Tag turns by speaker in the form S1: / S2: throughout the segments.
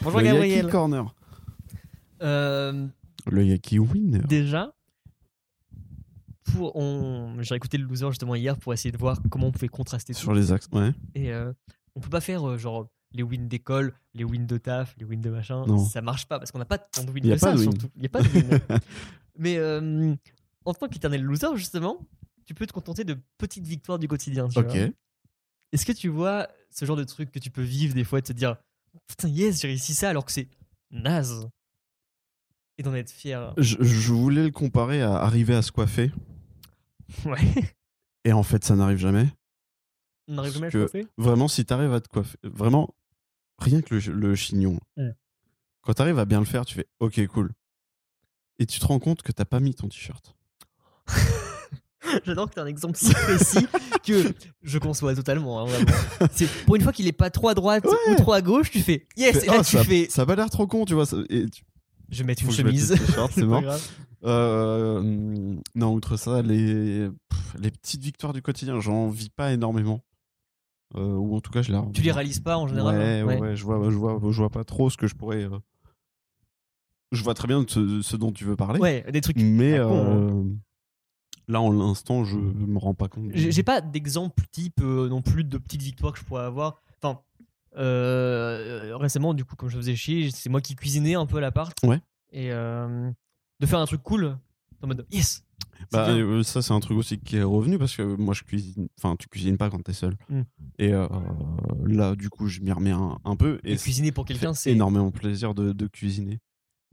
S1: Bonjour
S2: le
S1: Gabriel.
S2: Yaki Corner.
S1: Euh,
S3: Le Yaki Winner.
S1: déjà, pour, on... j'ai écouté le loser justement hier pour essayer de voir comment on pouvait contraster tout.
S3: Sur les axes. Ouais.
S1: Et euh, on peut pas faire euh, genre les wins d'école, les wins de taf, les wins de machin.
S3: Non.
S1: Ça marche pas parce qu'on n'a pas tant de wins
S3: Y a
S1: que
S3: pas
S1: ça
S3: de win.
S1: surtout. Il n'y a pas de win. Mais euh, en tant qu'éternel loser, justement, tu peux te contenter de petites victoires du quotidien. tu
S3: Ok.
S1: vois. Est-ce que tu vois ce genre de truc que tu peux vivre des fois, de te dire putain, yes, j'ai réussi ça alors que c'est naze et d'en être fier
S3: Je, je voulais le comparer à arriver à se coiffer.
S1: Ouais.
S3: Et en fait, ça n'arrive jamais.
S1: On n'arrive jamais à
S3: Parce que-
S1: chauffer
S3: Vraiment, si t'arrives à te coiffer, vraiment, rien que le, ch- le chignon.
S1: Ouais.
S3: Quand t'arrives à bien le faire, tu fais OK, cool. Et tu te rends compte que t'as pas mis ton t-shirt.
S1: J'adore que tu un exemple si précis que je conçois totalement. hein, vraiment. C'est- pour une fois qu'il est pas trop à droite ou trop à gauche, tu fais yes,
S3: Fais,
S1: et là
S3: oh,
S1: tu
S3: ça,
S1: fais
S3: ça a pas l'air trop con, tu vois. ça- et tu-
S1: je vais mettre une
S3: faut que je mette
S1: chemise.
S3: le t-shirt,
S1: C'est
S3: c'est
S1: pas
S3: mort.
S1: grave.
S3: Euh, hum, non, outre ça, les, pff, les petites victoires du quotidien, j'en vis pas énormément. Euh, ou en tout cas, je la.
S1: Tu les réalises pas en général
S3: Ouais,
S1: hein
S3: ouais, ouais, je vois, je vois, je vois pas trop ce que je pourrais. euh, Je vois très bien ce, ce dont tu veux parler.
S1: Ouais, des trucs.
S3: Mais
S1: Ah, con,
S3: euh, là, en l'instant, je me rends pas compte.
S1: J'ai j'ai pas d'exemple type euh, non plus de petites victoires que je pourrais avoir. Enfin, euh, récemment, du coup, comme je faisais chier, c'est moi qui cuisinais un peu à l'appart.
S3: Ouais.
S1: Et euh, de faire un truc cool en mode yes. c'est
S3: Bah,
S1: bien.
S3: euh, ça, c'est un truc aussi qui est revenu parce que moi, je cuisine. Enfin, tu cuisines pas quand t'es seul.
S1: Mm.
S3: Et euh, là, du coup, je m'y remets un, un peu.
S1: Et
S3: Et c'est
S1: cuisiner pour quelqu'un, c'est
S3: énormément plaisir de, de cuisiner.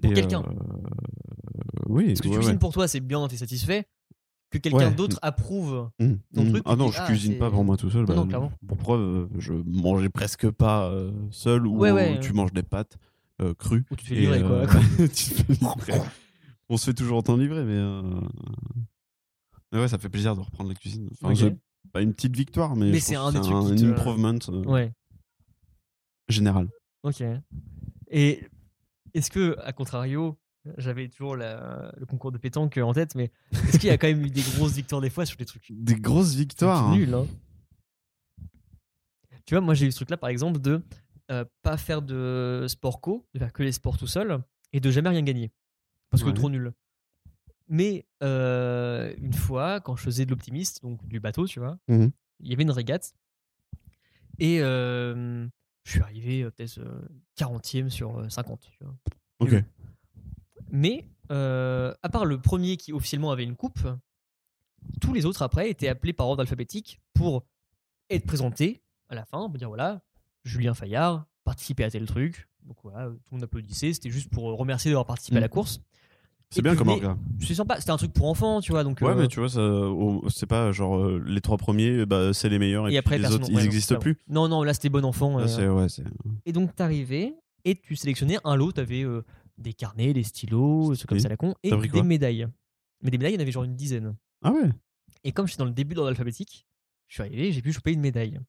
S1: Pour
S3: Et,
S1: quelqu'un.
S3: euh, Oui,
S1: Parce que
S3: ouais,
S1: tu cuisines
S3: ouais.
S1: pour toi, c'est bien, t'es satisfait. Que quelqu'un
S3: Ouais.
S1: d'autre approuve.
S3: Mm,
S1: ton
S3: mm.
S1: truc,
S3: Ah
S1: tu
S3: non,
S1: dis,
S3: je
S1: ah,
S3: cuisine
S1: c'est-
S3: pas pour moi tout seul. bah,
S1: Non, non, clairement.
S3: Pour preuve, euh, je mangeais presque pas euh, seul ou
S1: Ouais, ouais.
S3: tu manges des pâtes euh, crues.
S1: Ou tu te fais
S3: Et,
S1: livrer, quoi.
S3: euh, tu te fais livrer. On se fait toujours autant livrer, mais. euh, mais ouais, ça fait plaisir de reprendre la cuisine. Enfin,
S1: Ok.
S3: c'est pas une petite victoire, mais,
S1: Mais
S3: je
S1: c'est
S3: pense
S1: un
S3: que
S1: des
S3: c'est
S1: trucs
S3: un,
S1: qui te-
S3: improvement euh,
S1: Ouais,
S3: général.
S1: ok. Et est-ce que, à contrario, j'avais toujours la- le concours de pétanque en tête, mais est-ce qu'il y a quand même eu des grosses victoires des fois sur des trucs
S3: Des grosses victoires. hein.
S1: nuls hein Tu vois, moi j'ai eu ce truc-là, par exemple, de euh, pas faire de sport co, de faire que les sports tout seul, et de jamais rien gagner. Parce que
S3: Ouais.
S1: trop nul. Mais euh, une fois, quand je faisais de l'optimiste, donc du bateau, tu vois,
S3: Mhm.
S1: il y avait une régate. Et euh, je suis arrivé euh, peut-être euh, 40e sur euh, 50. tu vois.
S3: Ok.
S1: Mais euh, à part le premier qui officiellement avait une coupe, tous les autres après étaient appelés par ordre alphabétique pour être présentés à la fin, pour dire voilà, Julien Fayard participait à tel truc. Donc voilà, tout le monde applaudissait. C'était juste pour remercier d'avoir participé à la
S3: Mhm.
S1: course.
S3: C'est
S1: Et
S3: bien
S1: puis,
S3: comme
S1: mais-
S3: orga.
S1: C'est sympa. C'était un truc pour enfants, tu vois. Donc
S3: Ouais,
S1: euh,
S3: mais tu vois, ça, oh, c'est pas genre euh, les trois premiers, bah, c'est les meilleurs, et,
S1: et
S3: puis
S1: après
S3: les
S1: personne-
S3: autres,
S1: ouais,
S3: ils
S1: non,
S3: n'existent
S1: ça va.
S3: plus.
S1: Non, non, là c'était bon enfant.
S3: Là,
S1: euh,
S3: c'est- ouais, c'est-
S1: Et donc, t'arrivais et tu sélectionnais un lot. T'avais euh, des carnets, des stylos, des trucs comme
S3: Oui.
S1: ça, la con, et
S3: T'as pris
S1: des
S3: quoi
S1: médailles. Mais des médailles, il y en avait genre une dizaine.
S3: Ah ouais.
S1: Et comme j'étais dans le début de l'ordre alphabétique, je suis arrivé, j'ai pu choper une médaille.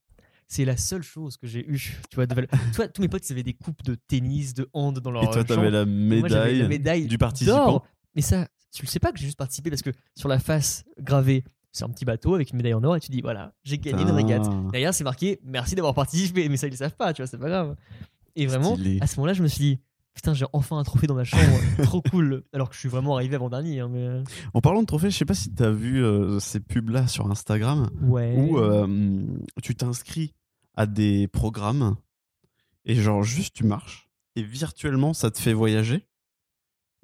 S1: C'est la seule chose que j'ai eue. Tu vois, de valeur. tu vois, tous mes potes, ils avaient des coupes de tennis, de hand dans leur
S3: Et toi,
S1: euh,
S3: t'avais
S1: chambre.
S3: la
S1: Et moi, j'avais
S3: médaille,
S1: la médaille
S3: du
S1: d'or.
S3: participant.
S1: Mais ça, tu le sais pas que j'ai juste participé parce que sur la face gravée, c'est un petit bateau avec une médaille en or et tu dis voilà, j'ai gagné une régate.
S3: Putain.
S1: Derrière, c'est marqué merci d'avoir participé, mais ça, ils le savent pas, tu vois, c'est pas grave. Et vraiment,
S3: Stylé.
S1: à ce moment-là, je me suis dit putain, j'ai enfin un trophée dans ma chambre, trop cool. Alors que je suis vraiment arrivé avant-dernier. hein, mais...
S3: En parlant de trophées, je sais pas si t'as vu euh, ces pubs-là sur Instagram
S1: Ouais.
S3: où euh, tu t'inscris à des programmes et genre juste tu marches et virtuellement ça te fait voyager.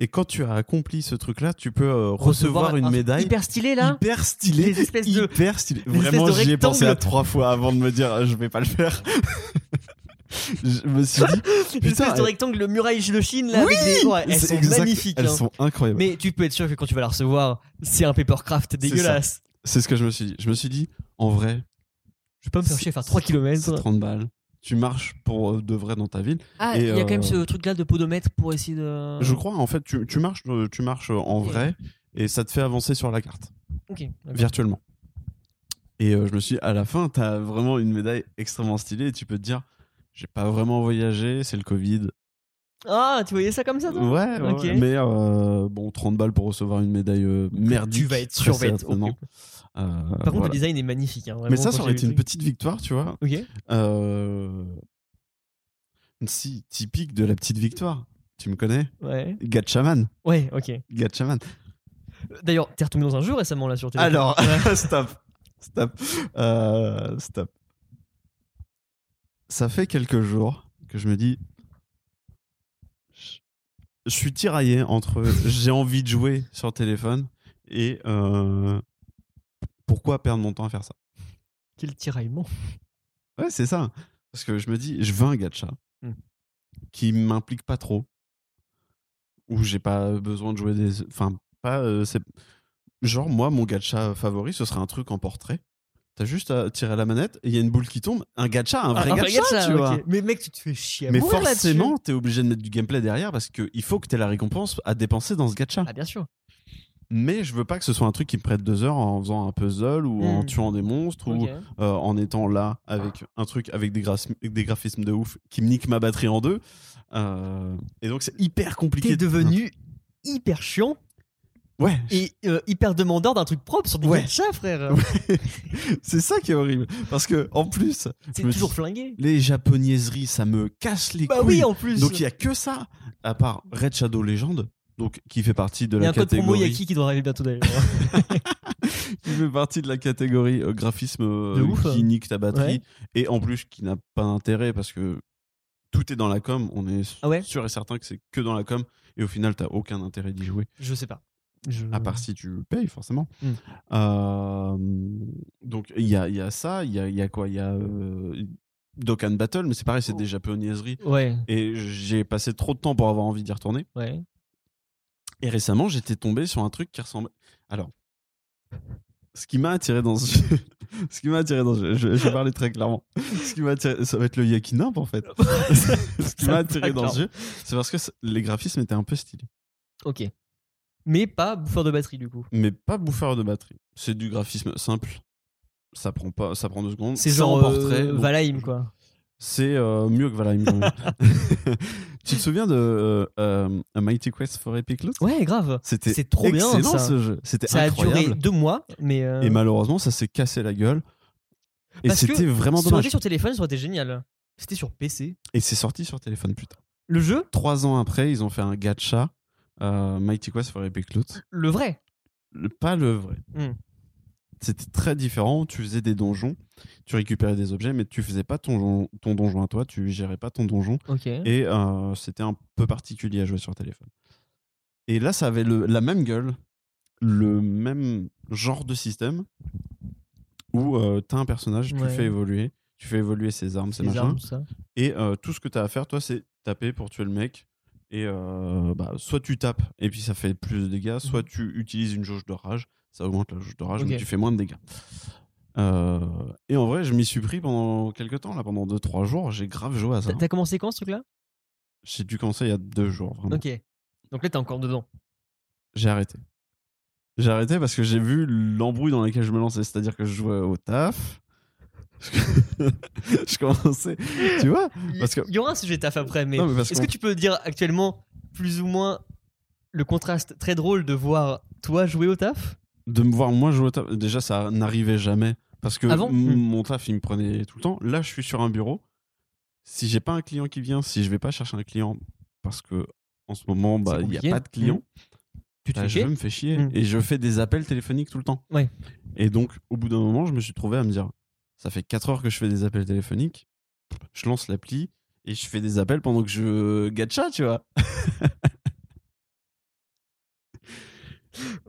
S3: Et quand tu as accompli ce truc-là, tu peux euh, recevoir,
S1: un
S3: une
S1: truc
S3: médaille
S1: Hyper stylé là.
S3: hyper stylée.
S1: Les espèces de-
S3: hyper stylée.
S1: les espèces
S3: Vraiment,
S1: de
S3: j'y ai pensé à
S1: rectangles.
S3: trois fois avant de me dire euh, je vais pas le faire. je me suis dit
S1: Une
S3: Putain,
S1: espèce de
S3: elle-
S1: rectangle, le muraille de Chine là. avec des- ouais, elles
S3: c'est
S1: sont
S3: exact,
S1: magnifiques.
S3: Elles
S1: hein.
S3: sont incroyables.
S1: Mais tu peux être sûr que quand tu vas la recevoir, c'est un papercraft
S3: C'est ça.
S1: dégueulasse.
S3: C'est ce que je me suis dit. Je me suis dit en vrai,
S1: Je vais pas me faire
S3: C'est-
S1: chier, faire 3
S3: C'est
S1: km.
S3: 30 balles. Tu marches pour euh, de vrai dans ta ville.
S1: Ah, il
S3: Et,
S1: y a quand même
S3: euh,
S1: ce truc là de podomètre pour essayer de.
S3: Je crois, en fait, tu, tu marches, euh, tu marches euh, en vrai et ça te fait avancer sur la carte,
S1: Ok, d'accord.
S3: virtuellement. Et euh, je me suis dit, à la fin, t'as vraiment une médaille extrêmement stylée et tu peux te dire, j'ai pas vraiment voyagé, c'est le Covid.
S1: Ah, tu voyais ça comme ça
S3: Ouais,
S1: toi
S3: ouais,
S1: Ok.
S3: ouais. mais euh, bon, 30 balles pour recevoir une médaille euh, merdique.
S1: Tu vas être
S3: très
S1: sûr, va être
S3: certainement.
S1: horrible.
S3: Euh,
S1: Par contre,
S3: voilà.
S1: le design est magnifique. hein,
S3: Mais
S1: vraiment,
S3: ça,
S1: quand
S3: ça
S1: j'ai
S3: aurait
S1: vu
S3: été
S1: le
S3: Euh, une petite victoire, tu vois.
S1: truc. Ok.
S3: Euh, Si, typique de la petite victoire. Tu me connais
S1: Ouais.
S3: Gatchaman.
S1: Ouais, ok.
S3: Gatchaman.
S1: D'ailleurs, t'es retombé dans un jeu récemment là sur téléphone.
S3: Alors,
S1: Ouais.
S3: stop. Stop. Euh, stop. Ça fait quelques jours que je me dis. Je suis tiraillé entre j'ai envie de jouer sur téléphone et euh, pourquoi perdre mon temps à faire ça.
S1: Quel tiraillement.
S3: Ouais, c'est ça. hein. Parce que je me dis, je veux un gacha
S1: Hmm.
S3: qui m'implique pas trop, où j'ai pas besoin de jouer des. Enfin, pas. euh, c'est... Genre, moi, mon gacha favori, ce serait un truc en portrait. T'as juste à tirer à la manette et il y a une boule qui tombe. Un gacha, un vrai
S1: Ah, un
S3: gacha,
S1: gacha,
S3: tu
S1: ok.
S3: vois.
S1: Mais mec, tu te fais chier. à
S3: Mais
S1: mourir là-dessus.
S3: forcément, t'es obligé de mettre du gameplay derrière parce qu'il faut que t'aies la récompense à dépenser dans ce gacha.
S1: Ah bien sûr.
S3: Mais je veux pas que ce soit un truc qui me prête deux heures en faisant un puzzle ou en
S1: Hmm.
S3: tuant des monstres ou
S1: Ok.
S3: euh, en étant là avec un truc avec des, graphismes- des graphismes de ouf qui me nique ma batterie en deux. Euh, et donc c'est hyper compliqué.
S1: T'es devenu hyper chiant
S3: Ouais.
S1: et euh, hyper demandeur d'un truc propre sur des
S3: Ouais.
S1: gachas, frère.
S3: Ouais. c'est ça qui est horrible parce que en plus
S1: C'est
S3: Je me
S1: toujours
S3: dis-
S1: flingué.
S3: les japonaiseries ça me casse les
S1: Bah
S3: couilles.
S1: oui, en plus.
S3: donc il y a que ça à part Red Shadow Legend donc qui fait partie de
S1: Il y a
S3: la
S1: un code promo
S3: catégorie
S1: Yaki qui doit arriver bientôt d'ailleurs.
S3: qui fait partie de la catégorie euh, graphisme euh,
S1: De ouf. hein.
S3: qui nique ta batterie
S1: Ouais.
S3: et en plus qui n'a pas d'intérêt parce que tout est dans la com, on est
S1: Ah ouais
S3: sûr et certain que c'est que dans la com et au final t'as aucun intérêt d'y jouer
S1: Je sais pas. Je-
S3: à part si tu payes forcément.
S1: Mm.
S3: Euh, donc il y a, il y a ça, il y a, il y a quoi Il y a euh, Dokkan Battle, mais c'est pareil, c'est des japonaiseries
S1: Ouais,
S3: et j'ai passé trop de temps pour avoir envie d'y retourner.
S1: ouais.
S3: Et récemment, j'étais tombé sur un truc qui ressemblait. Alors, ce qui m'a attiré dans ce jeu, ce qui m'a attiré dans ce jeu, je, je vais parler très clairement. Ce qui m'a attiré, ça va être le Yakinab en fait. ce qui m'a attiré dans ce jeu, c'est parce que c- les graphismes étaient un peu stylés,
S1: Ok. Mais pas bouffeur de batterie du coup.
S3: mais pas bouffeur de batterie. C'est du graphisme simple. Ça prend pas, ça prend deux secondes.
S1: C'est genre
S3: en portrait.
S1: euh,
S3: donc
S1: Valheim quoi.
S3: C'est euh, mieux que Valheim. quand même. tu te souviens de euh, euh, A Mighty Quest for Epic Loot
S1: Ouais, grave.
S3: C'était
S1: C'est trop bien,
S3: excellent,
S1: ça.
S3: ce jeu. C'était
S1: Ça a
S3: incroyable.
S1: duré deux mois, mais euh,
S3: Et malheureusement, ça s'est cassé la gueule. Et
S1: Parce que
S3: c'était vraiment
S1: si on
S3: dommage.
S1: était sur téléphone, ça aurait été génial. C'était sur PC.
S3: Et c'est sorti sur téléphone, putain.
S1: Le jeu,
S3: Trois ans après, ils ont fait un gacha, euh, Mighty Quest for Epic Loot.
S1: le vrai.
S3: Le- pas le vrai.
S1: Hmm.
S3: C'était très différent. Tu faisais des donjons, tu récupérais des objets, mais tu faisais pas ton, jon- ton donjon à toi, tu gérais pas ton donjon.
S1: Ok.
S3: Et euh, c'était un peu particulier à jouer sur téléphone. Et là, ça avait le- la même gueule, le même genre de système où euh, t'as un personnage, tu le
S1: Ouais.
S3: fais évoluer, tu fais évoluer ses armes, ses
S1: Les
S3: machins.
S1: armes, tout ça.
S3: Et euh, tout ce que t'as à faire, toi, c'est taper pour tuer le mec. Et euh, bah, soit tu tapes et puis ça fait plus de dégâts, soit tu utilises une jauge de rage, ça augmente la jauge de rage,
S1: Mhm. Ok.
S3: donc tu fais moins de dégâts. Euh, et en vrai, je m'y suis pris pendant quelques temps, là, pendant 2-3 jours, j'ai grave joué à Ah, ça.
S1: T'as- T'as commencé quand ce truc-là
S3: J'ai dû commencer il y a deux jours, vraiment.
S1: Ok. Donc là, t'es encore dedans.
S3: J'ai arrêté. J'ai arrêté parce que j'ai vu l'embrouille dans laquelle je me lançais. C'est-à-dire que je jouais au taf. je commençais. Tu vois Parce que-
S1: Il y aura un sujet taf après, mais,
S3: Non, mais parce
S1: est-ce
S3: qu'on-
S1: que tu peux dire actuellement plus ou moins le contraste très drôle de voir toi jouer au taf
S3: De me voir moi jouer au taf, déjà ça n'arrivait jamais. Parce que
S1: Avant
S3: m-
S1: Hmm.
S3: mon taf, il me prenait tout le temps. Là, je suis sur un bureau. Si j'ai pas un client qui vient, si je vais pas chercher un client, parce que en ce moment, bah, il n'y a
S1: compliqué. Hmm.
S3: pas de client.
S1: Tu te
S3: Bah,
S1: fais
S3: je
S1: chier
S3: me fais chier
S1: Mm.
S3: et je fais des appels téléphoniques tout le temps.
S1: Ouais.
S3: Et donc, au bout d'un moment, je me suis trouvé à me dire ça fait 4 heures que je fais des appels téléphoniques, je lance l'appli et je fais des appels pendant que je gacha, tu vois.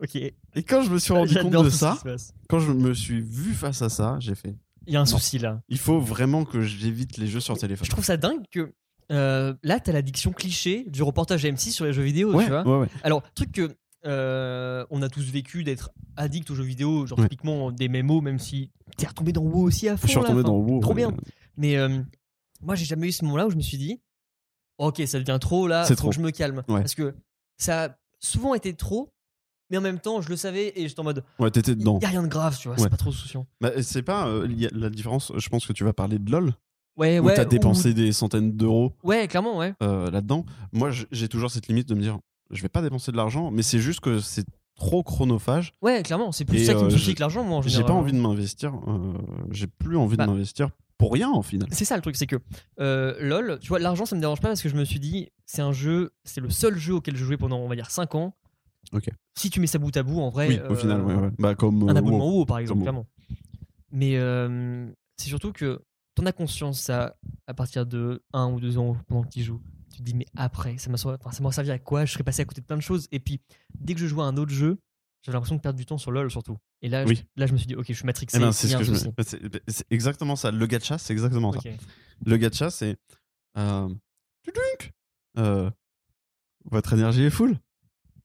S1: Ok.
S3: Et quand je me suis rendu compte
S1: J'adore
S3: de
S1: tout ce qui
S3: ça,
S1: se passe.
S3: quand je me suis vu face à ça, j'ai fait
S1: Il y a un souci là.
S3: il faut vraiment que j'évite les jeux sur téléphone.
S1: Je trouve ça dingue que euh, là, t'as l'addiction cliché du reportage M6 sur les jeux vidéo,
S3: Ouais,
S1: tu vois.
S3: ouais, ouais.
S1: Alors, truc que euh, on a tous vécu d'être addict aux jeux vidéo, genre
S3: Ouais.
S1: typiquement des MMO, même si t'es retombé dans WoW aussi à fond.
S3: Je suis
S1: là,
S3: retombé
S1: enfin.
S3: dans WoW.
S1: Trop
S3: ouais.
S1: bien. Mais euh, moi, j'ai jamais eu ce moment-là où je me suis dit, ok, ça devient trop là,
S3: C'est
S1: faut
S3: trop.
S1: que je me calme.
S3: Ouais.
S1: Parce que ça a souvent été trop, mais en même temps, je le savais et j'étais en mode,
S3: Ouais, t'étais
S1: il
S3: dedans.
S1: n'y a rien de grave, tu vois,
S3: Ouais.
S1: c'est pas trop souciant.
S3: Bah, c'est pas euh, il y a la différence, je pense que tu vas parler de LoL,
S1: Ouais,
S3: où
S1: ouais.
S3: t'as
S1: ou-
S3: dépensé des centaines d'euros
S1: Ouais, clairement, ouais.
S3: euh, là-dedans. Moi, j- j'ai toujours cette limite de me dire, je vais pas dépenser de l'argent, mais c'est juste que c'est trop chronophage.
S1: Ouais, clairement, c'est plus
S3: Et,
S1: ça qui
S3: euh,
S1: me
S3: j'ai-
S1: suffit que l'argent, moi, en
S3: J'ai
S1: général. hein.
S3: pas envie de m'investir. euh, j'ai plus envie
S1: Bah.
S3: de m'investir pour rien en final.
S1: C'est ça le truc, c'est que euh, LOL, tu vois, l'argent ça me dérange pas parce que je me suis dit, c'est un jeu, c'est le seul jeu auquel je jouais pendant, on va dire, 5 ans.
S3: Ok.
S1: Si tu mets ça bout à bout, en vrai,
S3: Oui, au
S1: euh,
S3: final, ouais, ouais. Bah, comme
S1: un
S3: euh,
S1: abonnement
S3: WoW.
S1: haut, par exemple,
S3: WoW.
S1: clairement. Mais euh, c'est surtout que t'en as conscience, ça, à partir de 1 ou 2 ans pendant que tu joues. Tu te dis, mais après, ça m'a servi- enfin, ça m'a servi à quoi Je serais passé à côté de plein de choses. Et puis, dès que je jouais à un autre jeu, j'avais l'impression de perdre du temps sur LoL surtout. Et là,
S3: Oui.
S1: je, là je me suis dit, ok, je suis matrixé.
S3: Eh ben,
S1: il
S3: c'est
S1: y
S3: ce
S1: a
S3: que
S1: un
S3: je me-
S1: souci.
S3: bah, c'est- bah, c'est exactement ça. Le gacha, c'est exactement ça.
S1: Ok.
S3: Le gacha, c'est. Euh... tudunk, euh, Votre énergie est full.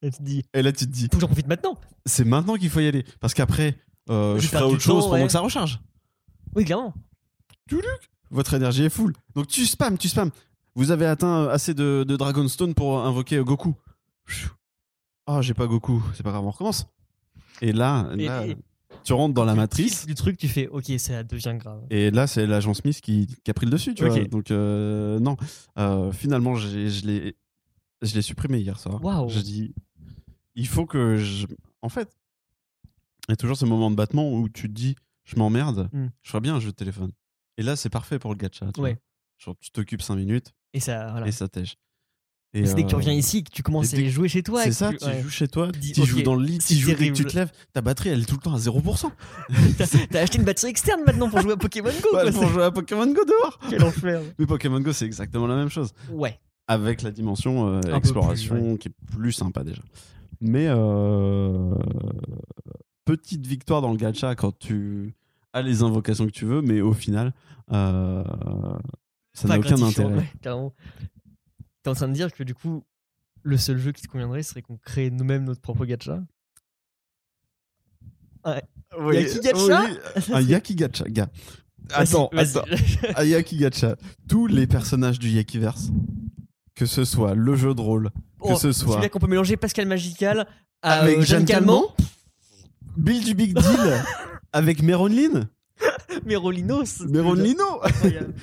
S1: Et tu te dis,
S3: Et là, tu te dis,
S1: faut que j'en profite maintenant.
S3: c'est maintenant qu'il faut y aller. Parce qu'après, euh,
S1: Je vais
S3: je ferai
S1: perdre du
S3: autre chose
S1: temps,
S3: pendant
S1: ouais.
S3: que ça recharge.
S1: Oui, clairement.
S3: Votre énergie est full. Donc tu spams, tu spams. Vous avez atteint euh, assez de, de Dragonstone pour invoquer euh, Goku. Pfiou. Ah, j'ai pas Goku. C'est pas grave, on recommence. Et là,
S1: Et-
S3: là,
S1: et-
S3: tu rentres dans la matrice.
S1: Du truc, tu fais, ok, ça devient grave.
S3: Et là, c'est l'agent Smith qui, qui a pris le dessus, tu
S1: Ok.
S3: vois. Donc, euh, non. Euh, finalement, j'ai- je l'ai je l'ai supprimé hier soir.
S1: Waouh.
S3: J'ai dit, il faut que je. En fait, il y a toujours ce moment de battement où tu te dis, je m'emmerde,
S1: Hmm.
S3: je ferais bien un jeu de téléphone. Et là, c'est parfait pour le gacha. Tu
S1: Ouais.
S3: vois. Genre, tu t'occupes 5 minutes
S1: Et ça, voilà.
S3: et ça tèche. Et,
S1: Et c'est dès que tu
S3: euh,
S1: reviens ici, que tu commences
S3: et
S1: à
S3: dès
S1: les jouer chez toi.
S3: C'est
S1: que
S3: ça,
S1: tu-
S3: tu
S1: ouais.
S3: joues chez toi,
S1: Dis,
S3: tu
S1: ok,
S3: joues dans le lit,
S1: c'est
S3: tu joues dès que tu
S1: terrible.
S3: te lèves, ta batterie elle est tout le temps à 0%.
S1: T'as- T'as acheté une batterie externe maintenant pour jouer à Pokémon Go.
S3: Ouais,
S1: quoi,
S3: pour jouer à Pokémon Go dehors.
S1: c'est- Quel enfer.
S3: Mais Pokémon Go, c'est exactement la même chose.
S1: Ouais.
S3: avec la dimension euh,
S1: peu
S3: exploration
S1: plus,
S3: qui est plus sympa déjà. Mais euh, petite victoire dans le gacha quand tu as les invocations que tu veux, mais au final, euh, ça n'a
S1: Pas
S3: aucun
S1: gratifiant,
S3: intérêt.
S1: ouais, carrément. T'es en train de dire que du coup, le seul jeu qui te conviendrait serait qu'on crée nous-mêmes notre propre gacha.
S3: Oui, Ah,
S1: Yakigacha
S3: oui, Un Yakigacha, gars. Attends,
S1: Vas-y,
S3: attends.
S1: vas-y.
S3: Un Yakigacha. Tous les personnages du Yakiverse, que ce soit le jeu de rôle,
S1: Oh,
S3: ce soit-
S1: C'est bien qu'on peut mélanger Pascal Magical à
S3: avec
S1: euh,
S3: Jeanne
S1: Jeanne
S3: Calment,
S1: Calment,
S3: Bill du Big Deal, avec Meronlin,
S1: Mérolinos.
S3: Meronlino,
S1: Incroyable.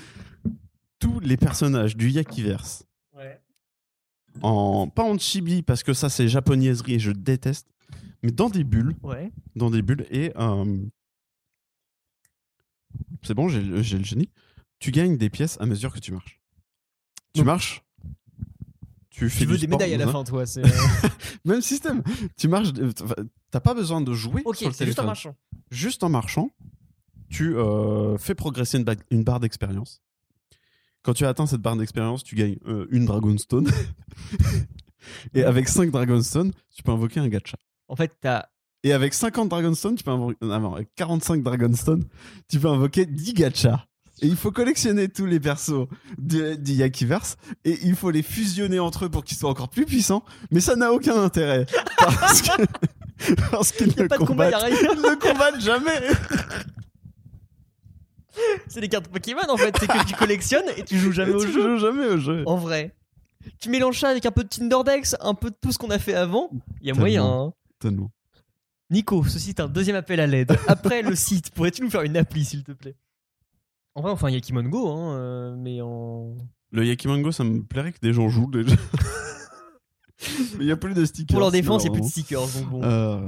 S3: tous les personnages du Yakiverse
S1: Ouais.
S3: en pas en chibi parce que ça c'est japonaiserie et je déteste, mais dans des bulles,
S1: Ouais.
S3: dans des bulles et euh, c'est bon, j'ai le j'ai le génie. Tu gagnes des pièces à mesure que tu marches. Tu
S1: Donc-
S3: marches. Tu fais
S1: Tu veux
S3: du
S1: des
S3: sport,
S1: médailles à la
S3: hein.
S1: fin, toi.
S4: euh,
S1: c'est-
S3: Même système. Tu marches. euh, enfin, T'as pas besoin de jouer
S1: ok,
S3: sur le
S1: c'est juste
S3: téléphone.
S1: un marchand.
S3: Juste en marchant, tu euh, fais progresser une, ba- une barre d'expérience. Quand tu as atteint cette barre d'expérience, tu gagnes euh, une Dragonstone. Et avec 5 Dragonstone, tu peux invoquer un gacha.
S1: En fait, t'as
S3: Et avec 50 Dragonstone, tu peux invoquer. non, non, avec 45 Dragonstone, tu peux invoquer 10 gachas. Et il faut collectionner tous les persos de- du Yakiverse. Et il faut les fusionner entre eux pour qu'ils soient encore plus puissants. Mais ça n'a aucun intérêt. Parce que. Parce qu'ils ne
S1: pas de combat, y a
S3: combattent,
S1: rien.
S3: ils ne combattent Ah, jamais.
S1: C'est des cartes Pokémon en fait, c'est que tu collectionnes et tu joues jamais
S3: Et
S1: au
S3: tu
S1: jeu.
S3: joues jamais au jeu.
S1: En vrai. Tu mélanges ça avec un peu de Tinderdex, un peu de tout ce qu'on a fait avant, il y a
S3: Tellement.
S1: moyen. hein.
S3: Tellement.
S1: Nico, ceci est un deuxième appel à l'aide. Après le site, pourrais-tu nous faire une appli s'il te plaît En vrai, enfin, Yakimon Go, hein, euh, mais en.
S3: Le Yakimango, ça me plairait que des gens jouent déjà. Mais il n'y a plus de stickers. hein.
S1: Pour leur défense, il n'y a plus de
S5: hein.
S1: stickers. donc bon.
S3: Euh,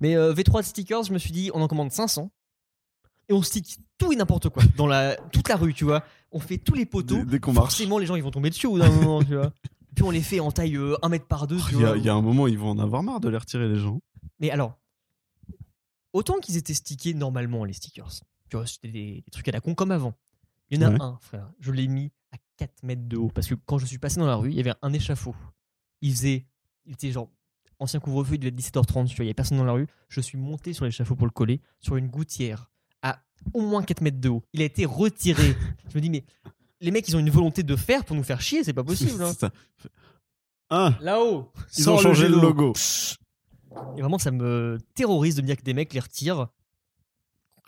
S1: Mais euh, V3 de stickers, je me suis dit, on en commande 500 et on stick tout et n'importe quoi dans la toute la rue, tu vois. On fait tous les poteaux.
S3: dès, dès qu'on marche.
S1: Forcément, les gens ils vont tomber dessus au bout d'un moment, tu vois. Puis on les fait en taille 1 mètre par 2
S3: Oh, Il y, a- il y a un moment, ils vont en avoir marre de les retirer, les gens.
S1: Mais alors, autant qu'ils étaient stickés normalement, les stickers, tu vois, c'était des, des trucs à la con comme avant. Il y en a
S3: Ouais.
S1: un, frère, je l'ai mis à 4 mètres de haut parce que quand je suis passé dans la rue, il y avait un échafaud. Il faisait, il était genre, ancien couvre-feu, il devait être 17h30, tu vois, il n'y avait personne dans la rue. Je suis monté sur l'échafaud pour le coller, sur une gouttière, à au moins 4 mètres de haut. Il a été retiré. je me dis, mais les mecs, ils ont une volonté de faire pour nous faire chier, c'est pas possible. hein.
S3: C'est ça. Ah,
S1: Là-haut,
S3: ils
S1: sans
S3: ont changé le
S1: vélo.
S3: logo.
S1: Et vraiment, ça me terrorise de me dire que des mecs les retirent.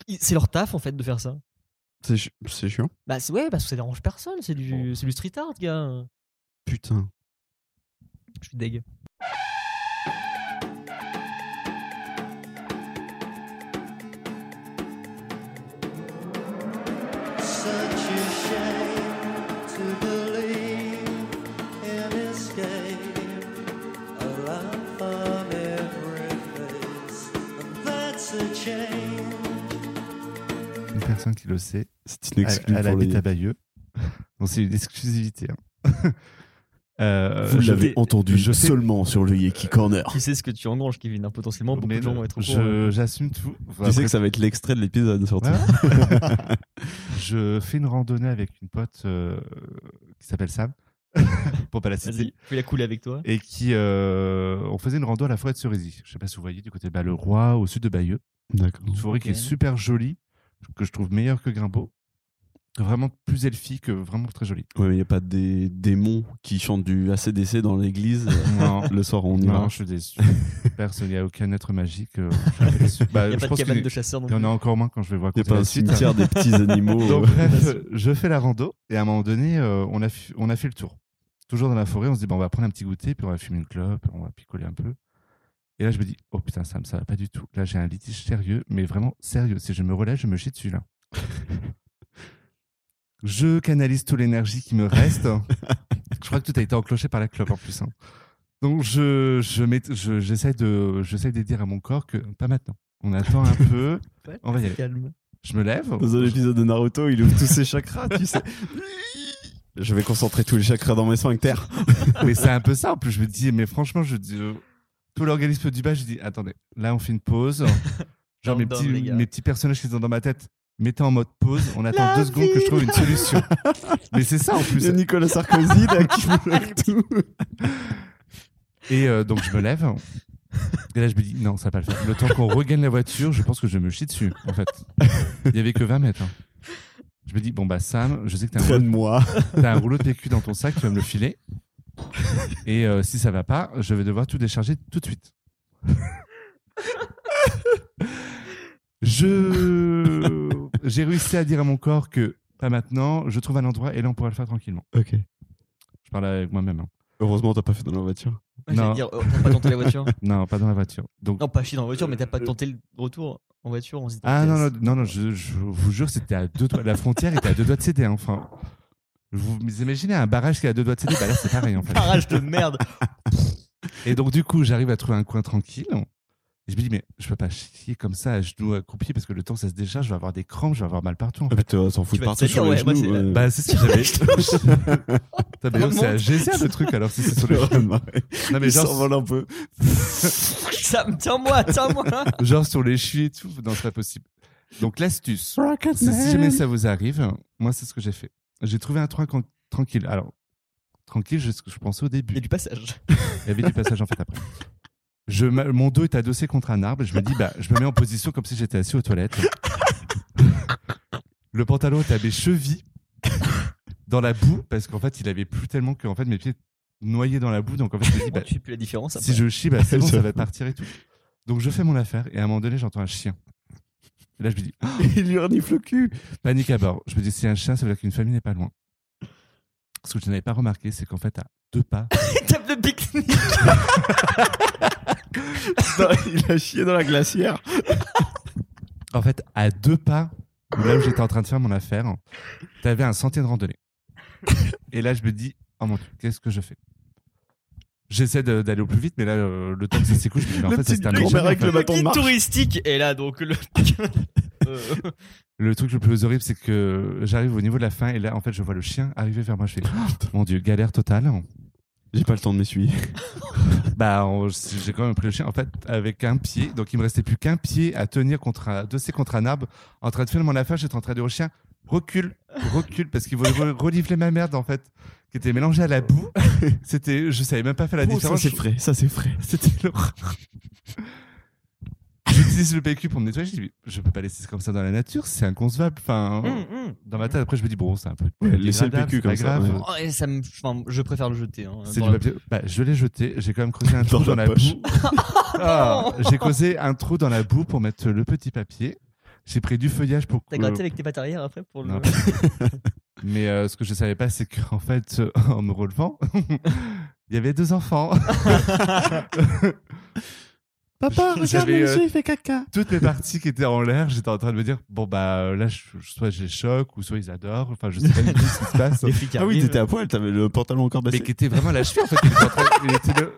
S1: Ils- C'est leur taf en fait de faire ça.
S3: C'est chi- C'est chiant.
S1: Bah c'est ouais, parce que ça dérange personne, c'est du, c'est du street art, gars.
S3: Putain.
S1: Je suis deg.
S2: Such a shame to believe in escape, a life from every face. And that's a change.
S3: Une
S5: personne qui le sait.
S3: C'est une exclu
S5: Elle, elle
S3: pour
S5: habite
S3: les-
S5: à Bayeux. Donc c'est une exclusivité. hein. Euh,
S3: Vous
S5: je-
S3: l'avez
S1: je-
S3: entendu
S5: je sais-
S3: seulement sur le Yeki Corner.
S1: Qui sait ce que tu engranges, Kevin hein, Potentiellement, beaucoup
S5: mais
S1: de gens
S5: non,
S1: vont être au
S5: je-
S1: courant.
S5: J'assume tout. Enfin,
S3: Tu sais
S5: après,
S3: que ça va être l'extrait de l'épisode, surtout.
S5: Ouais. je fais une randonnée avec une pote euh, qui s'appelle Sam, pour pas la
S1: Vas-y,
S5: citer,
S1: fais la couler avec toi.
S5: et qui euh, on faisait une rando à la forêt de Cerisy. Je sais pas si vous voyez du côté de Bas-le-Roi, au sud de Bayeux,
S3: D'accord.
S5: une forêt qui est
S1: Ok.
S5: super jolie, que je trouve meilleure que Grimbaud, vraiment plus elfique, vraiment très jolie.
S3: Ouais, mais il n'y a pas des démons qui chantent du ACDC dans l'église euh,
S5: Non.
S3: le soir, on y
S5: Non,
S3: va.
S5: je suis déçu. Personne, il n'y a aucun être magique. euh, je suis déçu. Bah,
S1: Il n'y a
S5: je
S1: pas de
S5: pense
S1: cabane
S5: qu'il
S1: de chasseurs non
S5: y en
S1: plus.
S5: a encore moins quand je vais voir
S3: Il n'y a
S5: compter
S3: pas
S5: la
S3: un
S5: suite.
S3: cimetière des petits animaux.
S5: Donc,
S3: euh.
S5: bref, euh, je fais la rando et à un moment donné, euh, on, a fu- on a fait le tour. Toujours dans la forêt, on se dit, bon, on va prendre un petit goûter, puis on va fumer une clope, on va picoler un peu. Et là, je me dis, oh putain, Sam, ça va pas du tout. Là, j'ai un litige sérieux, mais vraiment sérieux. Si je me relève, je me chie dessus, là. je canalise toute l'énergie qui me reste. je crois que tout a été encloché par la clope, en plus. hein. Donc, je, je mets- je- j'essaie de, j'essaie de dire à mon corps que pas maintenant. On attend un peu.
S1: Ouais,
S5: On va y aller.
S1: Calme.
S5: Je me lève.
S3: Dans un épisode de Naruto, il ouvre tous ses chakras, tu sais. Je vais concentrer tous les chakras dans mes sphincters.
S5: mais c'est un peu ça. En plus, je me dis, mais franchement, je dis, euh, tout l'organisme du bas, je dis, attendez, là, on fait une pause. Genre, mes
S1: Down,
S5: petits,
S1: les gars.
S5: mes petits personnages qui sont dans ma tête, mettez en mode pause. On attend
S2: La
S5: deux secondes que je trouve
S2: vie,
S5: une solution. mais c'est ça, en
S3: Il y a
S5: plus.
S3: Nicolas Sarkozy là, qui bloque tout.
S5: Et euh, donc, je me lève. Et là, je me dis, non, ça va pas le faire. Le temps qu'on regagne la voiture, je pense que je me chie dessus, en fait. Il y avait que 20 mètres. hein. Je me dis, bon, bah, Sam, je sais que t'as un rôle
S3: Traîne-moi.
S5: T'as un rouleau de PQ dans ton sac, tu vas me le filer. Et euh, si ça va pas, je vais devoir tout décharger tout de suite. je j'ai réussi à dire à mon corps que pas maintenant, je trouve un endroit et là on pourra le faire tranquillement.
S3: Ok.
S5: Je parle avec moi-même. hein.
S3: Heureusement, t'as pas fait dans la voiture.
S1: Ouais,
S5: Non.
S1: j'allais dire, oh, t'as pas tenté la voiture
S5: Non, pas dans la voiture. Donc Euh,
S1: Non, pas chier dans la voiture, mais t'as pas tenté le retour en voiture. On se dit,
S5: ah non non
S1: yes.
S5: non, non, je, je vous jure c'était à deux doigts la frontière était à deux doigts de céder hein, enfin. Vous imaginez un barrage qui est à deux doigts de céder, bah là c'est pareil en fait.
S1: Barrage de merde.
S5: Et donc, du coup, j'arrive à trouver un coin tranquille. Et je me dis, mais je peux pas chier comme ça à genoux accroupi parce que le temps que ça se décharge, je vais avoir des crampes, je vais avoir mal partout. en fait.
S3: tu vas s'en foutre
S1: Tu vas te
S3: partout sur les
S1: salir, ouais, moi,
S3: genoux.
S1: c'est la-
S3: ouais.
S5: Bah, c'est si j'avais. Putain, mais non, c'est à
S1: Remonte.
S5: Gézère le truc alors si c'est sur les
S3: Vraiment.
S5: Non, mais
S3: Il
S5: genre,
S3: s'envole un peu.
S1: Ça me tient moi, tiens moi.
S5: genre sur les chiens et tout. Non, c'est pas possible. Donc, l'astuce, c'est si jamais ça vous arrive, moi, c'est ce que j'ai fait. J'ai trouvé un coin con- tranquille. Alors, tranquille, c'est ce que je pensais au début.
S1: Il y a du passage.
S5: Il y avait du passage en fait après. Je, m'a- mon dos est adossé contre un arbre. Je me dis, bah, je me mets en position comme si j'étais assis aux toilettes. Le pantalon est à mes chevilles, dans la boue, parce qu'en fait, il avait plus tellement que en fait, mes pieds noyés dans la boue. Donc en fait, je me dis, bah,
S1: tu fais plus la différence.
S5: si je chie, bah, c'est bon, ça va partir et tout. Donc je fais mon affaire et à un moment donné, j'entends un chien. Et là, je me dis, Ah,
S3: Il lui renifle le cul.
S5: panique à bord. Je me dis, c'est un chien, ça veut dire qu'une famille n'est pas loin. Ce que je n'avais pas remarqué, c'est qu'en fait, à deux pas,
S1: Tape de pique-nique.
S3: Non, il a chié dans la glacière.
S5: En fait, à deux pas, là où j'étais en train de faire mon affaire, t'avais un sentier de randonnée. Et là, je me dis, oh mon dieu, qu'est-ce que je fais J'essaie de- d'aller au plus vite, mais là, euh, le temps que ça s'écoule, je me dis, mais en
S3: La
S5: fait, ça se
S3: petite
S5: termine
S3: grand-mère
S5: jamais, en
S3: avec
S5: fait.
S3: le bâton de
S1: Guide
S3: marche.
S1: touristique. Et là, donc, le. Euh,
S5: Le truc le plus horrible, c'est que j'arrive au niveau de la fin, et là, en fait, je vois le chien arriver vers moi. Je fais, oh, mon dieu, galère totale.
S3: J'ai pas le temps de m'essuyer.
S5: Bah, on- j'ai quand même pris le chien, en fait, avec un pied. Donc, il me restait plus qu'un pied à tenir contre un, dossier contre un arbre. En train de faire mon affaire, j'étais en train de dire au chien, recule, recule, parce qu'il voulait re- renifler ma merde, en fait, qui était mélangée à la boue. C'était, je savais même pas faire la
S3: Oh, ça
S5: différence.
S3: c'est frais, ça c'est frais.
S5: C'était l'horreur. J'utilise le PQ pour me nettoyer. Je dis, mais je peux pas laisser ça comme ça dans la nature, c'est inconcevable. Enfin,
S1: hum, hum.
S5: dans ma tête, après, je me dis, bon, c'est un peu.
S3: Ouais, laissez le
S5: dégradable,
S3: PQ
S5: c'est pas
S3: comme ça,
S5: grave.
S3: ouais.
S1: Oh, et ça me- enfin, je préfère le jeter. hein,
S5: C'est
S1: dans
S5: du
S1: la-
S5: papier. Bah, je l'ai jeté. J'ai quand même creusé un
S3: Dans
S5: trou dans
S3: la
S5: la
S3: poche.
S5: boue. Ah, j'ai creusé un trou dans la boue pour mettre le petit papier. J'ai pris du feuillage pour.
S1: T'as gratté avec tes pattes arrière après pour le.
S5: Non. Mais euh, ce que je savais pas, c'est qu'en fait, euh, en me relevant, il y avait deux enfants.
S3: Papa,
S5: J'avais, euh,
S3: il fait caca.
S5: Toutes mes parties qui étaient en l'air, j'étais en train de me dire bon bah euh, là, je- soit j'ai choc ou soit ils adorent. Enfin, je sais pas du tout ce qui se passe.
S1: Les flics
S3: Ah oui,
S1: arrivent.
S3: t'étais à poil, t'avais le pantalon encore
S5: mais
S3: baissé.
S5: qui était vraiment à la cheville en fait. Il était en train- il était le-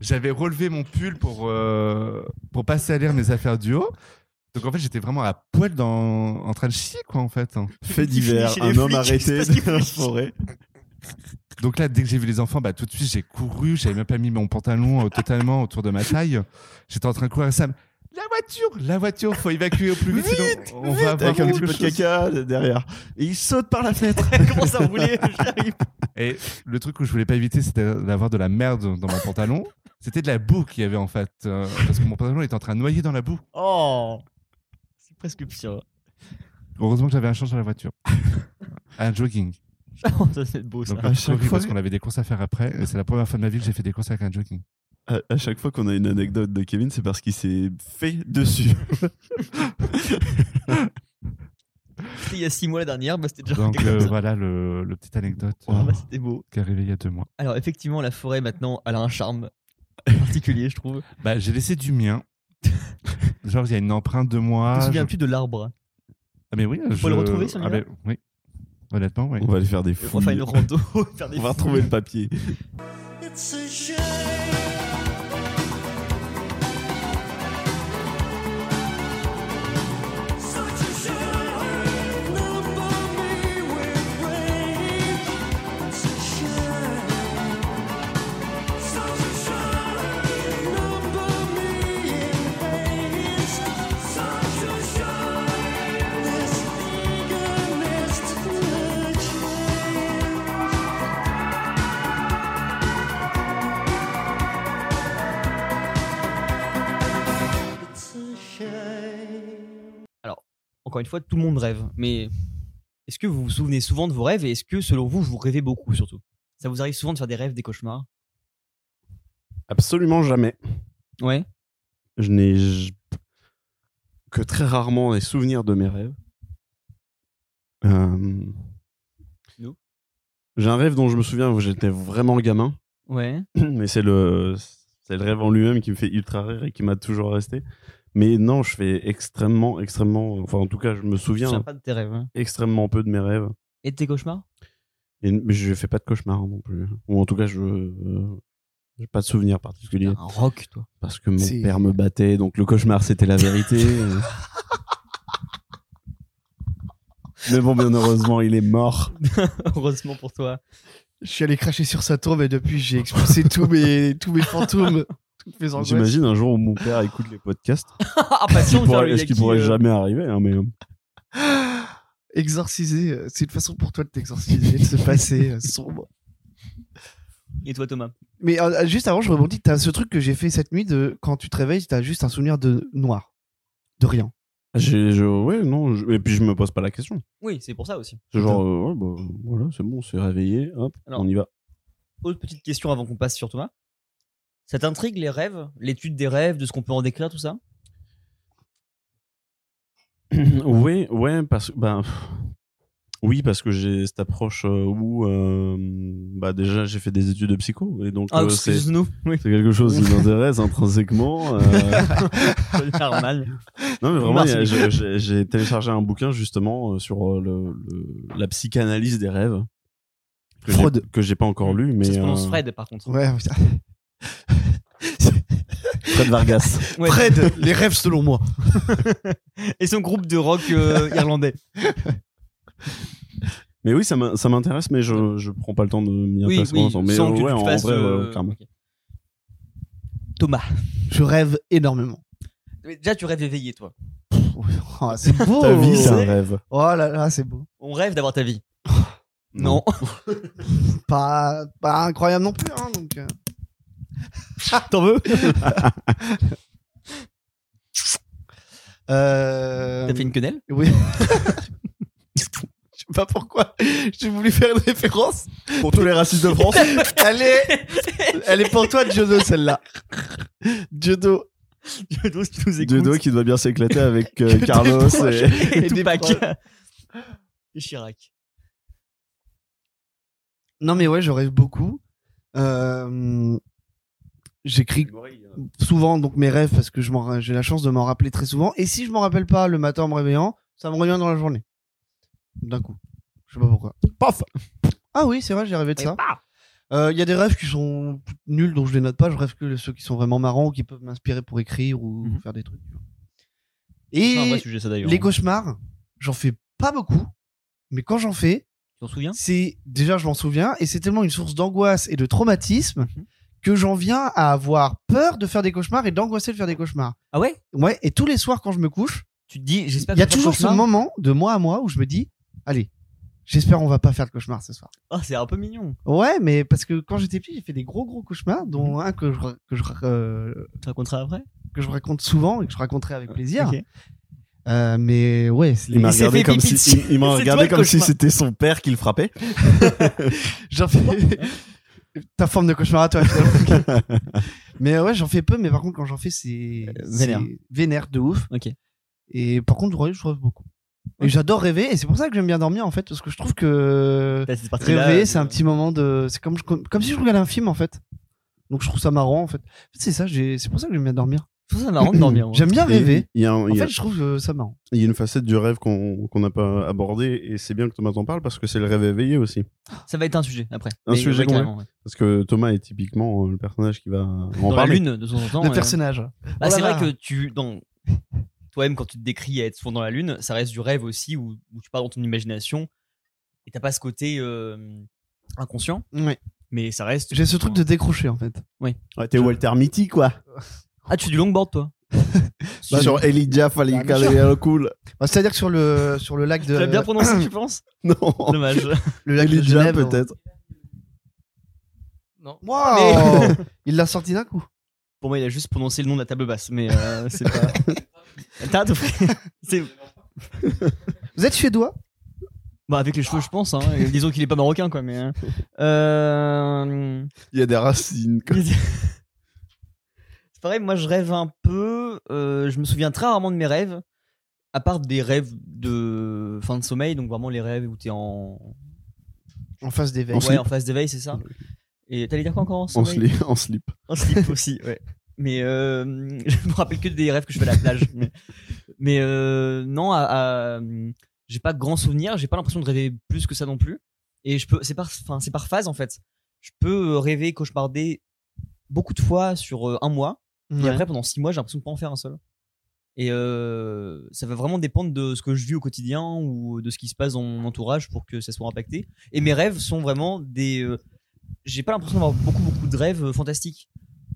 S5: J'avais relevé mon pull pour, euh, pour passer à l'air mes affaires du haut. Donc en fait, j'étais vraiment à poil dans... en train de chier, quoi, en fait. hein.
S3: Fait
S1: Il finit
S3: divers,
S1: chez
S3: un
S1: les
S3: homme
S1: flics,
S3: arrêté
S1: c'est ça qu'il
S3: dans la
S1: fait.
S3: forêt.
S5: Donc là, dès que j'ai vu les enfants, bah, tout de suite, j'ai couru. J'avais même pas mis mon pantalon euh, totalement autour de ma taille. J'étais en train de courir à Sam. La voiture, la voiture, faut évacuer au plus vite, sinon on
S3: Vite,
S5: va avoir
S3: avec un petit
S5: quelque
S3: peu de
S5: chose.
S3: caca derrière. Et il saute par la fenêtre.
S1: Comment ça roulait J'arrive.
S5: Et le truc que je voulais pas éviter, c'était d'avoir de la merde dans mon pantalon. C'était de la boue qu'il y avait en fait, euh, parce que mon pantalon était en train de noyer dans la boue.
S1: Oh C'est presque pire.
S5: Heureusement que j'avais un change dans la voiture, un jogging.
S1: Oh, ça, c'est beau ça.
S5: Donc
S3: À
S5: c'est
S3: chaque
S5: horrible
S3: fois-
S5: parce qu'on avait des courses à faire après. Et c'est la première fois de ma vie que j'ai fait des courses avec un jogging.
S3: À, à chaque fois qu'on a une anecdote de Kevin, c'est parce qu'il s'est fait dessus.
S1: C'était il y a 6 mois la dernière, bah, c'était déjà.
S5: Donc
S1: comme
S5: euh,
S1: ça.
S5: voilà le, le petite anecdote euh,
S1: Ah, bah, c'était beau.
S5: qui est arrivée il y a deux mois.
S1: Alors, effectivement, la forêt maintenant, elle a un charme particulier, je trouve.
S5: Bah, j'ai laissé du mien. Genre, il y a une empreinte de moi.
S1: Je me
S5: Ah, je-
S1: souviens plus de l'arbre.
S5: Ah, mais oui, je... Ah,
S1: le retrouver, celui-là
S5: mais Oui. Honnêtement, oui.
S3: On va aller faire des
S1: On va faire
S3: fouilles.
S1: une rando, faire des
S3: On va
S1: fouilles.
S3: retrouver le papier.
S2: It's a shame. Such a shame. Number me with rage. It's a shame. Such a shame. Number me in haste. Such a shame. This eagerness to change. It's a shame.
S1: Encore une fois, tout le monde rêve. Mais est-ce que vous vous souvenez souvent de vos rêves et est-ce que, selon vous, vous rêvez beaucoup surtout Ça vous arrive souvent de faire des rêves, des cauchemars
S3: Absolument jamais.
S1: Ouais.
S3: Je n'ai j- que très rarement les souvenirs de mes rêves. Euh,
S1: Nous
S3: J'ai un rêve dont je me souviens où j'étais vraiment gamin,
S1: Ouais.
S3: mais c'est le, c'est le rêve en lui-même qui me fait ultra rire et qui m'a toujours resté. Mais non, je fais extrêmement, extrêmement, enfin en tout cas, je me
S1: Je
S3: souviens
S1: souviens pas de tes rêves. hein.
S3: extrêmement peu de mes rêves.
S1: Et de tes cauchemars
S3: Et mais je fais pas de cauchemars non plus. hein. Ou en tout cas, je euh, j'ai pas de souvenirs
S1: T'es
S3: particuliers
S1: un rock, toi.
S3: parce que mon
S5: Si.
S3: père me battait, donc le cauchemar c'était la vérité. mais bon, bien heureusement, il est mort.
S1: Heureusement pour toi.
S6: Je suis allé cracher sur sa tombe et depuis j'ai expulsé tous mes tous mes fantômes, toutes mes angoisses.
S3: J'imagine un jour où mon père écoute les podcasts, ce
S1: Impatient
S3: qui
S1: de faire
S3: pourrait,
S1: le
S3: ce qui
S1: yaki,
S3: pourrait
S1: euh,
S3: jamais arriver. hein, mais euh,
S6: Ah Exorciser, euh, c'est une façon pour toi de t'exorciser, de se passer euh, sombre.
S1: Et toi, Thomas
S6: Mais euh, juste avant, je rebondis, t'as ce truc que j'ai fait cette nuit de quand tu te réveilles, t'as juste un souvenir de noir, de rien.
S3: j'ai- je- ouais, non, je- et puis je me pose pas la question.
S1: Oui, c'est pour ça aussi.
S3: C'est genre, euh, ouais, bah, voilà, c'est bon, c'est réveillé, hop,
S1: Alors,
S3: on y va.
S1: Autre petite question avant qu'on passe sur Thomas. Ça t'intrigue les rêves, l'étude des rêves, de ce qu'on peut en décrire, tout ça
S3: Oui, ouais, parce que ben, pff, oui, parce que j'ai cette approche euh, où euh, bah déjà j'ai fait des études de psycho et donc
S6: Ah,
S3: euh, c'est c'est
S1: excuse-nous. Oui,
S3: quelque chose qui m'intéresse intrinsèquement. euh,
S1: c'est normal.
S3: non mais vraiment, il y a-
S1: Martinique.
S3: je- j'ai j'ai téléchargé un bouquin justement euh, sur euh, le, le- la psychanalyse des rêves que j'ai-
S6: Freud.
S3: que j'ai pas encore lu, mais
S1: ça se prononce
S3: euh,
S1: Fred, par contre.
S6: Ouais, putain.
S3: Fred Vargas.
S1: Ouais.
S6: Fred, les rêves selon moi.
S1: Et son groupe de rock euh, irlandais.
S3: mais oui, ça m'in- ça m'intéresse, mais je je prends pas le temps de m'y
S1: Oui,
S3: intéresser. pour
S1: oui,
S3: l'instant. mais
S1: sans
S3: euh,
S1: que
S3: ouais,
S1: tu
S3: en
S1: fasses,
S3: vrai, ouais,
S1: euh,
S3: clairement.
S1: ok. Thomas,
S6: Je rêve énormément.
S1: Mais déjà tu rêves éveillé, toi.
S6: Oh, c'est beau.
S3: Ta vie, c'est un
S1: c'est-
S3: rêve.
S6: Oh là là, c'est beau.
S1: On rêve d'avoir ta vie. Non.
S6: Pas, pas incroyable non plus. hein, donc, euh.
S1: T'en veux
S6: Euh,
S1: T'as fait une quenelle
S6: Oui. je sais pas pourquoi. J'ai voulu faire une référence.
S3: Pour tous les racistes de France.
S6: Elle est, elle est pour toi, Jodo, celle-là. Jodo.
S1: Dieudo, si tu nous écoutes.
S3: Dieudo qui doit bien s'éclater avec euh, Carlos et
S1: Et
S6: Et
S1: Tupac.
S6: des
S1: Et Chirac.
S6: Non, mais ouais, je rêve beaucoup. Euh, J'écris souvent donc mes rêves parce que je m'en- j'ai la chance de m'en rappeler très souvent. Et si je m'en rappelle pas le matin en me réveillant, ça me revient dans la journée. D'un coup. Je sais pas pourquoi.
S3: paf
S6: Ah oui, c'est vrai, j'ai rêvé de
S1: Et
S6: ça. Euh,
S1: bah
S6: Il y a des rêves qui sont nuls, donc je les note pas. Je rêve que ceux qui sont vraiment marrants ou qui peuvent m'inspirer pour écrire ou
S1: Mhm.
S6: faire des trucs. tu vois. Et
S1: C'est un vrai sujet, ça d'ailleurs. hein.
S6: les cauchemars, j'en fais pas beaucoup, mais quand j'en fais,
S1: Tu t'en souviens
S6: c'est déjà je m'en souviens et c'est tellement une source d'angoisse et de traumatisme
S1: Mhm.
S6: que j'en viens à avoir peur de faire des cauchemars et d'angoisser de faire des cauchemars.
S1: Ah ouais
S6: Ouais, et tous les soirs quand je me couche,
S1: Tu te dis, j'espère
S6: il
S1: que
S6: y a
S1: je vais
S6: toujours
S1: faire
S6: ce
S1: cauchemar.
S6: moment de moi à moi où je me dis allez, j'espère on va pas faire de cauchemar ce soir.
S1: Ah, c'est un peu mignon.
S6: Ouais, mais parce que quand j'étais petit, j'ai fait des gros gros cauchemars dont
S7: Mhm.
S6: un que je ra- que je ra- euh,
S1: Tu raconteras après
S6: que je raconte souvent et que je raconterai avec plaisir.
S1: Ok.
S6: Euh, mais ouais, c'est-
S3: Il m'a
S7: Il s'est
S3: regardé
S7: fait
S3: comme
S7: pipi
S3: si,
S7: dessus.
S3: il- il m'a
S7: C'est
S3: regardé
S7: toi le
S3: comme si
S7: cauchemar.
S3: c'était son père qui le frappait.
S6: J'en fais. Ta forme de cauchemar à toi, finalement. mais ouais, j'en fais peu, mais par contre, quand j'en fais, c'est.
S1: Euh, vénère.
S6: c'est Vénère de ouf.
S1: Ok.
S6: Et par contre, ouais, je rêve beaucoup. Et j'adore rêver, et c'est pour ça que j'aime bien dormir, en fait, parce que je trouve que.
S1: T'as cette partie-là,
S6: Rêver,
S1: euh,
S6: c'est un petit moment de. C'est comme, je- comme si je regardais un film, en fait. Donc je trouve ça marrant, en fait. En fait, c'est ça, j'ai- c'est pour ça que j'aime bien dormir.
S1: Je trouve ça marrant de dormir. moi.
S6: J'aime bien
S3: Et
S6: rêver.
S3: Il y, a un-
S6: En
S3: il y a-
S6: fait, je trouve euh, ça marrant.
S3: il y a une facette du rêve qu'on qu'on n'a pas abordée et c'est bien que Thomas en parle parce que c'est le rêve éveillé aussi.
S1: Ça va être un sujet après.
S3: Un sujet
S1: ouais,
S3: complet.
S1: carrément, ouais.
S3: Parce que Thomas est typiquement euh, le personnage qui va en
S1: Dans la
S3: parler.
S1: lune, de temps en temps.
S6: Le
S1: euh,
S6: personnage. Oh
S1: bah, c'est
S6: Voilà.
S1: vrai que tu. Dans... Toi-même, quand tu te décris à être souvent dans la lune, ça reste du rêve aussi où, où tu pars dans ton imagination et t'as pas ce côté euh, inconscient,
S6: Ouais.
S1: mais ça reste.
S6: J'ai ce truc de décrocher, en fait.
S3: Ouais, t'es Walter Mitty quoi.
S1: Ah, tu fais du longboard toi
S3: Bah, Sur Elijah, fallait
S6: Bah,
S3: y caler le cool.
S6: Bah, C'est-à-dire que sur le, sur le lac de.
S1: Tu l'as bien prononcé, tu penses
S3: Non.
S1: Dommage.
S6: Le lac de
S3: Elijah
S6: Genève. on-
S3: peut-être.
S7: Non.
S6: Waouh Il l'a sorti d'un coup.
S1: Pour moi, il a juste prononcé le nom de la table basse, mais euh, c'est pas. T'as tout fait. C'est-
S6: Vous êtes suédois
S1: Bah, avec les cheveux, je pense. Hein. Et Disons qu'il est pas marocain, quoi. Mais hein. euh...
S3: Il y a des racines. quoi.
S1: c'est pareil. Moi, je rêve un peu. euh, je me souviens très rarement de mes rêves, à part des rêves de fin de sommeil, donc vraiment les rêves où t'es en
S6: En face des veilles.
S1: ouais, en phase d'éveil, c'est ça. Et t'allais dire quoi encore en
S3: En
S1: sommeil
S3: slip. En slip.
S1: En slip aussi, ouais. Mais euh, je me rappelle que des rêves que je fais à la plage. mais mais, euh, non, à- à, euh, j'ai pas de grands souvenirs, j'ai pas l'impression de rêver plus que ça non plus. Et je peux, c'est par, enfin, c'est par phase en fait. Je peux euh, rêver, cauchemarder beaucoup de fois sur euh, un mois. Et
S6: Ouais.
S1: après, pendant six mois, j'ai l'impression de pas en faire un seul. Et euh, ça va vraiment dépendre de ce que je vis au quotidien ou de ce qui se passe dans mon entourage pour que ça soit impacté. Et mes rêves sont vraiment des. euh, j'ai pas l'impression d'avoir beaucoup, beaucoup de rêves euh, fantastiques.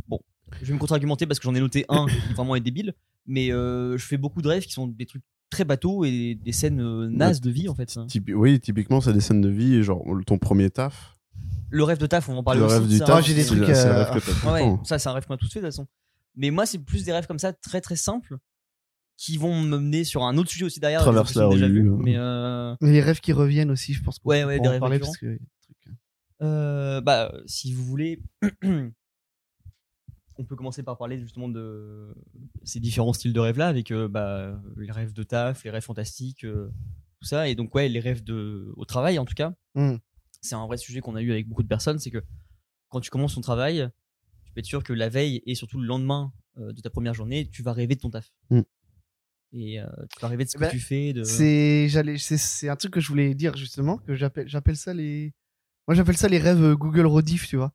S1: Bon, je vais me contre-argumenter parce que j'en ai noté un qui vraiment est débile, mais euh, je fais beaucoup de rêves qui sont des trucs très bateaux et des scènes euh, nazes de vie en fait.
S3: Typi- oui, typiquement, c'est des scènes de vie, genre ton premier taf.
S1: Le rêve de taf, on va en parler
S3: le
S1: aussi.
S3: rêve du
S1: ça.
S3: taf.
S6: j'ai des
S3: c'est
S6: trucs,
S3: le- c'est le
S6: euh,
S3: rêve que t'as tout
S1: Ouais,
S3: le
S1: ouais,
S3: temps.
S1: ça c'est un rêve qu'on a tous fait de toute façon. Mais moi c'est plus des rêves comme ça très très simples qui vont me mener sur un autre sujet aussi derrière.
S3: Traverse
S1: des trucs que j'ai
S3: la
S1: déjà
S3: rue,
S1: vus,
S3: hein.
S1: mais euh,
S6: Mais les rêves qui reviennent aussi, je pense. qu'on
S1: Ouais, ouais,
S6: peut
S1: des
S6: en
S1: rêves
S6: parler
S1: récurrents.
S6: parce que-
S1: euh, bah si vous voulez, on peut commencer par parler justement de ces différents styles de rêves là avec euh, bah, les rêves de taf, les rêves fantastiques, euh, tout ça et donc ouais les rêves de au travail en tout cas.
S6: Mm.
S1: C'est un vrai sujet qu'on a eu avec beaucoup de personnes, c'est que quand tu commences ton travail, tu peux être sûr que la veille et surtout le lendemain euh, de ta première journée, tu vas rêver de ton taf.
S3: Mm.
S1: Et euh, tu vas rêver de ce
S6: Eh
S1: que
S6: ben,
S1: tu fais. De...
S6: C'est, j'allais, c'est, c'est un truc que je voulais dire justement que j'appelle, j'appelle ça les. Moi, j'appelle ça les rêves Google Rediff, tu vois.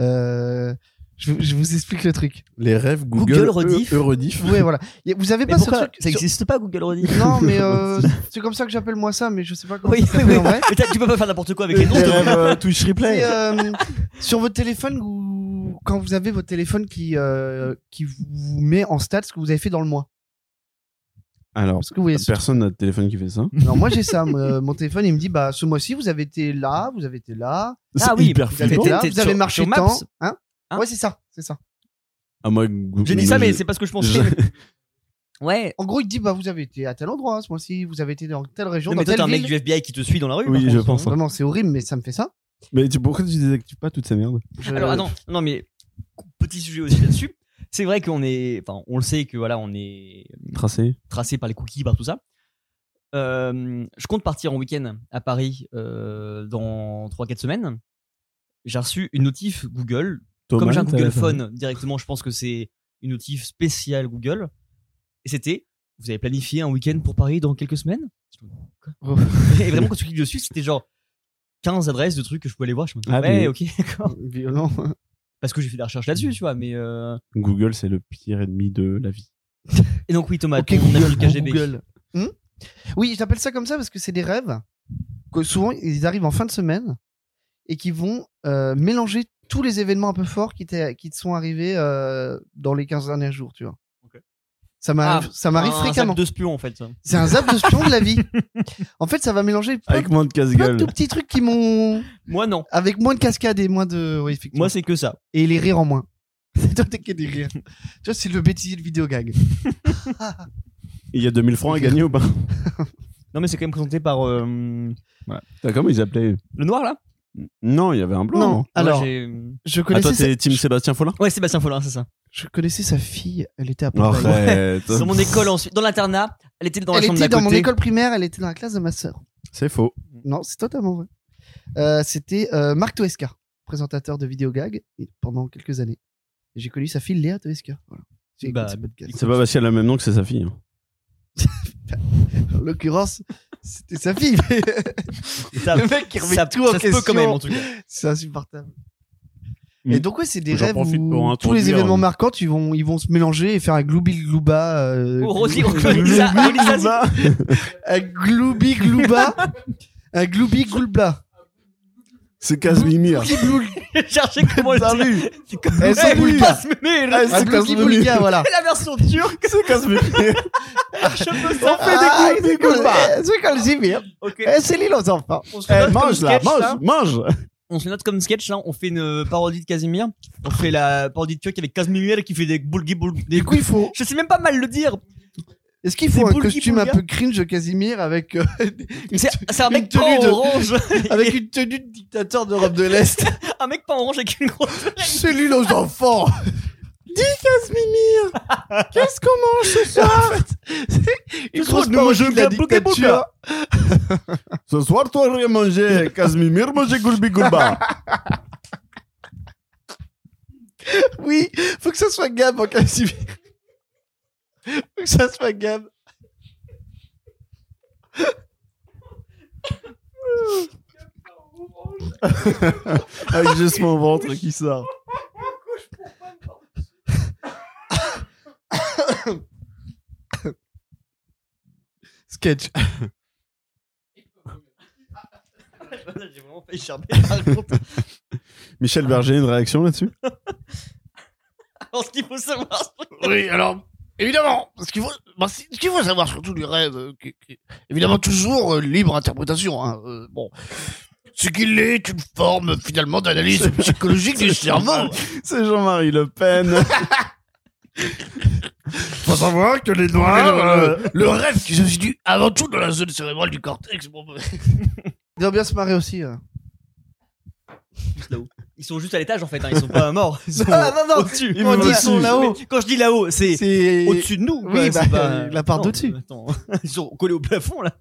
S6: Euh, je, je vous explique le truc.
S3: Les rêves Google,
S1: Google rediff.
S3: eux- eux rediff.
S6: Ouais, voilà. Y a- Vous avez
S1: Mais
S6: pas ce
S1: pourquoi
S6: truc
S1: Ça
S6: sur-
S1: n'existe pas Google Rediff.
S6: Non, mais euh, c'est comme ça que j'appelle moi ça, mais je sais pas comment
S1: Oui,
S6: ça s'appelle
S1: oui.
S6: en vrai.
S1: Mais t'as- tu peux pas faire n'importe quoi avec
S3: Les
S1: les noms. de-
S3: rêves euh, Twitch replay.
S6: C'est, euh, sur votre téléphone, vous- quand vous avez votre téléphone qui, euh, qui vous met en stats ce que vous avez fait dans le mois.
S3: Alors,
S6: Parce que vous voyez ce-
S3: personne n'a de téléphone qui fait ça.
S6: Alors moi j'ai ça, moi, mon téléphone il me dit bah ce mois-ci vous avez été là, vous avez été là,
S1: Ah oui,
S3: hyper
S6: vous avez
S3: flippant.
S6: été là,
S1: t'es
S6: vous avez
S1: sur-
S6: marché
S1: sur Maps
S6: tant, hein,
S1: Hein
S6: Ouais c'est ça, c'est ça.
S3: Ah, moi, Google-
S1: J'ai dit ça,
S3: moi,
S1: mais
S3: je-
S1: c'est pas ce que je pensais. Ouais.
S6: En gros il te dit bah vous avez été à tel endroit ce mois-ci, vous avez été dans telle région,
S1: Non, mais
S6: dans
S1: toi, t'es
S6: telle
S1: un mec
S6: ville.
S1: du FBI qui te suit dans la rue.
S3: Oui,
S1: par
S3: je
S1: contre,
S3: pense.
S1: hein.
S6: Vraiment c'est horrible mais ça me fait ça.
S3: Mais tu- pourquoi tu désactives pas toute sa merde
S6: Je-
S1: Alors attends, non mais petit sujet aussi là-dessus. C'est vrai qu'on est, enfin, on le sait que voilà, on est
S3: Tracé.
S1: tracé par les cookies, par tout ça. Euh, je compte partir en week-end à Paris euh, dans 3-4 semaines. J'ai reçu une notif Google.
S3: Thomas,
S1: Comme j'ai un
S3: t'as
S1: Google
S3: la-
S1: Phone directement, je pense que c'est une notif spéciale Google. Et c'était Vous avez planifié un week-end pour Paris dans quelques semaines Quoi Et vraiment, quand tu cliques dessus, c'était genre 15 adresses de trucs que je pouvais aller voir. Je me dis,
S3: Ah,
S1: ouais,
S3: mais-
S1: ok, d'accord.
S6: Violent.
S1: Parce que j'ai fait des recherches là-dessus, tu vois. Mais euh,
S3: Google, c'est le pire ennemi de la vie.
S8: Et donc oui Thomas,
S6: Ok,
S8: on
S6: Google,
S8: appelle KGB.
S6: Google. Hmm oui, j'appelle ça comme ça parce que c'est des rêves que souvent ils arrivent en fin de semaine et qui vont euh, mélanger tous les événements un peu forts qui, t'est- qui te sont arrivés euh, dans les 15 derniers jours, tu vois. Ça m'arrive, ça m'arrive
S8: Ah, Un
S6: fréquemment.
S8: sac de spion en fait. ça.
S6: C'est un zap de spion de la vie. En fait, ça va mélanger plein,
S3: Avec moins de
S6: plein de
S3: casse-gueule.
S6: tout petits trucs qui m'ont,
S8: Moi non.
S6: avec moins de cascades et moins de, ouais, effectivement.
S8: Moi c'est que ça.
S6: et les rires en moins. Toi, t'es que des rires. Tu vois, c'est le bêtisier de vidéo gag.
S3: Et Il y a 2000 francs à gagner ou pas
S8: Non mais c'est quand même présenté par euh,
S3: T'as Comment ils appelaient
S8: le noir là.
S3: Non, il y avait un blanc.
S6: Non.
S3: non
S6: Alors,
S8: Moi, j'ai-
S6: Je
S3: Ah,
S6: connaissais
S3: toi,
S6: sa-
S3: t'es Team Sébastien Follin
S8: ouais Sébastien Follin c'est ça.
S6: Je connaissais sa fille, elle était à Paris.
S3: Arrête.
S8: C'est Dans mon école ensuite, dans l'internat, elle était dans la
S6: Elle
S8: chambre
S6: était
S8: d'à
S6: dans mon
S8: côté.
S6: école primaire, elle était dans la classe de ma sœur.
S3: C'est faux.
S6: Non, c'est totalement vrai. Euh, C'était euh, Marc Toesca, présentateur de vidéo gag et- pendant quelques années. Et J'ai connu sa fille Léa Toesca. Voilà. Si elle
S8: Bah,
S6: écoute ce podcast.
S3: C'est pas parce qu'elle a le même nom que c'est sa fille. hein.
S6: En l'occurrence, c'était sa fille. mais
S8: Ça,
S6: le mec qui remet
S8: ça,
S6: tout en
S8: ça se
S6: question.
S8: peut quand même en tout cas.
S6: C'est insupportable.
S3: Mm.
S6: Et donc ouais, c'est des
S3: J'en
S6: rêves
S3: profite pour
S6: où tous
S3: introduire-
S6: les événements marquants, ils vont, ils vont se mélanger et faire un gloubi glouba. Euh,
S8: Oh, Rosie,
S6: glou-
S8: on connaît ça.
S6: glou-
S8: Rosie, ça,
S6: glouba. un gloubi glouba, un gloubi gloubla.
S3: C'est Casimir.
S6: Gloubi gloul-
S8: J'ai cherché comment le dire.
S6: Salut.
S8: C'est comme
S6: Eh, c'est
S8: Eh,
S6: Boulga.
S8: passe, mais là,
S6: Un
S3: Ah, c'est
S6: gloubi
S3: Casimir.
S6: gloulga, voilà.
S8: la version turque,
S3: C'est Casimir.
S8: je peux ça.
S6: Ah,
S3: des
S6: c'est
S3: gloubi
S6: cool.
S3: gloulga.
S6: Eh, C'est comme si bien.
S8: Ok.
S6: Eh, c'est l'île aux enfants. Eh,
S8: On se note comme
S3: mange là,
S8: sketch,
S3: mange, mange.
S8: On se note comme sketch là. On fait une euh, parodie de Casimir. On fait la parodie de turque avec Casimir qui fait des boulgui boulgui. Des...
S6: Du coup, il faut.
S8: Je sais même pas mal le dire.
S6: Est-ce qu'il
S8: Des
S6: faut un
S8: boulgui
S6: costume un
S8: boulga.
S6: peu cringe de Casimir avec euh,
S8: C'est c'est un
S6: une
S8: mec
S6: tenue
S8: pas en
S6: de-
S8: orange.
S6: avec une tenue de dictateur d'Europe de l'Est
S8: un mec pas en orange avec une grosse.
S6: C'est l'île aux enfants.
S3: Qu'est-ce qu'on mange ce soir
S6: Une
S3: Tout
S6: grosse
S3: ce qu'on
S6: parodie
S3: mange,
S6: de la
S3: boulga, boulga,
S6: dictature.
S3: Ce soir, toi, rien mangé. Casimir mangeait Goulbi Goulba.
S6: Oui, faut que ça soit Gab en Casimir. faut que ça soit Gab.
S3: Avec juste mon ventre qui sort.
S6: Sketch.
S8: J'ai vraiment fait gerber par contre.
S3: Michel Berger, une réaction là-dessus
S8: Alors ce qu'il faut savoir. c'est-
S9: Oui, alors, évidemment, ce qu'il faut, bah, c'est- ce qu'il faut savoir surtout les rêves, euh, qui- qui- évidemment toujours euh, libre interprétation. hein, euh, bon, ce qu'il est une forme finalement d'analyse psychologique du cerveau.
S3: C'est Jean-Marie Le Pen.
S9: faut savoir que les noirs, euh, le rêve qui se situe avant tout dans la zone cérébrale du cortex. bon, bah,
S6: Ils doivent bien se marrer aussi. hein.
S8: Ils sont juste à l'étage en fait. Hein. Ils sont pas morts. Ils sont
S6: Ah, non, non.
S8: au-dessus.
S6: Ils vont
S8: Mais-
S6: au-dessus.
S8: mais Quand je dis là-haut, c'est
S6: C'est
S8: au-dessus de nous.
S6: Oui, bah,
S8: quoi, c'est
S6: euh, la part
S8: Non,
S6: d'au-dessus.
S8: euh, attends. Ils sont collés au plafond, là.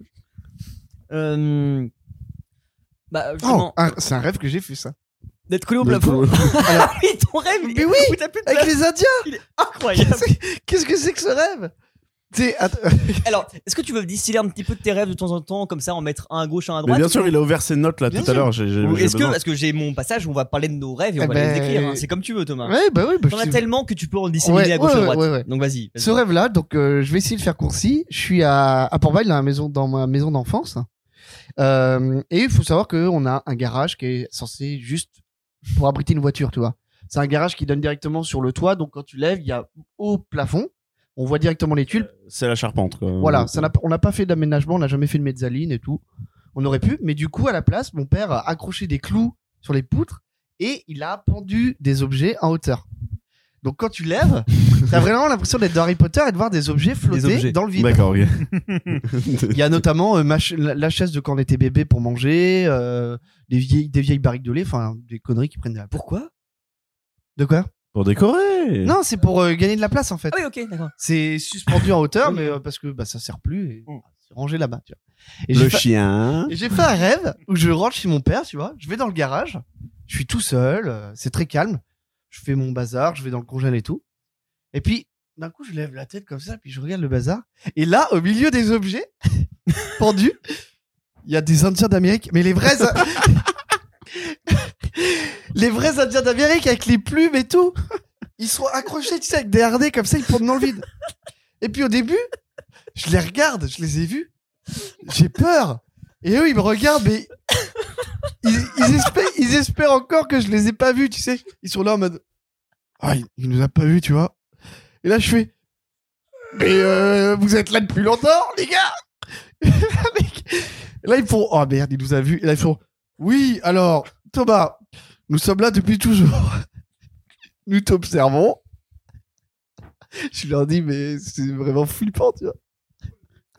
S8: Euh, Bah,
S6: Oh,
S8: justement,
S6: un- c'est un rêve que j'ai fait ça.
S8: d'être collé au plafond. Ah oui, ton rêve,
S6: Mais oui,
S8: où t'as plus de
S6: Avec
S8: place,
S6: les Indiens.
S8: incroyable.
S6: Qu'est-ce que c'est que ce rêve C'est
S8: Alors, est-ce que tu veux distiller un petit peu de tes rêves de temps en temps, comme ça, en mettre un à gauche, un à
S3: Mais
S8: droite
S3: bien sûr, il a ouvert ses notes là
S6: Bien
S3: tout à l'heure. J'ai, j'ai-
S8: Ou
S3: j'ai
S8: est-ce que,
S3: besoin.
S8: parce que j'ai mon passage où on va parler de nos rêves et on
S6: Eh
S8: va
S6: ben,
S8: les décrire, hein. c'est comme tu veux, Thomas.
S6: Ouais, bah oui, bah,
S8: T'en
S6: je
S8: as
S6: sais-
S8: tellement que tu peux en disséminer
S6: Ouais,
S8: à gauche,
S6: ouais,
S8: à droite.
S6: ouais, ouais.
S8: Donc vas-y. vas-y.
S6: Ce rêve-là, donc euh, je vais essayer de faire concis. Je suis à, à Portbail, dans, la maison, dans ma maison d'enfance. Euh, et il faut savoir qu'on a un garage qui est censé juste pour abriter une voiture, tu vois. C'est un garage qui donne directement sur le toit. Donc quand tu lèves, il y a au plafond, on voit directement les tuiles.
S3: C'est la charpente. quoi.
S6: Voilà, ça n'a- on n'a pas fait d'aménagement, on n'a jamais fait de mezzaline et tout. On aurait pu, mais du coup, à la place, mon père a accroché des clous sur les poutres et il a pendu des objets en hauteur. Donc quand tu lèves, t'as vraiment l'impression d'être dans Harry Potter et de voir des objets flotter
S8: objets.
S6: dans le vide.
S3: D'accord, ok.
S6: Il y a notamment euh, ma ch- la la chaise de quand on était bébé pour manger, euh, des, vieilles, des vieilles barriques de lait, enfin des conneries qui prennent de la...
S8: Pourquoi
S6: De quoi
S3: Pour décorer.
S6: Non, c'est pour euh, gagner de la place en fait.
S8: Ah oui, ok, d'accord.
S6: C'est suspendu en hauteur,
S8: Oui.
S6: mais euh, parce que bah, ça sert plus et
S8: Mm.
S6: c'est rangé là-bas. tu vois. Et j'ai
S3: Le
S6: fa-
S3: chien.
S6: Et J'ai fait un rêve où je rentre chez mon père, tu vois. Je vais dans le garage, je suis tout seul, euh, c'est très calme. Je fais mon bazar, je vais dans le congèle et tout. Et puis, d'un coup, je lève la tête comme ça, puis je regarde le bazar. Et là, au milieu des objets pendus, il y a des Indiens d'Amérique, mais les vrais. les vrais Indiens d'Amérique avec les plumes et tout. Ils sont accrochés, tu sais, avec des harnais comme ça, ils pendent dans le vide. Et puis au début, je les regarde, je les ai vus, j'ai peur. Et eux, ils me regardent, mais ils, ils espèrent, ils espèrent encore que je les ai pas vus, tu sais. Ils sont là en mode, ah, il, il nous a pas vus, tu vois. Et là, je fais, mais euh, vous êtes là depuis longtemps, les gars. Et là, mec, et là, ils font, oh merde, il nous a vus. Et là, ils font, oui, alors, Thomas, nous sommes là depuis toujours. Nous t'observons. Je leur dis, mais c'est vraiment flippant, tu vois.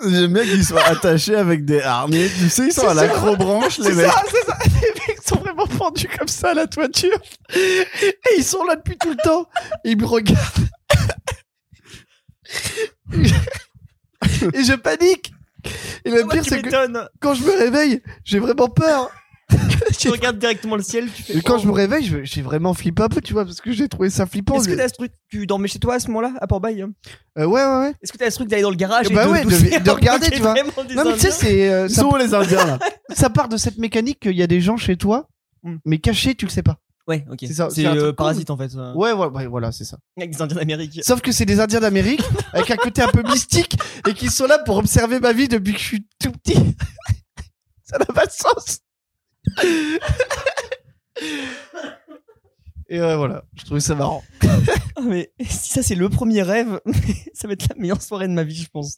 S3: J'aime bien qu'ils soient attachés avec des harnais. Tu sais, ils sont à
S6: C'est ça.
S3: l'acrobranche, les
S6: C'est
S3: mecs.
S6: ça, c'est ça. Les mecs sont vraiment pendus comme ça à la toiture. Et ils sont là depuis tout le temps. Et ils me regardent. Et je panique. Et le
S1: Pourquoi
S6: pire,
S1: tu
S6: c'est que
S1: m'étonnes
S6: quand je me réveille, j'ai vraiment peur.
S1: Tu regardes directement le ciel, tu fais.
S6: Et quand
S1: oh.
S6: je me réveille, je- j'ai vraiment flippé un peu, tu vois, parce que j'ai trouvé ça flippant.
S1: Est-ce que
S6: Le-
S1: t'as ce truc Tu dormais chez toi à ce moment-là, à Port-Bail hein
S6: Euh, ouais, ouais, ouais.
S1: Est-ce que t'as ce truc d'aller dans le garage
S6: Bah
S1: et de,
S6: ouais, de-
S1: doucer
S6: de
S1: un
S6: regarder,
S1: truc
S6: tu vois.
S1: vraiment des
S6: Non, mais tu sais,
S1: Indiens
S6: c'est. euh,
S3: Ils
S6: ça,
S3: sont où, les Indiens, là
S6: ça part de cette mécanique qu'il y a des gens chez toi,
S1: Mm.
S6: mais cachés, tu le sais pas.
S1: Ouais, ok.
S6: C'est ça,
S8: C'est
S6: c'est un
S8: euh,
S6: truc cool.
S8: Parasite en fait. euh.
S6: Ouais, ouais, ouais, voilà, c'est ça.
S1: Avec des Indiens d'Amérique.
S6: Sauf que c'est des Indiens d'Amérique avec un côté un peu mystique et qui sont là pour observer ma vie depuis que je suis tout petit. Ça n'a pas de sens. et ouais, voilà, je trouvais ça marrant.
S1: Ah, mais si ça c'est le premier rêve, ça va être la meilleure soirée de ma vie, je pense.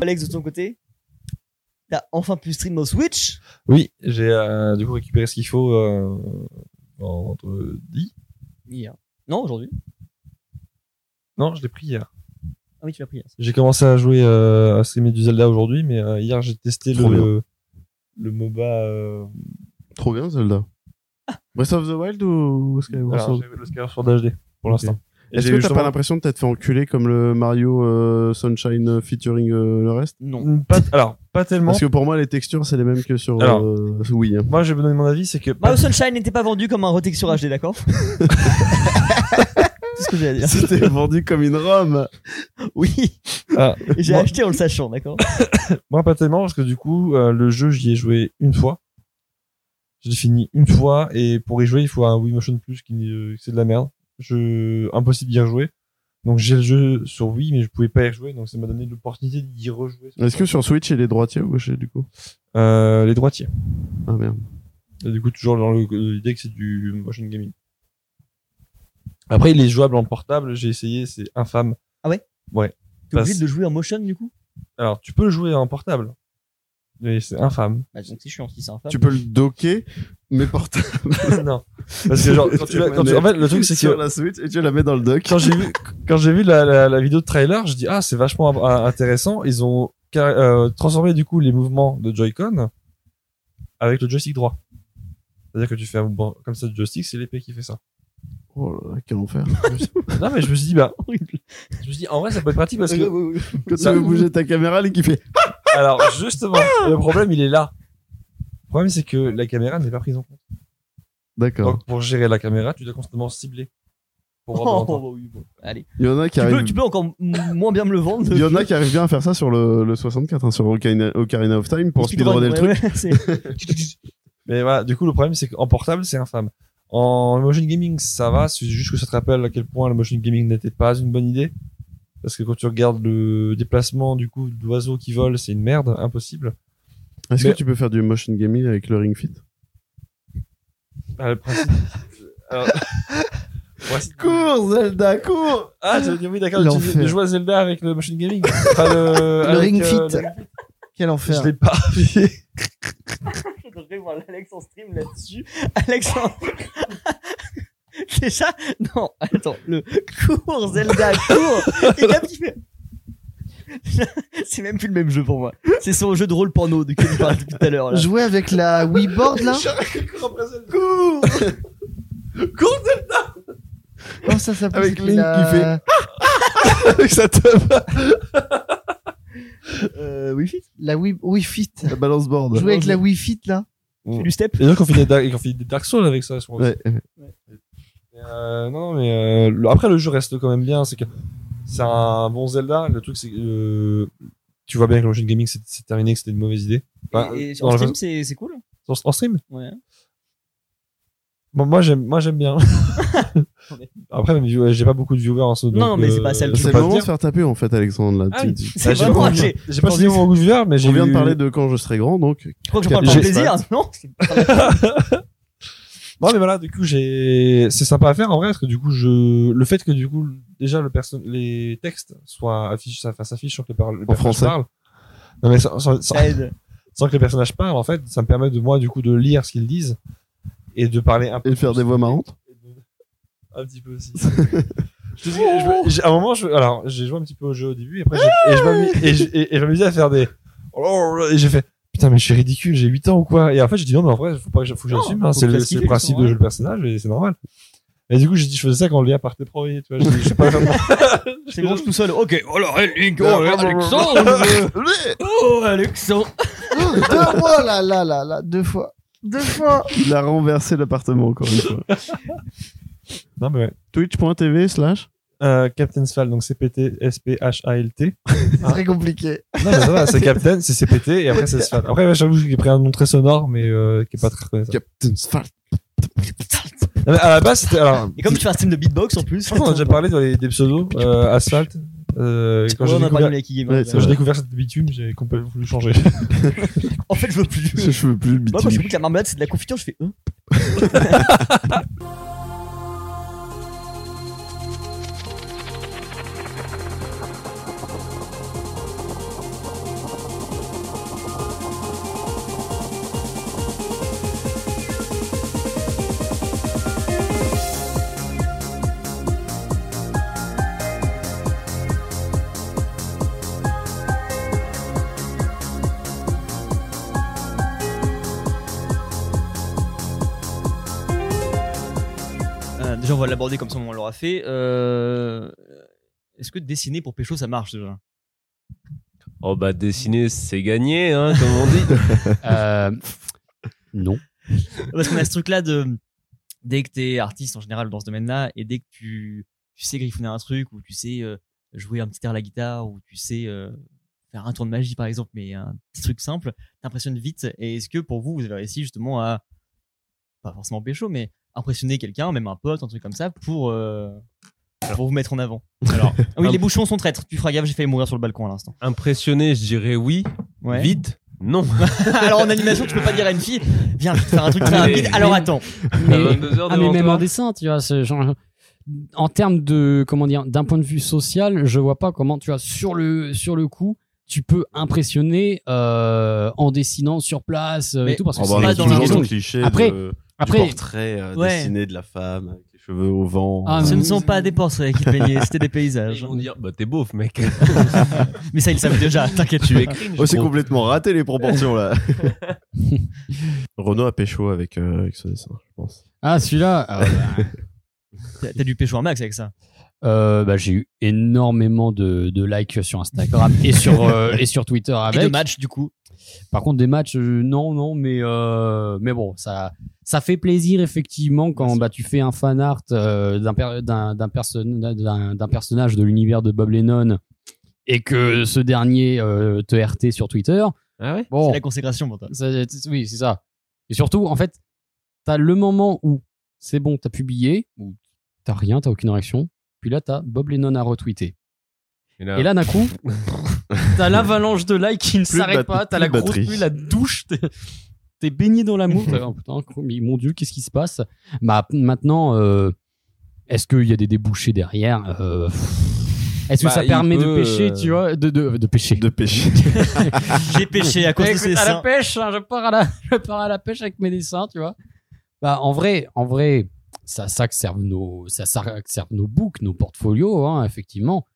S1: Alex, de ton côté, t'as enfin pu stream au Switch.
S10: Oui, j'ai euh, du coup récupéré ce qu'il faut euh, vendredi.
S1: Hier. Non, aujourd'hui.
S10: Non, je l'ai pris hier.
S1: Ah oui, tu l'as pris. hier.
S10: J'ai commencé à jouer euh, à streamer du Zelda aujourd'hui, mais euh, hier j'ai testé
S3: Trop
S10: le, le MOBA. euh,
S3: Trop bien, Zelda. Breath of the Wild ou Skyward
S10: alors,
S3: Sword
S10: j'ai le Skyward Sword HD pour l'instant. Et
S3: Est-ce
S10: j'ai
S3: que t'as
S10: justement-
S3: pas l'impression de t'être fait enculer comme le Mario euh, Sunshine euh, featuring euh, le reste
S8: Non.
S10: Pas- Alors, pas tellement.
S3: Parce que pour moi, les textures, c'est les mêmes que sur
S10: Alors.
S3: euh, Wii. hein.
S10: Moi, je vais vous donner mon avis, c'est que.
S1: Mario Bah, Sunshine n'était pas vendu comme un retake sur HD, d'accord C'est ce que j'ai à dire.
S3: C'était vendu comme une ROM.
S1: Oui,
S10: Ah,
S1: et j'ai
S10: moi-
S1: acheté en le sachant, d'accord
S10: Moi, pas tellement, parce que du coup, euh, le jeu, j'y ai joué une fois. Je l'ai fini une fois, et pour y jouer, il faut un Wii Motion Plus qui euh, c'est de la merde. Je... Impossible d'y rejouer. Donc j'ai le jeu sur Wii, mais je pouvais pas y rejouer, donc ça m'a donné l'opportunité d'y rejouer.
S3: Est-ce que sur Switch, il est droitier ou gaucher du coup
S10: Euh, les droitiers.
S3: Ah merde.
S10: Et du coup, toujours dans le- l'idée que c'est du motion gaming. Après, il est jouable en portable, j'ai essayé, c'est infâme.
S1: Ah T'es obligé
S10: Parce-
S1: de le jouer en motion du coup
S10: Alors, tu peux le jouer en portable, mais c'est infâme.
S8: Bah, donc c'est chiant si c'est un fan.
S3: Tu peux le docker, mais portable.
S10: non. Parce que genre, quand tu, l'as- quand tu- en fait, le truc, c'est que...
S3: sur la Switch et tu la mets dans le dock.
S10: quand j'ai vu quand j'ai vu la, la, la vidéo de trailer, je dis ah c'est vachement ah, intéressant. Ils ont car- euh, transformé du coup les mouvements de Joy-Con avec le joystick droit. C'est-à-dire que tu fais un mouvement comme ça de joystick, c'est l'épée qui fait ça.
S3: Oh là là, quel enfer.
S10: Non mais je me suis dit bah je me suis dit en vrai ça peut être pratique parce que
S3: Quand tu
S10: Ça-
S3: veux bouger ta caméra, les qui fait
S10: alors justement le problème il est là. Le problème c'est que la caméra n'est pas prise en compte.
S3: D'accord.
S10: Donc pour gérer la caméra, tu dois constamment cibler. Pour voir
S1: Oh,
S10: devant toi.
S1: bah oui, bon. Allez.
S3: Il y en a qui
S1: Tu peux,
S3: arrivent.
S1: tu peux encore m- moins bien me le vendre.
S3: Il y en a qui arrivent bien à faire ça sur le, le 64, hein, sur Ocarina, Ocarina of Time pour
S1: Speedrun,
S3: speedrunner le truc.
S1: ouais, ouais, c'est-
S10: Mais voilà, du coup, le problème, c'est qu'en portable, c'est infâme. En motion gaming, ça va, c'est juste que ça te rappelle à quel point le motion gaming n'était pas une bonne idée. Parce que quand tu regardes le déplacement du coup d'oiseaux qui volent, c'est une merde, impossible.
S3: Est-ce
S10: Mais-
S3: que tu peux faire du motion gaming avec le Ring Fit
S5: Bah,
S10: Ah, le principe. Alors... Ouais, c'est-
S6: Cours, Zelda, cours
S10: ah, tu veux dire, oui, d'accord,
S6: L'enfer.
S10: tu- de jouer à Zelda avec le motion gaming. Enfin, le,
S6: Le
S10: avec,
S6: Ring
S10: euh,
S6: Fit. Quel
S10: le- Je
S6: enfer.
S10: l'ai pas.
S1: Je devrais voir Alex en stream là-dessus. Alex en... Déjà, non, attends, le cours Zelda, cours Et Gab qui fait. C'est même plus le même jeu pour moi. C'est son jeu de rôle porno de qui on parle depuis tout à l'heure. là.
S6: Jouer avec la Wii Board, là
S3: Cours
S6: Comment ça s'appelle
S10: Avec
S6: cette
S10: Link
S6: la-
S10: qui fait avec sa teuf.
S6: Euh, Wii Fit La Wii, Wii Fit.
S10: La balance board.
S6: Jouer avec la Wii Fit, là.
S1: Du step.
S10: Et donc, on fait des Dark, on fait des Dark Souls avec ça, je pense.
S6: Ouais.
S10: Euh, non, mais euh, le- après, le jeu reste quand même bien. C'est que c'est un bon Zelda. Le truc, c'est que euh, tu vois bien que l'Ocean Gaming, c'est c'est terminé, que c'était une mauvaise idée. Enfin, euh,
S1: et, et
S10: dans
S1: sur
S10: le-
S1: Steam, c'est c'est cool.
S10: en, en stream
S1: Ouais.
S10: Bon, moi, j'aime moi, j'aime bien. après, même, ouais, j'ai pas beaucoup de viewers en ce
S1: Non,
S10: donc, euh,
S1: mais c'est pas ça le
S10: je
S1: truc.
S10: peux
S3: C'est
S10: pas
S3: le
S10: te
S3: moment de
S10: dire.
S3: faire taper en fait, Alexandre. Là.
S10: Ah
S3: Tu-
S10: oui.
S3: tu-
S1: C'est
S10: j'ai
S1: vraiment
S10: pas-
S1: j'ai-
S10: J'ai pas signé beaucoup de viewers, mais j'ai.
S3: On vient de
S10: eu-
S3: parler de quand je serai grand, donc
S1: Je crois que je parle pour
S10: J'ai-
S1: le plaisir. Non, c'est pas-
S10: Non mais voilà, du coup j'ai, c'est sympa à faire en vrai parce que du coup je, le fait que du coup déjà le perso... les textes soient affichés, enfin s'affichent sans que les, par... les personnages
S3: français.
S10: parlent. Non mais sans, sans- sans-
S1: ça aide.
S10: sans que les personnages parlent en fait, ça me permet de moi du coup de lire ce qu'ils disent et de parler un peu.
S3: et de faire des voix marrantes.
S10: Un petit peu aussi. je te dis, je me- j'ai- à un moment, je, alors j'ai joué un petit peu au jeu au début et après j'ai- et je m'amu- et je- et- et je m'amusais à faire des. oh Et j'ai fait putain mais je suis ridicule, j'ai 8 ans ou quoi Et en fait j'ai dit non mais en vrai faut pas que je- faut que j'assume, hein,
S1: faut
S10: c'est
S1: que
S10: le,
S1: ça se
S10: c'est le
S1: kiffe,
S10: principe
S1: ouais.
S10: de jeu le personnage et c'est normal. Et du coup j'ai dit je faisais ça quand le lien partait premier, tu vois. j'ai dit, Je, sais pas vraiment-
S1: C'est bon, je suis tout seul. Ok. Oh là, hey, Link. Oh, là,
S8: Alexandre Oh, Alexandre
S6: Oh, Deux fois, là, là, là, là. Deux fois. Deux fois.
S3: Il a renversé l'appartement encore une fois.
S10: Non mais ouais.
S3: Twitch.tv slash.
S10: Euh, Captain Sphal, donc CPT S-P-H-A-L-T.
S6: C'est très compliqué.
S10: Non mais ça va, c'est Captain, c'est CPT et après c'est Sphal. Après ouais, j'avoue que j'ai pris un nom très sonore mais euh, qui est pas très reconnaissable.
S3: Captain Sphinx.
S10: Non, Ah, mais à la base c'était alors
S1: Et comme tu fais un système de beatbox en plus.
S10: Je pense qu'on a déjà parlé dans les, des pseudos, euh, Asphalt. Euh, quand
S1: Ouais,
S10: j'ai
S1: on a parlé
S10: découvert,
S1: de Lucky Game.
S3: Ouais,
S1: hein,
S3: c'est
S10: quand j'ai
S1: voilà.
S3: vrai.
S10: découvert cette bitume, j'ai complètement voulu changer.
S1: En fait, je veux plus.
S3: Je veux plus le
S1: Moi, quand je
S3: bitume.
S1: goûte la marmelade, c'est de la confiture, je fais. Hein Euh, déjà, on va l'aborder comme ça, on l'aura fait. Euh, Est-ce que dessiner pour Pécho, ça marche déjà
S11: Oh bah dessiner, c'est gagné, hein, comme on dit. Euh,
S3: Non.
S1: Parce qu'on a ce truc-là de. Dès que t'es artiste en général dans ce domaine-là, et dès que tu, tu sais griffonner un truc, ou tu sais euh, jouer un petit air à la guitare, ou tu sais euh, faire un tour de magie par exemple, mais un petit truc simple, t'impressionnes vite. Et est-ce que pour vous, vous avez réussi justement à. Pas forcément Pécho, mais impressionner quelqu'un, même un pote, un truc comme ça, pour. euh, pour vous mettre en avant.
S11: alors,
S1: Ah oui,
S11: imp-
S1: les bouchons sont traîtres. Tu feras gaffe, j'ai failli mourir sur le balcon à l'instant.
S11: impressionné, je dirais oui. Vite, non.
S1: Alors en animation, tu peux pas dire à une fille, viens, je vais te faire un truc très
S11: Mais-
S1: rapide. Alors attends.
S11: À
S4: Mais,
S11: 22 heures
S4: ah, mais
S11: devant
S4: même
S11: toi.
S4: en dessin, tu vois, ce genre- en termes de, comment dire, d'un point de vue social, je vois pas comment, tu vois, sur le, sur le coup, tu peux impressionner euh, en dessinant sur place euh,
S1: Mais-
S4: et tout, parce que
S3: Oh, bah,
S4: c'est
S3: on
S1: pas
S3: a
S4: pas
S1: dans
S4: dans
S1: la
S3: toujours
S1: raison.
S3: le cliché
S4: Après-
S3: de- du
S4: Après,
S3: portrait euh,
S1: Ouais.
S3: dessiné de la femme avec les cheveux au vent.
S4: Ah,
S1: Ce
S4: mais-
S1: ne sont pas des portraits qui te baignaient, c'était des
S11: Ils
S1: paysages.
S11: vont dire, bah t'es beauf, mec.
S1: Mais ça, ils le savent déjà, t'inquiète, tu
S11: tu es
S1: es.
S11: cringe.
S3: Oh, c'est
S11: gros.
S3: complètement raté les proportions là. Renaud a pécho avec, euh, avec ce dessin, je pense.
S4: Ah, celui-là, ah, bah,
S1: T'as t'as dû pécho un max avec ça.
S4: euh, bah, j'ai eu énormément de, de likes sur Instagram et sur, euh, et sur Twitter
S1: Et
S4: avec.
S1: de match, du coup.
S4: Par contre, des matchs, euh, non, non, mais, euh, mais bon, ça, ça fait plaisir effectivement quand bah, tu fais un fan art euh, d'un per- d'un- d'un perso- d'un- d'un personnage de l'univers de Bob Lennon et que ce dernier euh, te RT sur Twitter.
S11: Ah ouais
S4: Bon,
S1: C'est la consécration pour toi.
S4: ça- t- oui, c'est ça. Et surtout, en fait, t'as le moment où c'est bon, t'as publié, ou t'as rien, t'as aucune réaction. Puis là, t'as Bob Lennon à retweeter.
S11: Et là,
S4: Et là, d'un coup, t'as l'avalanche de likes qui ne
S3: Plus de
S4: s'arrête
S3: bat-
S4: pas, t'as
S3: plus
S4: la
S3: de
S4: grosse
S3: batterie.
S4: pluie, la douche, t'es- t'es baigné dans l'amour. T'as- oh, putain, mais mon Dieu, qu'est-ce qui se passe Bah maintenant, euh, est-ce qu'il y a des débouchés derrière Euh, Est-ce que
S11: Bah,
S4: ça
S11: il
S4: permet
S11: peut,
S4: de pêcher,
S11: euh,
S4: tu vois De, de, de pêcher.
S3: De péché.
S1: J'ai péché à cause de
S4: Écoute,
S1: ces
S4: à la
S1: seins.
S4: pêche, hein, je, pars à la, je pars à la pêche avec mes dessins, tu vois. Bah, en vrai, en vrai, ça, ça que servent nos, ça, ça que servent nos books, nos portfolios, hein, effectivement.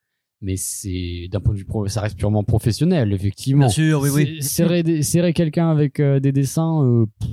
S4: Mais c'est d'un point de vue, pro- ça reste purement professionnel, effectivement.
S1: Bien sûr, oui, oui.
S4: C'est- Serrer, des- serrer quelqu'un avec euh, des dessins, euh, pff,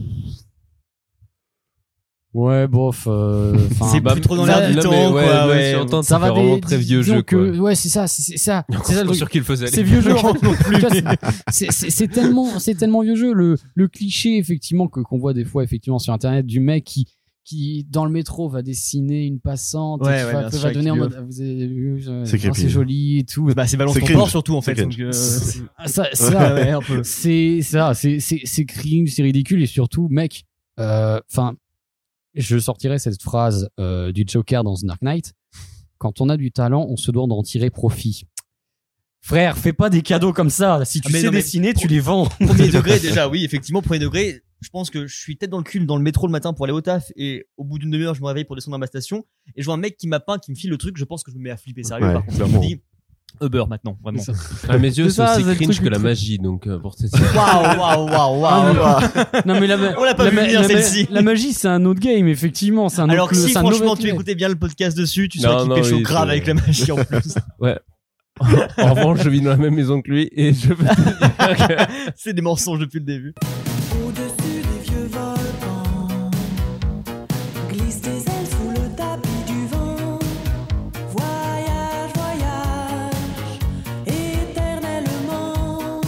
S4: Ouais, bof. euh, enfin,
S1: C'est
S11: Bah,
S1: plus trop dans
S4: là-
S1: l'air du
S11: là,
S1: temps,
S11: mais ouais,
S1: quoi.
S11: même
S1: ouais.
S11: si on tente,
S4: ça
S11: ça
S4: va
S11: fait
S4: des,
S11: vraiment très
S4: dis-
S11: vieux
S4: disons
S11: jeu,
S4: que-
S11: quoi.
S4: ouais, c'est ça, c'est c'est ça. C'est
S11: Je
S4: ça
S11: suis
S4: le
S11: pas
S4: truc.
S11: sûr qu'il le faisait. à
S4: C'est vieux jeu. en fait. Tu vois, c'est- C'est c'est tellement, c'est tellement vieux jeu. Le, le cliché effectivement que qu'on voit des fois effectivement sur internet du mec qui qui dans le métro va dessiner une passante, et
S1: Ouais,
S4: qui
S1: ouais,
S4: va,
S1: bien
S4: va
S1: sûr,
S4: donner
S1: qui
S4: en
S1: lui
S4: mode ah, vous avez vu, euh,
S3: C'est
S4: oh,
S3: creepy.
S4: joli et tout.
S1: Bah, c'est balance
S3: C'est
S1: ton
S3: cringe.
S1: port surtout, en fait.
S3: C'est
S1: donc, euh,
S4: Ah, ça,
S1: ouais,
S4: ça,
S1: ouais, un peu.
S4: c'est ça, c'est c'est c'est cringe, c'est ridicule et surtout mec, euh, enfin, je sortirai cette phrase euh, du Joker dans The Dark Knight. Quand on a du talent, on se doit d'en tirer profit. Frère, fais pas des cadeaux comme ça. Si tu
S1: Ah, mais
S4: sais
S1: non, mais
S4: dessiner,
S1: pour-
S4: tu les vends.
S1: Premier degré, déjà, oui, effectivement, premier degré. Je pense que je suis tête dans le cul dans le métro le matin pour aller au taf et au bout d'une demi-heure, je me réveille pour descendre à ma station et je vois un mec qui m'a peint, qui me file le truc. Je pense que je me mets à flipper sérieux.
S3: Ouais,
S1: par contre, je
S3: clairement.
S1: me dis Uber maintenant, vraiment.
S11: À mes yeux,
S4: Mais
S11: c'est
S4: ça, c'est
S11: aussi
S4: le
S11: cringe
S4: truc
S11: que la
S4: ultra-
S11: magie, donc euh, pour cette
S1: Waouh, waouh, waouh, waouh.
S4: Ah, non mais la, ma-
S1: Ah On l'a pas
S4: la
S1: vu
S4: ma-
S1: venir,
S4: la ma-
S1: celle-ci.
S4: La magie, c'est un autre game, effectivement. C'est un
S1: Alors
S4: autre.
S1: que si
S4: c'est un autre
S1: franchement tu
S4: game.
S1: écoutais bien le podcast dessus, tu
S11: Non,
S1: saurais qu'il
S11: non,
S1: pécho
S11: oui,
S1: grave
S11: c'est-
S1: avec la magie en plus.
S11: En revanche, je vis dans la même maison que lui et je peux te dire que
S1: C'est des mensonges depuis le début.
S2: Au-dessus des vieux volcans, glisse des ailes sous le tapis du vent. Voyage, voyage, éternellement.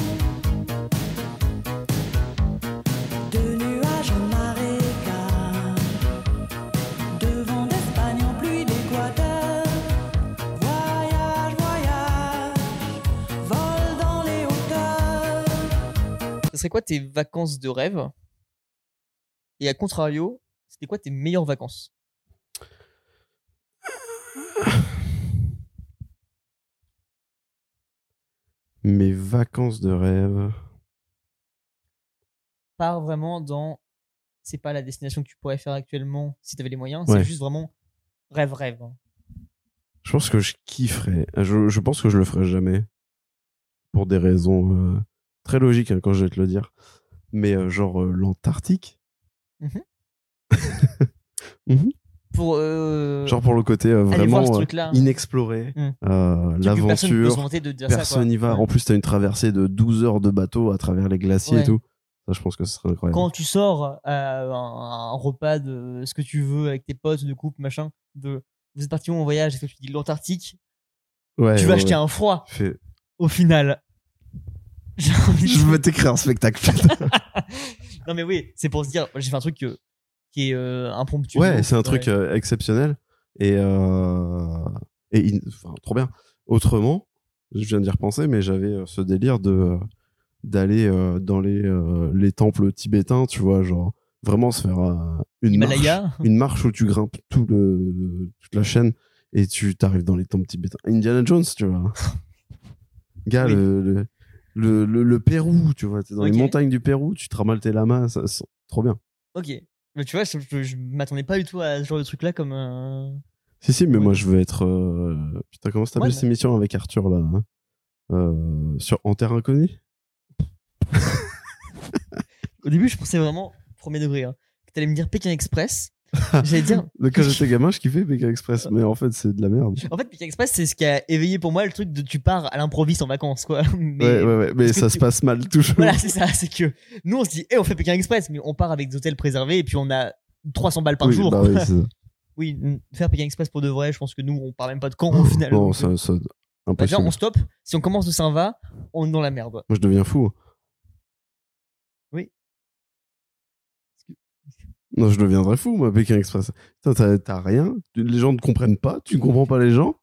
S2: De nuages en marécage, de vent d'Espagne en pluie d'Équateur. Voyage, voyage, vol dans les hauteurs.
S1: Ça serait quoi tes vacances de rêve Et à contrario, c'était quoi tes meilleures vacances
S3: Mes vacances de rêve.
S1: Pas vraiment dans. C'est pas la destination que tu pourrais faire actuellement si t'avais les moyens,
S3: Ouais.
S1: c'est juste vraiment rêve, rêve.
S3: Je pense que je kifferais. Je, je pense que je le ferai jamais. Pour des raisons euh, très logiques, hein, quand je vais te le dire. Mais euh, genre euh, l'Antarctique.
S1: Mhm.
S3: Mhm.
S1: Pour. euh,
S3: Genre pour le côté euh,
S1: Allez voir ce
S3: vraiment euh,
S1: truc-là.
S3: inexploré.
S1: Mm.
S3: euh,
S1: truc que Personne ne peut se
S3: L'aventure.
S1: vanter de dire ça.
S3: Personne n'y va. En plus, t'as une traversée de 12 heures de bateau à travers les glaciers
S1: Ouais.
S3: et tout. Ça, je pense que ce serait incroyable.
S1: Quand tu sors à un, un repas de ce que tu veux avec tes potes, de coupe, machin, de. Vous êtes parti où en voyage Est-ce que tu dis l'Antarctique
S3: Ouais,
S1: Tu vas
S3: ouais,
S1: acheter
S3: ouais.
S1: un froid
S3: Fais-
S1: au final. J'ai envie de-
S6: Je veux t'écrire un spectacle.
S1: Non mais oui, c'est pour se dire, j'ai fait un truc euh, qui est euh, impromptu.
S3: Ouais, c'est un truc
S1: Ouais.
S3: euh, exceptionnel. Et, euh, et in- enfin, trop bien. Autrement, je viens d'y repenser, mais j'avais euh, ce délire de euh, d'aller euh, dans les, euh, les temples tibétains, tu vois, genre vraiment se faire euh, une, marche,
S1: Himalaya.
S3: une marche où tu grimpes tout le, toute la chaîne et tu t'arrives dans les temples tibétains. Indiana Jones, tu vois. Gars,
S1: Oui.
S3: le, le, le, le- le Pérou, tu vois, t'es dans
S1: Ok.
S3: les montagnes du Pérou, tu te ramales tes lamas, ça, ça- trop bien.
S1: Ok. Mais tu vois, je, je- je m'attendais pas du tout à ce genre de truc là comme. euh,
S3: Si, si, mais
S1: Ouais.
S3: moi je veux être. euh, Putain, comment s'appelle
S1: Ouais,
S3: cette émission avec Arthur là hein Euh, sur En Terre Inconnue
S1: Au début, je pensais vraiment premier degré. Hein. que T'allais me dire Pékin Express. J'allais dire.
S3: Le Quand j'étais gamin, je kiffais Pékin Express, mais en fait c'est de la merde.
S1: En fait, Pékin Express, c'est ce qui a éveillé pour moi le truc de tu pars à l'improviste en vacances, quoi. Mais
S3: ouais, ouais, ouais, mais
S1: est-ce que
S3: ça
S1: tu-
S3: se passe mal toujours.
S1: voilà, c'est ça. C'est que nous, on se dit, eh, on fait Pékin Express, mais on part avec des hôtels préservés et puis on a 300 balles par
S3: Oui,
S1: jour.
S3: bah oui, c'est ça.
S1: oui, n- faire Pékin Express pour de vrai, je pense que nous, on part même pas de camp au final.
S3: Non,
S1: Donc,
S3: Oh, ça, ça-
S1: Bah, déjà,
S3: impossible.
S1: on stoppe. Si on commence de Saint-Va, on est dans la merde.
S3: Moi je deviens fou. hein.
S1: Oui.
S3: Non, je deviendrais fou, moi, Pékin Express. Putain, T'as t'as rien, tu- les gens ne comprennent pas, tu ne comprends pas les gens.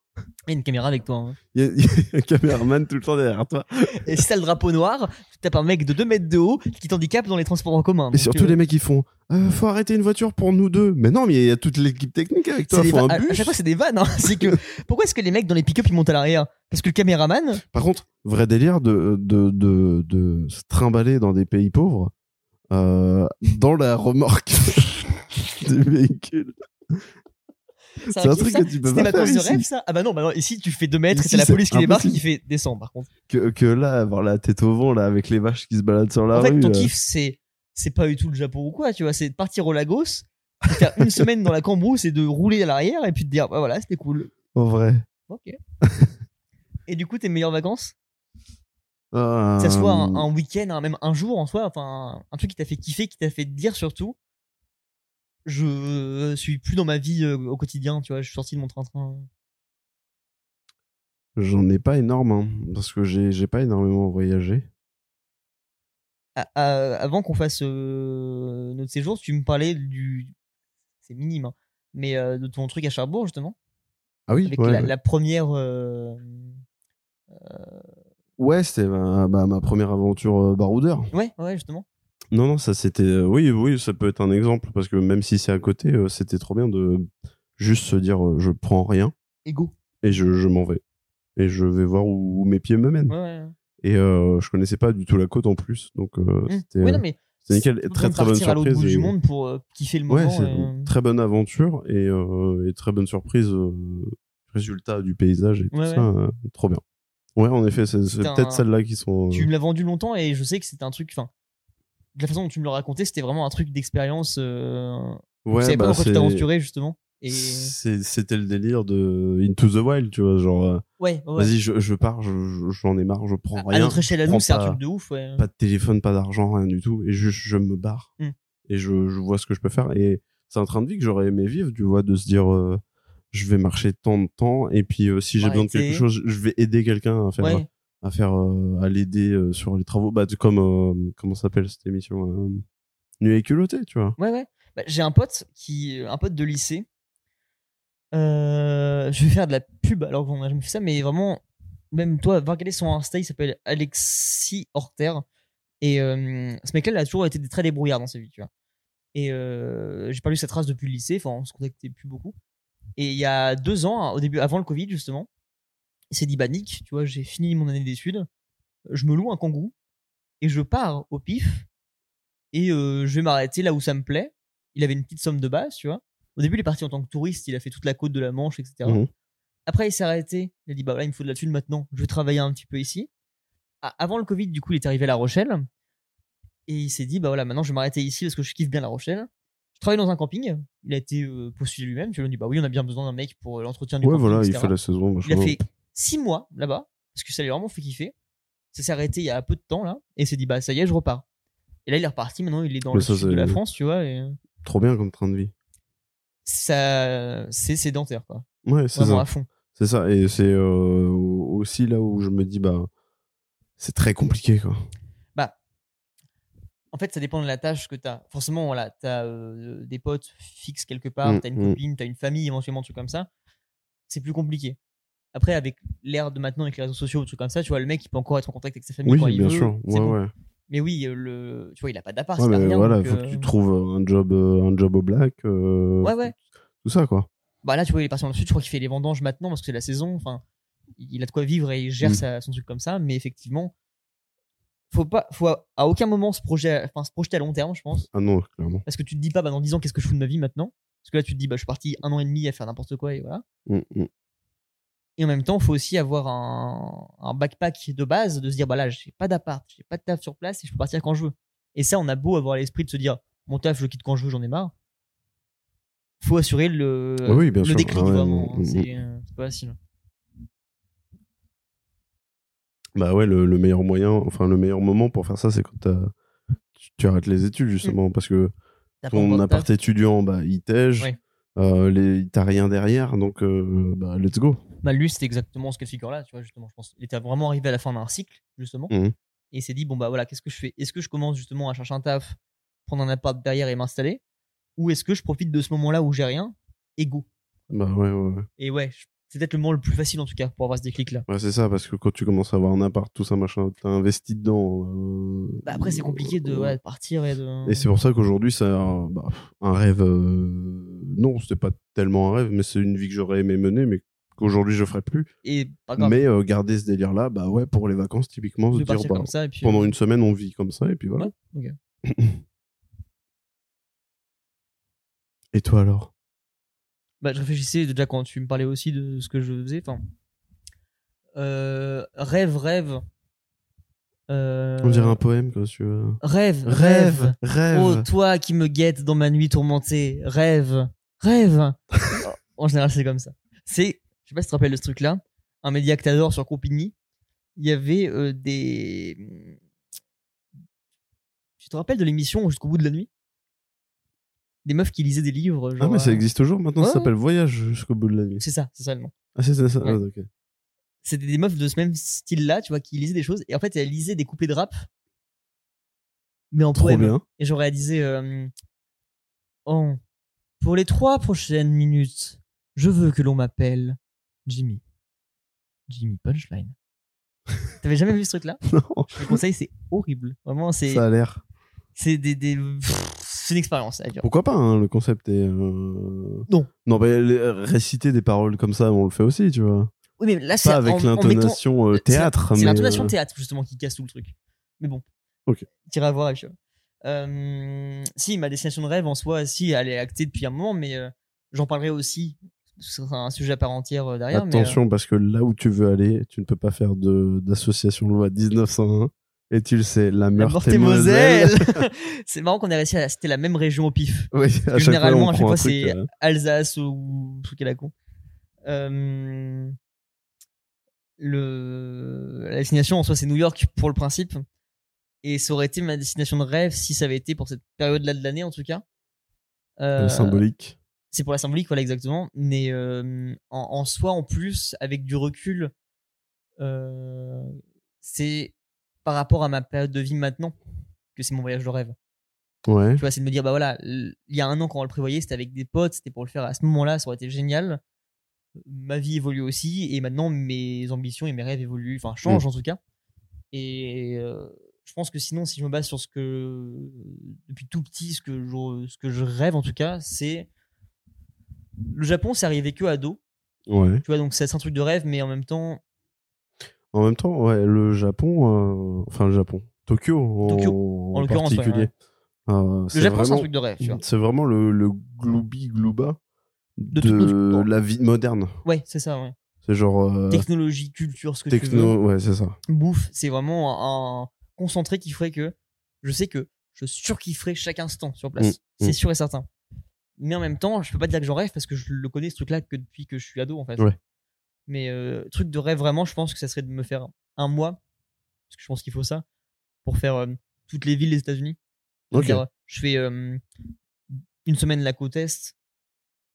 S1: Il y a une caméra avec toi. hein.
S3: Il y, a- il y a un caméraman tout le temps derrière toi.
S1: Et si t'as le drapeau noir, tu tapes un mec de 2 mètres de haut qui t'handicape dans les transports en commun.
S3: Et
S1: Donc,
S3: surtout,
S1: euh,
S3: les mecs, ils font euh, Faut arrêter une voiture pour nous deux. Mais non, mais il y a toute l'équipe technique avec
S1: c'est
S3: toi.
S1: des
S3: Faut
S1: va-
S3: un
S1: à- à,
S3: bus.
S1: chaque fois, c'est des vannes. hein. C'est que pourquoi est-ce que les mecs dans les pick-up ils montent à l'arrière Parce que le caméraman,
S3: Par contre, vrai délire de, de, de, de se trimballer dans des pays pauvres euh, dans la remorque des véhicules.
S1: ça
S3: C'est un
S1: inquiète,
S3: truc
S1: ça
S3: que tu peux
S1: C'était
S3: pas
S1: ma cause
S3: faire
S1: de
S3: ici.
S1: rêve, ça Ah bah non, bah non, ici tu fais 2 mètres
S3: Ici,
S1: et c'est la
S3: c'est
S1: police qui débarque
S3: impossible.
S1: qui fait descendre par contre.
S3: Que, que là, avoir la tête au vent là, avec les vaches qui se baladent sur la
S1: en
S3: rue.
S1: fait, ton
S3: euh,
S1: kiff, c'est c'est pas du tout le Japon ou quoi, tu vois, c'est de partir au Lagos, de faire une semaine dans la cambrousse et de rouler à l'arrière et puis de dire, bah voilà, c'était cool.
S3: En vrai.
S1: Ok. et du coup, tes meilleures vacances
S3: Euh,
S1: que ça soit un, un week-end, un- même un jour en soi, enfin un, un truc qui t'a fait kiffer, qui t'a fait dire surtout, je suis plus dans ma vie euh, au quotidien, tu vois, je suis sorti de mon train-train.
S3: J'en ai pas énorme, hein, parce que j'ai j'ai pas énormément voyagé.
S1: À- à- avant qu'on fasse euh, notre séjour, tu me parlais du. C'est minime, hein, mais euh, de ton truc à Charbourg, justement.
S3: Ah oui,
S1: Avec
S3: ouais,
S1: la,
S3: ouais.
S1: la première. euh,
S3: Ouais, c'était ma, ma- ma première aventure euh, baroudeur.
S1: Ouais, ouais, justement.
S3: Non, non, ça c'était. euh, oui, oui, ça peut être un exemple, parce que même si c'est à côté, euh, c'était trop bien de juste se dire euh, je prends rien
S1: Ego.
S3: et je, je m'en vais. Et je vais voir où, où mes pieds me mènent.
S1: Ouais, ouais.
S3: Et euh, je connaissais pas du tout la côte en plus, donc euh,
S1: Mm.
S3: c'était
S1: Ouais, non, mais
S3: c'était nickel.
S1: c'est
S3: Et
S1: tout
S3: très
S1: le temps
S3: très bonne
S1: partir à l'autre
S3: surprise.
S1: bout
S3: et-
S1: du monde pour euh, kiffer le
S3: Ouais,
S1: moment.
S3: c'est
S1: et, euh,
S3: une très bonne aventure et, euh, et très bonne surprise. euh, résultat du paysage et tout
S1: Ouais,
S3: ça, euh, trop bien. Ouais, en effet, c'est c'est
S1: C'était un-
S3: peut-être celles-là qui sont. euh,
S1: Tu me l'as vendu longtemps et je sais que c'était un truc. Enfin, de la façon dont tu me le racontais, c'était vraiment un truc d'expérience. Euh... tu savais
S3: bah,
S1: pas dans quoi tu
S3: c'est-
S1: t'aventurais justement. Et
S3: c'est- C'était le délire de Into the Wild, tu vois. Genre, euh,
S1: ouais, ouais.
S3: vas-y, je, je pars, je- je- j'en ai marre, je prends
S1: à
S3: rien.
S1: notre échelle à
S3: prends
S1: nous, c'est un
S3: pas-
S1: truc de ouf. Ouais.
S3: Pas de téléphone, pas d'argent, rien du tout. Et juste, je me barre.
S1: Mm.
S3: Et je, je vois ce que je peux faire. Et c'est un train de vie que j'aurais aimé vivre, tu vois, de se dire. euh, je vais marcher tant de temps et puis euh, si j'ai besoin de quelque
S1: Arrêter.
S3: chose, je vais aider quelqu'un à faire
S1: Ouais.
S3: à faire euh, à l'aider euh, sur les travaux bah tu- comme euh, comment ça s'appelle cette émission euh, nu et culotté tu vois
S1: Ouais, ouais. Bah, j'ai un pote qui, un pote de lycée. Euh, je vais faire de la pub alors qu'on n'a jamais fait ça, mais vraiment, même toi, va regarder son Insta, il s'appelle Alexis Horter. Et euh, ce mec-là, il a toujours été très débrouillard dans sa vie, tu vois. Et euh, j'ai pas lu cette trace depuis le lycée, enfin, on se contactait plus beaucoup. Et il y a deux ans, au début, avant le Covid, justement, il s'est dit, bah, Nick, tu vois, j'ai fini mon année d'études, je me loue un kangou, et je pars au pif, et euh, je vais m'arrêter là où ça me plaît. Il avait une petite somme de base, tu vois. Au début, il est parti en tant que touriste, il a fait toute la côte de la Manche, etc.
S3: Mhm.
S1: Après, il s'est arrêté. Il a dit, bah là, il me faut de la thune maintenant. Je vais travailler un petit peu ici. Ah, avant le Covid, du coup, il est arrivé à La Rochelle. Et il s'est dit, bah voilà, maintenant, je vais m'arrêter ici parce que je kiffe bien La Rochelle. Je travaille dans un camping. Il a été euh, postulé lui-même. Tu lui as dit, bah oui, on a bien besoin d'un mec pour euh, l'entretien du
S3: ouais
S1: camping.
S3: voilà il
S1: etc.
S3: fait la saison
S1: Il a
S3: machin.
S1: fait six mois là-bas, parce que ça lui a vraiment fait kiffer. Ça s'est arrêté il y a peu de temps, là, et il s'est dit, bah ça y est, je repars. Et là, il est reparti, maintenant il est dans
S3: Mais
S1: le
S3: ça,
S1: sud
S3: c'est-
S1: de la France, tu vois, et
S3: trop bien comme train de vie
S1: ça, c'est sédentaire, quoi.
S3: ouais c'est
S1: Vraiment
S3: ça
S1: à fond.
S3: c'est ça et c'est euh, aussi là où je me dis bah c'est très compliqué quoi
S1: Bah, en fait, ça dépend de la tâche que t'as. Forcément, voilà, t'as euh, des potes fixes quelque part,
S3: Mm,
S1: t'as
S3: mm.
S1: une copine, t'as une famille, éventuellement, un truc comme ça. C'est plus compliqué. Après, avec l'ère de maintenant, avec les réseaux sociaux, un truc comme ça, tu vois, le mec, il peut encore être en contact avec sa famille
S3: oui
S1: quand il
S3: bien
S1: veut,
S3: sûr
S1: c'est
S3: ouais
S1: bon.
S3: ouais
S1: Mais oui, euh, le... tu vois, il a pas d'appart,
S3: Ouais,
S1: il a
S3: mais
S1: rien,
S3: voilà
S1: donc,
S3: faut que tu
S1: euh,
S3: trouves euh, un job euh, un job au black euh,
S1: Ouais, ouais.
S3: tout ça quoi
S1: Bah là, tu vois, il est parti dans le sud, je crois qu'il fait les vendanges maintenant parce que c'est la saison. Enfin, il a de quoi vivre et il gère
S3: Mm.
S1: sa- son truc comme ça. Mais effectivement, faut pas, faut à, à aucun moment se, projet, enfin, se projeter à long terme, je pense.
S3: ah non clairement
S1: Parce que tu te dis pas, bah dans 10 ans, qu'est-ce que je fous de ma vie maintenant Parce que là, tu te dis, bah je suis parti un an et demi à faire n'importe quoi et voilà.
S3: Mm, mm.
S1: Et en même temps, faut aussi avoir un, un backpack de base, de se dire, bah là, j'ai pas d'appart, j'ai pas de taf sur place et je peux partir quand je veux. Et ça, on a beau avoir l'esprit de se dire, mon taf, je le quitte quand je veux, j'en ai marre. Faut assurer le,
S3: Ah oui, bien
S1: le
S3: sûr.
S1: déclic
S3: Ah ouais,
S1: vraiment.
S3: mm,
S1: hein.
S3: mm,
S1: c'est euh, c'est pas facile.
S3: bah ouais le, le meilleur moyen enfin le meilleur moment pour faire ça c'est quand t'as- tu, tu arrêtes les études justement parce que
S1: Mm. T'as pas encore
S3: ton
S1: de taf.
S3: appart étudiant, bah, il tège.
S1: Ouais.
S3: Euh, les- T'as rien derrière, donc euh, bah, let's go.
S1: Bah, lui, c'était exactement ce cas de figure-là, tu vois, justement, je pense. Il était vraiment arrivé à la fin d'un cycle, justement.
S3: Mhm.
S1: Et il s'est dit, bon, bah voilà, qu'est-ce que je fais Est-ce que je commence justement à chercher un taf, prendre un appart derrière et m'installer Ou est-ce que je profite de ce moment-là où j'ai rien et go
S3: Bah ouais, ouais, ouais.
S1: Et ouais, je- c'est peut-être le moment le plus facile, en tout cas, pour avoir ce déclic-là.
S3: Ouais, c'est ça, parce que quand tu commences à avoir un appart, tout ça, machin, t'as investi dedans. euh,
S1: Bah, après, c'est hein. compliqué de,
S3: euh,
S1: ouais, de partir et de.
S3: Et c'est pour ça qu'aujourd'hui, c'est un, bah, un rêve. euh, Non, c'était pas tellement un rêve, mais c'est une vie que j'aurais aimé mener, mais qu'aujourd'hui, je ferais plus.
S1: Et pas grave,
S3: Mais euh, garder ce délire-là, bah ouais, pour les vacances, typiquement, se
S1: de
S3: dire,
S1: partir
S3: bah,
S1: comme ça. Et puis, euh,
S3: pendant une semaine, on vit comme ça, et puis voilà.
S1: Ouais,
S3: et toi alors
S1: bah, je réfléchissais déjà quand tu me parlais aussi de ce que je faisais. Enfin, euh, rêve, rêve. Euh,
S3: On dirait un poème, quoi, si tu veux.
S1: Rêve, rêve.
S3: Rêve, rêve.
S1: Oh, toi qui me guettes dans ma nuit tourmentée, rêve, rêve. en général, c'est comme ça. C'est, je sais pas si tu te rappelles de ce truc-là, un média que t'adores sur Compagnie. Il y avait euh, des. Tu te rappelles de l'émission Jusqu'au bout de la nuit des meufs qui lisaient des livres.
S3: Ah,
S1: genre,
S3: mais ça
S1: euh,
S3: existe toujours maintenant,
S1: ouais,
S3: ça s'appelle Voyage jusqu'au bout de la vie.
S1: C'est ça, c'est ça le nom.
S3: Ah, c'est ça, ça.
S1: Ouais.
S3: ah, ok.
S1: C'était des meufs de ce même style-là, tu vois, qui lisaient des choses. Et en fait, elles lisaient des couplets de rap. Mais en
S3: Trop
S1: poème.
S3: bien.
S1: Et j'aurais réalisé euh, Oh, pour les trois prochaines minutes, je veux que l'on m'appelle Jimmy. Jimmy Punchline. T'avais jamais vu ce truc-là
S3: Non,
S1: Je te conseille, c'est horrible. Vraiment, c'est
S3: ça a l'air.
S1: c'est des, des- pff, c'est une expérience à dire.
S3: Pourquoi pas, hein, le concept est. euh,
S1: Non.
S3: Non, mais les- réciter des paroles comme ça, on le fait aussi, tu vois.
S1: Oui, mais là, c'est
S3: Pas
S1: en-
S3: avec
S1: en mettant-
S3: l'intonation euh,
S1: c'est la-
S3: théâtre.
S1: C'est
S3: mais,
S1: l'intonation
S3: euh,
S1: théâtre, justement, qui casse tout le truc. Mais bon.
S3: Ok.
S1: T'iras voir avec Chiob. Euh, si, ma destination de rêve, en soi, si, elle est actée depuis un moment, mais euh, j'en parlerai aussi. Ce sera un sujet à part entière euh, derrière. mais, euh,
S3: Attention, parce que là où tu veux aller, tu ne peux pas faire de- d'association loi 1901. Et tu le sais, la
S1: la
S3: Meurthe
S1: Meurthe et Moselle. c'est marrant qu'on ait réussi à citer la même région au pif.
S3: Oui, à chaque fois,
S1: généralement,
S3: on
S1: à chaque
S3: prend un
S1: fois,
S3: truc,
S1: c'est-
S3: euh,
S1: Alsace ou truc à la con. Euh, le... La destination en soi, c'est New York pour le principe. Et ça aurait été ma destination de rêve si ça avait été pour cette période-là de l'année en tout cas. Euh,
S3: symbolique.
S1: c'est pour la symbolique, voilà exactement. Mais euh, en, en soi, en plus, avec du recul, euh, c'est par rapport à ma période de vie maintenant que c'est mon voyage de rêve.
S3: Ouais.
S1: Tu vois, c'est de me dire, bah voilà, l- il y a un an quand on le prévoyait, c'était avec des potes, c'était pour le faire à ce moment-là, ça aurait été génial. Ma vie évolue aussi, et maintenant mes ambitions et mes rêves évoluent, enfin
S3: Mm.
S1: changent en tout cas. Et euh, je pense que sinon, si je me base sur ce que, depuis tout petit, ce que je, ce que je rêve en tout cas, c'est. Le Japon, c'est arrivé que ado,
S3: Ouais.
S1: tu vois, donc c'est un truc de rêve, mais en même temps,
S3: En même temps, ouais, le Japon, euh, enfin le Japon, Tokyo en,
S1: Tokyo,
S3: en
S1: en l'occurrence, ouais,
S3: particulier. Euh,
S1: le
S3: c'est
S1: Japon, c'est un
S3: vraiment,
S1: truc de rêve, tu vois.
S3: c'est vraiment le, le gloubi glouba de,
S1: tout- de tout-
S3: la vie moderne.
S1: Ouais, c'est ça, ouais.
S3: C'est genre euh,
S1: Technologie, culture, ce que tu veux.
S3: techno, ouais, c'est ça.
S1: bouffe, c'est vraiment un, un concentré qui ferait que je sais que je surkifferais chaque instant sur place.
S3: Mm, mm.
S1: C'est sûr et certain. Mais en même temps, je peux pas dire que j'en rêve parce que je le connais ce truc-là que depuis que je suis ado en fait.
S3: Ouais.
S1: Mais euh, truc de rêve vraiment, je pense que ça serait de me faire un mois, parce que je pense qu'il faut ça, pour faire euh, toutes les villes des États-Unis.
S3: Ok.
S1: C'est-à-dire, Je fais euh, une semaine la côte est,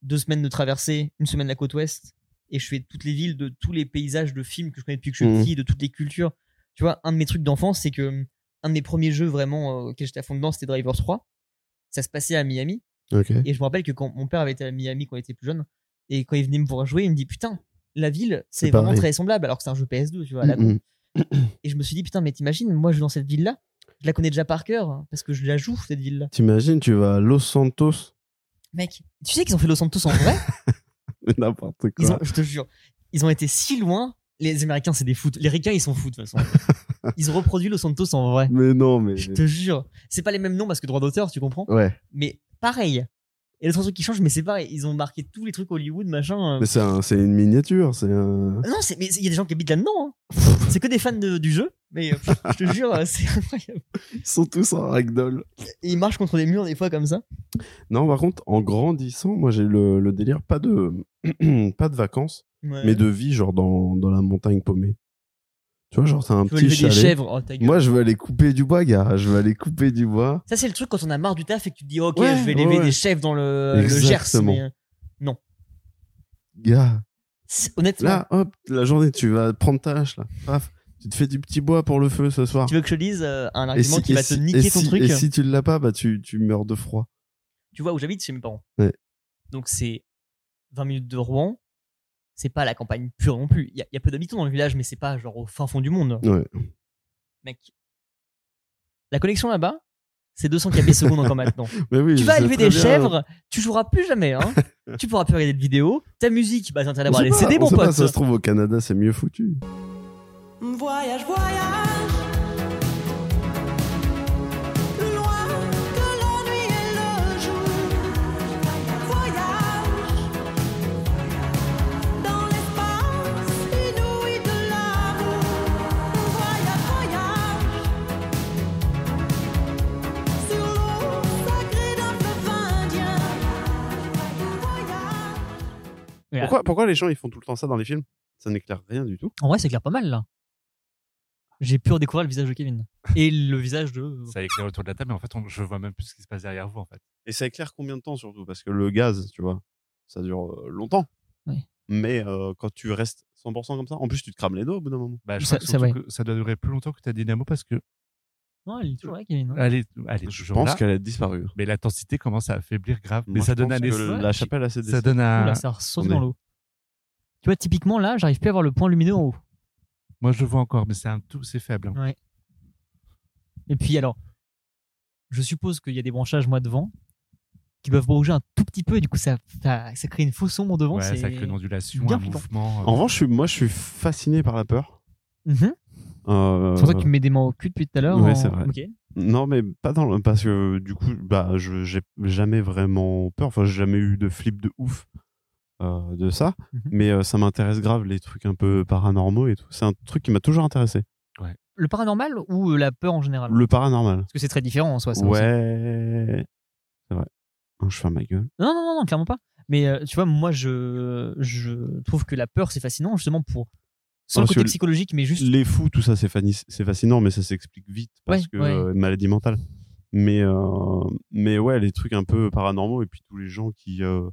S1: deux semaines de traversée, une semaine la côte ouest, et je fais toutes les villes de tous les paysages de films que je connais depuis que je suis
S3: Mhm.
S1: petit, de toutes les cultures. Tu vois, un de mes trucs d'enfance, c'est que hum, un de mes premiers jeux vraiment euh, auxquels j'étais à fond dedans, c'était Driver 3. Ça se passait à Miami,
S3: Ok.
S1: et je me rappelle que quand mon père avait été à Miami quand il était plus jeune, et quand il venait me voir jouer, il me dit putain, la ville, c'est
S3: C'est
S1: vraiment
S3: pareil.
S1: très semblable, alors que c'est un jeu PS2, tu vois. à la con.
S3: Mm, mm.
S1: Et je me suis dit putain, mais t'imagines, moi je suis dans cette ville-là, je la connais déjà par cœur, hein, parce que je la joue cette ville-là.
S3: T'imagines, tu vas à Los Santos,
S1: Mec, tu sais qu'ils ont fait Los Santos en vrai
S3: n'importe
S1: Ils ont-
S3: quoi.
S1: Je te jure, ils ont été si loin. Les Américains, c'est des foot. Les Ricains, ils sont fous de toute façon. ils ont reproduit Los Santos en vrai.
S3: Mais non, mais
S1: Je te jure. C'est pas les mêmes noms parce que droit d'auteur, tu comprends
S3: ouais.
S1: Mais pareil. Et le seul truc qui change, mais c'est pareil. Ils ont marqué tous les trucs Hollywood, machin. euh.
S3: Mais c'est un- c'est une miniature, c'est un.
S1: Ah Non, c'est- mais il y a des gens qui habitent là-dedans. hein. c'est que des fans de- du jeu. Mais euh, pff, je te jure, euh, c'est incroyable.
S3: Ils sont tous en ragdoll.
S1: Et ils marchent contre des murs des fois comme ça.
S3: Non, par contre, en grandissant, moi j'ai le, le délire pas de pas de vacances.
S1: Ouais.
S3: mais de vie genre dans, dans la montagne paumée. Tu vois, genre t'as un
S1: Tu veux
S3: petit
S1: lever des
S3: chalet.
S1: chèvres. Oh, ta gueule.
S3: Moi, je veux aller couper du bois, gars. Je veux aller couper du bois.
S1: Ça, c'est le truc quand on a marre du taf et que tu te dis, ok,
S3: Ouais,
S1: je vais
S3: ouais,
S1: lever
S3: ouais.
S1: des chèvres dans le, le Gers.
S3: Exactement.
S1: mais, euh,
S3: Gars,
S1: c'est- honnêtement,
S3: là, hop, la journée, tu vas prendre ta hache, là. Paf, tu te fais du petit bois pour le feu ce soir.
S1: Tu veux que je dise euh, un
S3: Et
S1: argument qui
S3: et
S1: va te niquer
S3: et
S1: ton
S3: si-
S1: truc
S3: Et si tu l'as pas, bah tu, tu meurs de froid.
S1: Tu vois où j'habite chez mes parents.
S3: Ouais.
S1: Donc c'est 20 minutes de Rouen. C'est pas la campagne pure non plus. Il y, a- il y a peu d'habitants dans le village, mais c'est pas genre au fin fond du monde.
S3: Ouais.
S1: Mec, la connexion là-bas, c'est 200 kb secondes encore maintenant.
S3: Mais oui,
S1: tu
S3: je
S1: vas
S3: sais
S1: élever
S3: très
S1: des
S3: bien.
S1: chèvres, tu joueras plus jamais. Hein. tu pourras plus regarder de vidéos. Ta musique, bah t'as intérêt à
S3: On
S1: avoir
S3: sait
S1: les
S3: pas,
S1: CD,
S3: on
S1: mon
S3: sait pas,
S1: pote.
S3: ça se trouve au Canada, c'est mieux foutu.
S2: Voyage, voyage, plus loin que la nuit et le jour. Voyage, dans l'espace inouï de l'amour. Voyage, voyage, sur l'eau sacrée d'un fleuve indien. Voyage.
S3: Pourquoi, pourquoi les gens ils font tout le temps ça dans les films Ça n'éclaire rien du tout.
S12: En vrai, c'est clair pas mal là.
S1: j'ai pu redécouvrir le visage de Kevin. Et le visage de.
S5: Ça éclaire autour de la table, mais en fait, on- je vois même plus ce qui se passe derrière vous, en fait.
S3: Et ça éclaire combien de temps surtout Parce que le gaz, tu vois, ça dure euh, longtemps.
S1: Oui.
S3: Mais euh, quand tu restes 100% comme ça, en plus tu te crames les dos au bout d'un moment.
S5: Bah, je
S1: Ça-
S5: crois que
S1: ça,
S5: surtout
S1: ouais.
S5: que ça doit durer plus longtemps que ta dynamo parce que
S1: Non, il est toujours là, Kevin. hein.
S5: elle est, elle est
S3: Je
S5: toujours
S3: pense
S5: là,
S3: qu'elle a disparu.
S5: mais l'intensité commence à affaiblir grave. mais
S3: Moi,
S5: ça
S3: je
S5: donne
S3: pense
S5: un
S3: que
S5: essai.
S3: le- La chapelle a cédé.
S5: Ça donne un.
S1: Oula, ça saute
S3: on
S1: dans
S3: est-
S1: l'eau. Tu vois, typiquement là, j'arrive plus à voir le point lumineux en haut.
S5: Moi, je le vois encore, mais c'est un tout, c'est faible. hein.
S1: Et puis alors, je suppose qu'il y a des branchages moi devant qui peuvent bouger un tout petit peu et du coup ça, ça, ça crée une fausse ombre devant.
S5: ouais,
S1: c'est...
S5: ça crée une ondulation,
S1: bien
S5: un
S1: flippant.
S5: mouvement. euh.
S3: En revanche, je suis- moi je suis fasciné par la peur.
S1: Mhm.
S3: Euh,
S1: C'est pour ça que tu me mets des mains au cul depuis tout à l'heure.
S3: Ouais,
S1: en-
S3: c'est vrai.
S1: Ok.
S3: Non, mais pas dans le. Parce que du coup, bah, je j'ai jamais vraiment peur. Enfin, j'ai jamais eu de flip de ouf euh, de ça.
S1: Mhm.
S3: Mais euh, ça m'intéresse grave, les trucs un peu paranormaux et tout. C'est un truc qui m'a toujours intéressé.
S1: Le paranormal ou euh, la peur en général
S3: Le paranormal.
S1: Parce que c'est très différent en soi. ça aussi.
S3: Ouais. C'est vrai. Oh, je ferme ma gueule.
S1: Non, non, non, non, clairement pas. Mais euh, tu vois, moi, je, je trouve que la peur, c'est fascinant justement pour. Sans le
S3: Parce
S1: côté
S3: que
S1: psychologique, mais juste.
S3: Les fous, tout ça, c'est fani- c'est fascinant, mais ça s'explique vite parce
S1: Ouais,
S3: que
S1: ouais.
S3: euh, maladie mentale. Mais, euh, mais ouais, les trucs un peu paranormaux et puis tous les gens qui, euh,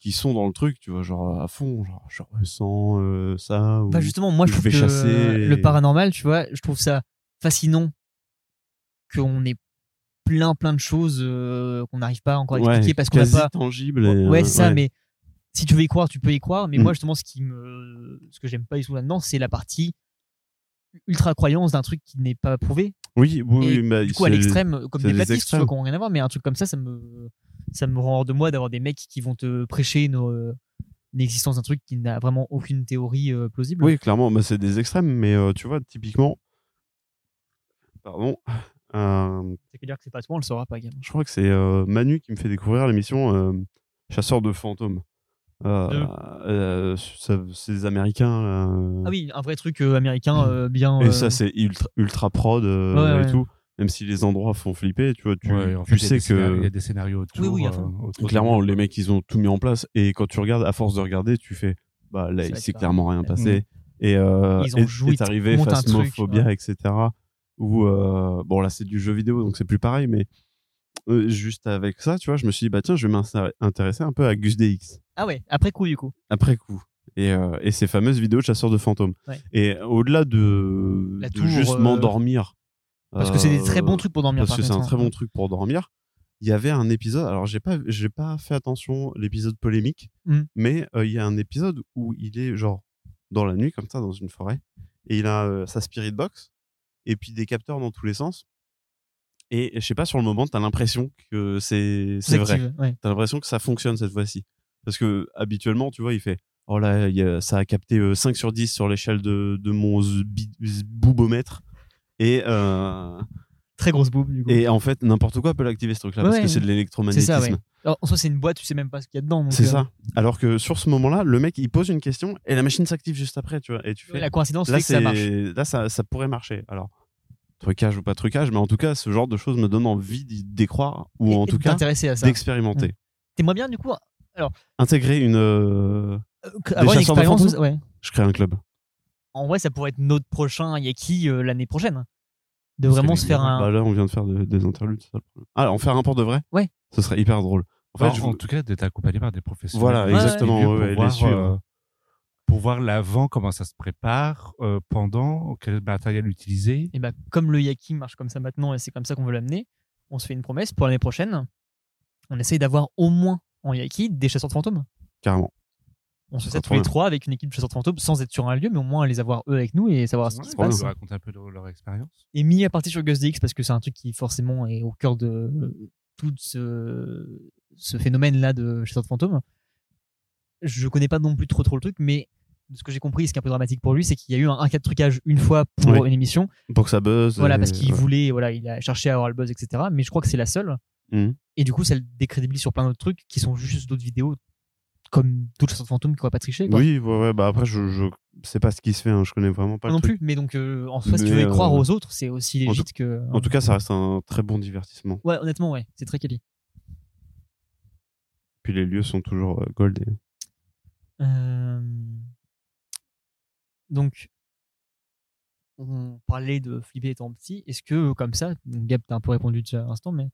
S3: qui sont dans le truc, tu vois, genre euh, à fond, genre je ressens euh, ça. Ou...
S1: Bah, justement, moi, je,
S3: Je
S1: trouve
S3: vais
S1: que
S3: chasser
S1: euh, le
S3: et-
S1: paranormal, tu vois, je trouve ça fascinant qu'on ait plein, plein de choses euh, qu'on n'arrive pas encore à expliquer
S3: Ouais,
S1: parce qu'on n'a
S3: quasi
S1: pas.
S3: tangible. et,
S1: ouais,
S3: euh,
S1: ça, mais si tu veux y croire, tu peux y croire. Mais
S3: Mm.
S1: moi, justement, ce qui me, ce que j'aime pas du tout là-dedans, c'est la partie ultra croyance d'un truc qui n'est pas prouvé.
S3: Oui, oui,
S1: Et
S3: oui, bah,
S1: du coup, à
S3: c'est-
S1: l'extrême, comme
S3: c'est
S1: des
S3: des
S1: baptistes, tu
S3: extrêmes.
S1: vois, qui n'ont rien à voir, mais un truc comme ça, ça me, ça me rend hors de moi d'avoir des mecs qui vont te prêcher une, euh, une existence d'un truc qui n'a vraiment aucune théorie euh, plausible.
S3: Oui, clairement, bah, c'est des extrêmes, mais euh, tu vois, typiquement. Pardon. Euh,
S1: Ça veut dire que c'est pas toi, on le saura pas, également.
S3: Je crois que c'est euh, Manu qui me fait découvrir l'émission euh, Chasseur de fantômes. Euh,
S1: De-
S3: euh, ça- c'est des Américains. là, euh,
S1: Ah oui, un vrai truc euh,
S5: Mm.
S1: américain euh, bien.
S3: Et
S1: euh,
S3: ça, c'est ultra, ultra prod euh,
S1: Ouais,
S3: et
S1: ouais.
S3: tout. Même si les endroits font flipper, tu vois, tu,
S5: Ouais, en
S3: tu
S5: fait, il y a
S3: sais
S5: des scénarios- Il y
S3: que
S5: a des scénarios autour.
S1: Oui, oui, à
S5: euh,
S1: fond.
S5: autour
S3: clairement,
S5: du-
S3: les mecs, ils ont tout mis en place. Et quand tu regardes, à force de regarder, tu fais, bah là,
S1: Ça
S3: il
S1: va
S3: s'est
S1: être
S3: clairement rien passé.
S5: Mm.
S3: Et, euh,
S1: Ils ont
S3: et-
S1: joué,
S3: est arrivé
S1: ils montent un truc,
S3: phasmophobia, etc. Ou euh, bon là c'est du jeu vidéo donc c'est plus pareil mais euh, juste avec ça tu vois je me suis dit bah tiens je vais m'intéresser un peu à Gus DX
S1: Ah ouais, après coup, du coup.
S3: après coup. Et, euh, et ces fameuses vidéos de chasseurs de fantômes.
S1: Ouais.
S3: Et au-delà de,
S1: La
S3: de
S1: tour,
S3: juste
S1: euh,
S3: m'endormir.
S1: Parce que c'est des
S3: euh,
S1: très bons trucs pour dormir.
S3: Parce
S1: par
S3: que c'est
S1: contre,
S3: un
S1: hein.
S3: très bon truc pour dormir. Il y avait un épisode, alors j'ai pas, j'ai pas fait attention l'épisode polémique,
S1: Mm.
S3: mais euh, il y a un épisode où il est genre dans la nuit comme ça dans une forêt et il a euh, sa spirit box et puis des capteurs dans tous les sens. Et je sais pas sur le moment t'as l'impression que c'est c'est vrai
S1: Active, ouais.
S3: t'as l'impression que ça fonctionne cette fois-ci. Parce que habituellement, tu vois, il fait Oh là, il y a- ça a capté euh, 5 sur 10 sur l'échelle de, de mon zbi- zboubomètre. Et, euh,
S1: Très grosse boob, du coup.
S3: et en fait, n'importe quoi peut l'activer ce truc-là, parce
S1: Ouais,
S3: que c'est de
S1: C'est
S3: l'électromagnétisme.
S1: ça, ouais. Alors, en soi, c'est une boîte, tu sais même pas ce qu'il y a dedans. donc,
S3: C'est
S1: euh,
S3: ça. Alors que sur ce moment-là, le mec, il pose une question et la machine s'active juste après, tu vois. Et tu fais
S1: La coïncidence
S3: Là,
S1: fait que ça
S3: c'est
S1: marche.
S3: là ça, ça pourrait marcher. Alors, trucage ou pas trucage, mais en tout cas, ce genre de choses me donne envie d'y d'y croire, ou
S1: Et-
S3: en
S1: et
S3: tout cas,
S1: t'intéresser à ça.
S3: d'expérimenter.
S1: T'aimerais bien, du coup, euh,
S3: Intégrer une. euh,
S1: que- avoir une
S3: chasseurs de
S1: expérience.
S3: fantômes
S1: où- ouais.
S3: Je crée un club.
S1: En vrai, ça pourrait être notre prochain Yaki euh, l'année prochaine. De vraiment se faire
S3: Bah
S1: un.
S3: là, on vient de faire de- des interludes. c'est ça le problème. Ah, en faire un pour de vrai
S1: Ouais. Bah,
S3: Ce serait hyper drôle. En fait,
S5: Enfin,
S3: je
S5: en
S3: vous-
S5: tout cas, d'être accompagné par des professionnels.
S3: Voilà,
S5: des
S3: exactement,
S5: studios
S3: ouais, ouais, les
S5: pour, voir,
S3: suivre.
S5: euh, pour voir l'avant, comment ça se prépare, euh, pendant, quel matériel utiliser.
S1: Et bah, comme le Yaki marche comme ça maintenant et c'est comme ça qu'on veut l'amener, on se fait une promesse pour l'année prochaine. On essaye d'avoir au moins en Yaki des chasseurs de fantômes.
S3: carrément.
S1: On se
S3: Ça
S1: fait
S3: serait
S1: tous
S3: trop
S1: les
S3: bien.
S1: trois avec une équipe de chasseurs de fantômes sans être sur un lieu, mais au moins les avoir eux avec nous et savoir ce qui se
S5: Ouais,
S1: passe.
S5: vous raconter un peu leur, leur expérience.
S1: Et mis à partir sur Ghost DX parce que c'est un truc qui forcément est au cœur de euh, tout ce, ce phénomène-là de chasseurs de fantômes. Je connais pas non plus trop trop le truc, mais de ce que j'ai compris, ce qui est un peu dramatique pour lui, c'est qu'il y a eu un, un cas de trucage une fois pour
S3: Oui.
S1: une émission.
S3: Pour que ça buzz.
S1: Voilà,
S3: et-
S1: parce qu'il
S3: ouais.
S1: voulait, voilà, il a cherché à avoir le buzz, etc. Mais je crois que c'est la seule.
S3: Mhm.
S1: Et du coup, ça le décrédibilise sur plein d'autres trucs qui sont juste d'autres vidéos comme toutes les chasseurs de fantômes qui n'auraient pas triché. quoi.
S3: Oui, ouais, ouais, bah après, je, je sais pas ce qui se fait, hein, je connais vraiment pas
S1: Moi
S3: le
S1: non
S3: truc.
S1: plus. Mais donc, euh, en soi, si tu
S3: Mais,
S1: veux y croire
S3: euh,
S1: aux autres, c'est aussi
S3: en
S1: légitime que. euh,
S3: En tout cas, ça reste un très bon divertissement.
S1: Ouais, honnêtement, ouais, c'est très quali.
S3: Puis les lieux sont toujours euh, gold. et-
S1: Euh, Donc, on parlait de flipper étant petit. Est-ce que, comme ça, Gab, t'as un peu répondu déjà à l'instant, mais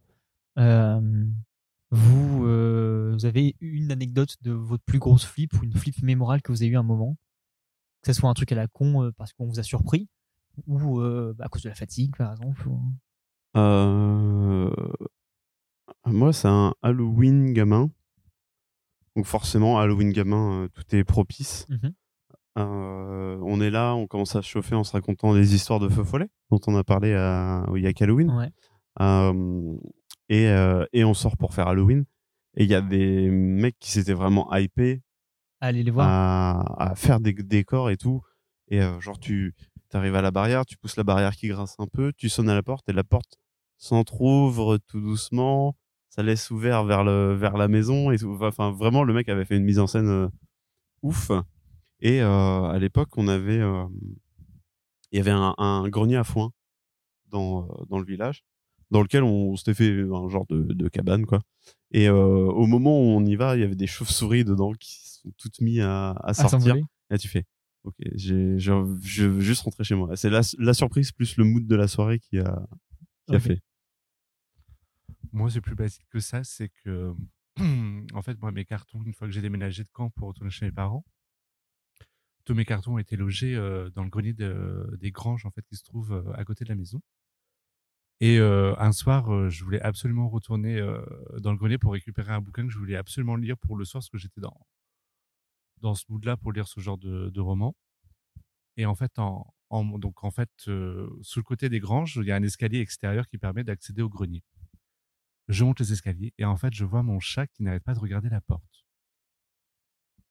S1: euh, vous, euh, vous avez une anecdote de votre plus grosse flip ou une flip mémorable que vous avez eu à un moment Que ce soit un truc à la con euh, parce qu'on vous a surpris ou euh, bah, à cause de la fatigue, par exemple ou-
S3: Euh, Moi, c'est un Halloween gamin. Donc forcément, Halloween gamin, euh, tout est propice.
S1: Mhm.
S3: Euh, on est là, on commence à se chauffer en se racontant des histoires de feu follet dont on a parlé à, il y a qu'Halloween.
S1: Ouais.
S3: Euh, et, euh, et on sort pour faire Halloween. Et il y a des mecs qui s'étaient vraiment hypés
S1: Allez les voir.
S3: à, à faire des décors et tout. Et euh, genre, tu arrives à la barrière, tu pousses la barrière qui grince un peu, tu sonnes à la porte et la porte s'entrouvre tout doucement. Ça laisse ouvert vers, le, vers la maison et tout. Enfin, vraiment, le mec avait fait une mise en scène euh, ouf. Et euh, à l'époque, on avait. euh, Il y avait un, un grenier à foin dans, euh, dans le village, dans lequel on, s'était fait un genre de, de cabane, quoi. Et euh, au moment où on y va, il y avait des chauves-souris dedans qui se sont toutes mises à, à
S1: à
S3: sortir.
S1: s'envoler.
S3: Là, tu fais. Ok, j'ai- j'ai- je veux juste rentrer chez moi. C'est la, la surprise plus le mood de la soirée qui a, qui a
S1: Ok.
S3: fait.
S5: Moi, c'est plus basique que ça, c'est que, en fait, moi, mes cartons, une fois que j'ai déménagé de camp pour retourner chez mes parents, tous mes cartons étaient logés euh, dans le grenier de- des granges, en fait, qui se trouvent euh, à côté de la maison. Et euh, un soir, euh, je voulais absolument retourner euh, dans le grenier pour récupérer un bouquin que je voulais absolument lire pour le soir, parce que j'étais dans, dans ce mood-là pour lire ce genre de, de roman. Et en fait, en, en- donc, en fait euh, sous le côté des granges, il y a un escalier extérieur qui permet d'accéder au grenier. Je monte les escaliers et en fait, je vois mon chat qui n'arrête pas de regarder la porte.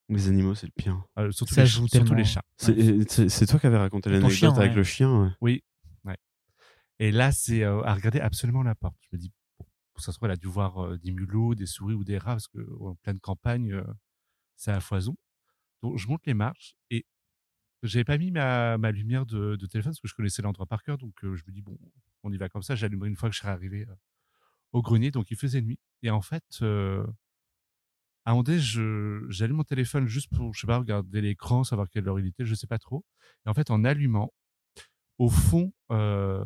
S3: Les animaux, c'est le pire.
S5: Euh, surtout,
S1: Ah, Ça
S5: les,
S1: joue
S5: surtout
S1: tellement.
S5: les chats.
S3: C'est- C'est c'est toi qui avais raconté
S1: Ton
S3: l'anecdote
S1: chien,
S3: avec
S1: ouais.
S3: le chien. ouais.
S5: Et là, c'est euh, à regarder absolument la porte. Je me dis, bon, ça se trouve, elle a dû voir euh, des mulots, des souris ou des rats, parce que en pleine campagne, euh, c'est à foison. Donc, je monte les marches et j'avais pas mis ma, ma lumière de, de téléphone parce que je connaissais l'endroit par cœur. Donc, euh, je me dis, bon, on y va comme ça. J'allumerai une fois que je serai arrivé euh, au grenier. Donc, il faisait nuit. Et en fait, euh, à Hondé, je- j'allume mon téléphone juste pour, je sais pas, regarder l'écran, savoir quelle heure il était, je sais pas trop. Et en fait, en allumant, au fond, euh,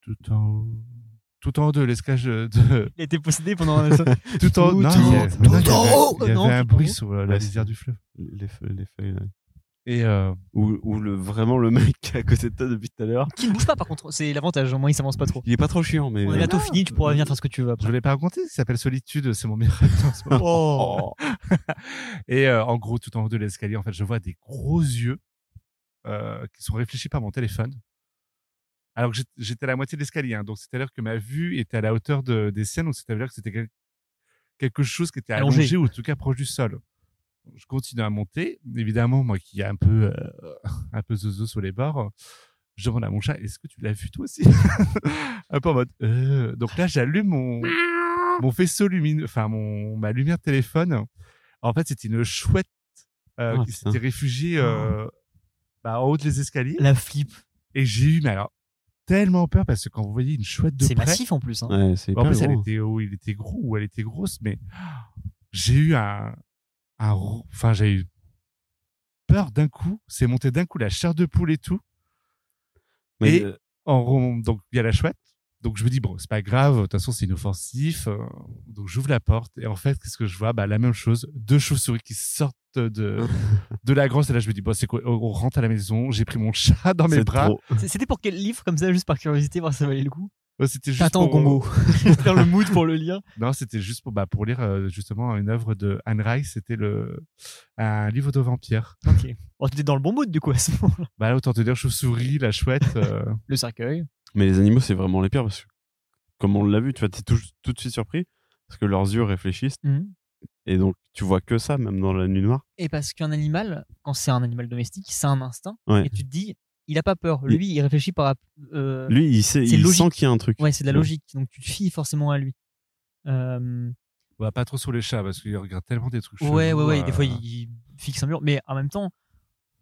S5: tout en haut, tout en haut de l'escalage de,
S1: Il a été possédé pendant un instant.
S5: tout en
S1: Tout
S5: non,
S1: en
S5: il y a-
S1: haut,
S5: mais non,
S1: tout en haut,
S5: Il y avait, il y
S1: non,
S5: avait un
S1: tout en
S5: bruit
S1: haut.
S5: sur la
S3: Ouais,
S5: lisière
S3: c'est-
S5: du fleuve.
S3: Les, feuilles- les feuilles. ouais.
S5: Et euh,
S3: Ou, ou le, vraiment le mec qui est à côté de toi depuis tout à l'heure.
S1: Qui ne bouge pas par contre, c'est l'avantage, au moins il s'avance pas trop.
S3: Il est pas trop chiant, mais. euh,
S1: On est bientôt fini, tu pourras venir faire ce que tu veux
S5: je
S1: après.
S5: voulais pas raconter, ça s'appelle Solitude, c'est mon meilleur ami en ce moment.
S1: Oh.
S5: Et euh, en gros, tout en haut de l'escalier, en fait, je vois des gros yeux euh, qui sont réfléchis par mon téléphone. Alors que j'étais- j'étais à la moitié de l'escalier, hein, donc c'est-à-dire que ma vue était à la hauteur de, des siennes, donc c'est-à-dire que c'était quel- quelque chose qui était
S1: Allongé.
S5: allongé. ou en tout cas proche du sol. Je continue à monter, évidemment, moi qui a un peu euh, un peu zozo sur les bords, je demande à mon chat est-ce que tu l'as vu toi aussi Un peu en mode. euh. Donc là, j'allume mon mon faisceau lumineux, enfin mon ma lumière de téléphone. En fait, c'était une chouette euh,
S3: Ah,
S5: qui
S3: putain.
S5: s'était réfugiée euh, bah, en haut des escaliers.
S1: La flip,
S5: Et j'ai eu mais alors, tellement peur parce que quand vous voyez une chouette de
S1: c'est
S5: près,
S1: massif en plus. hein.
S3: Ouais, c'est
S5: en
S3: hyper
S5: plus elle
S3: gros.
S5: était, oh, il était gros ou elle était grosse, mais j'ai eu un, un ro- enfin j'ai eu peur d'un coup. C'est monté d'un coup la chair de poule et tout.
S3: Mais,
S5: Et-
S3: euh,
S5: En rom- donc il y a la chouette. Donc je me dis bon c'est pas grave, de toute façon c'est inoffensif. euh, Donc j'ouvre la porte et en fait qu'est-ce que je vois Bah la même chose, deux chauves-souris qui sortent de de la grosse et là je me dis bon c'est quoi On rentre à la maison. J'ai pris mon chat Ah, dans mes
S3: c'est
S5: bras.
S3: trop.
S1: C'est- C'était pour quel livre comme ça, juste par curiosité, voir si ça valait le coup
S5: Euh, C'était juste
S1: Tintin au
S5: pour- euh,
S1: Congo. Faire le mood pour le lire.
S5: Non, c'était juste pour, bah, pour lire euh, justement une œuvre de Anne Rice. C'était le un livre de vampire.
S1: Ok. Bon, t'étais dans le bon mood du coup à ce moment-là.
S5: Bah, là, autant te dire chauve-souris, la chouette. euh,
S1: Le cercueil.
S3: Mais les animaux, c'est vraiment les pires parce que, comme on l'a vu, tu vois, t'es tout, tout de suite surpris parce que leurs yeux réfléchissent
S1: Mhm.
S3: et donc tu vois que ça, même dans la nuit noire.
S1: Et parce qu'un animal, quand c'est un animal domestique, c'est un instinct.
S3: Ouais.
S1: Et tu te dis, il a pas peur. Lui, il réfléchit par. rap- euh,
S3: Lui, il, sait,
S1: c'est
S3: il
S1: logique.
S3: sent qu'il y a un truc.
S1: Ouais, c'est de la
S3: Ouais.
S1: logique. Donc tu te fies forcément à lui. Euh,
S5: bah, pas trop sur les chats parce qu'ils regardent tellement des trucs.
S1: Ouais, ouais,
S5: chelous,
S1: ouais.
S5: euh,
S1: Des fois, ils ils fixent un mur. Mais en même temps,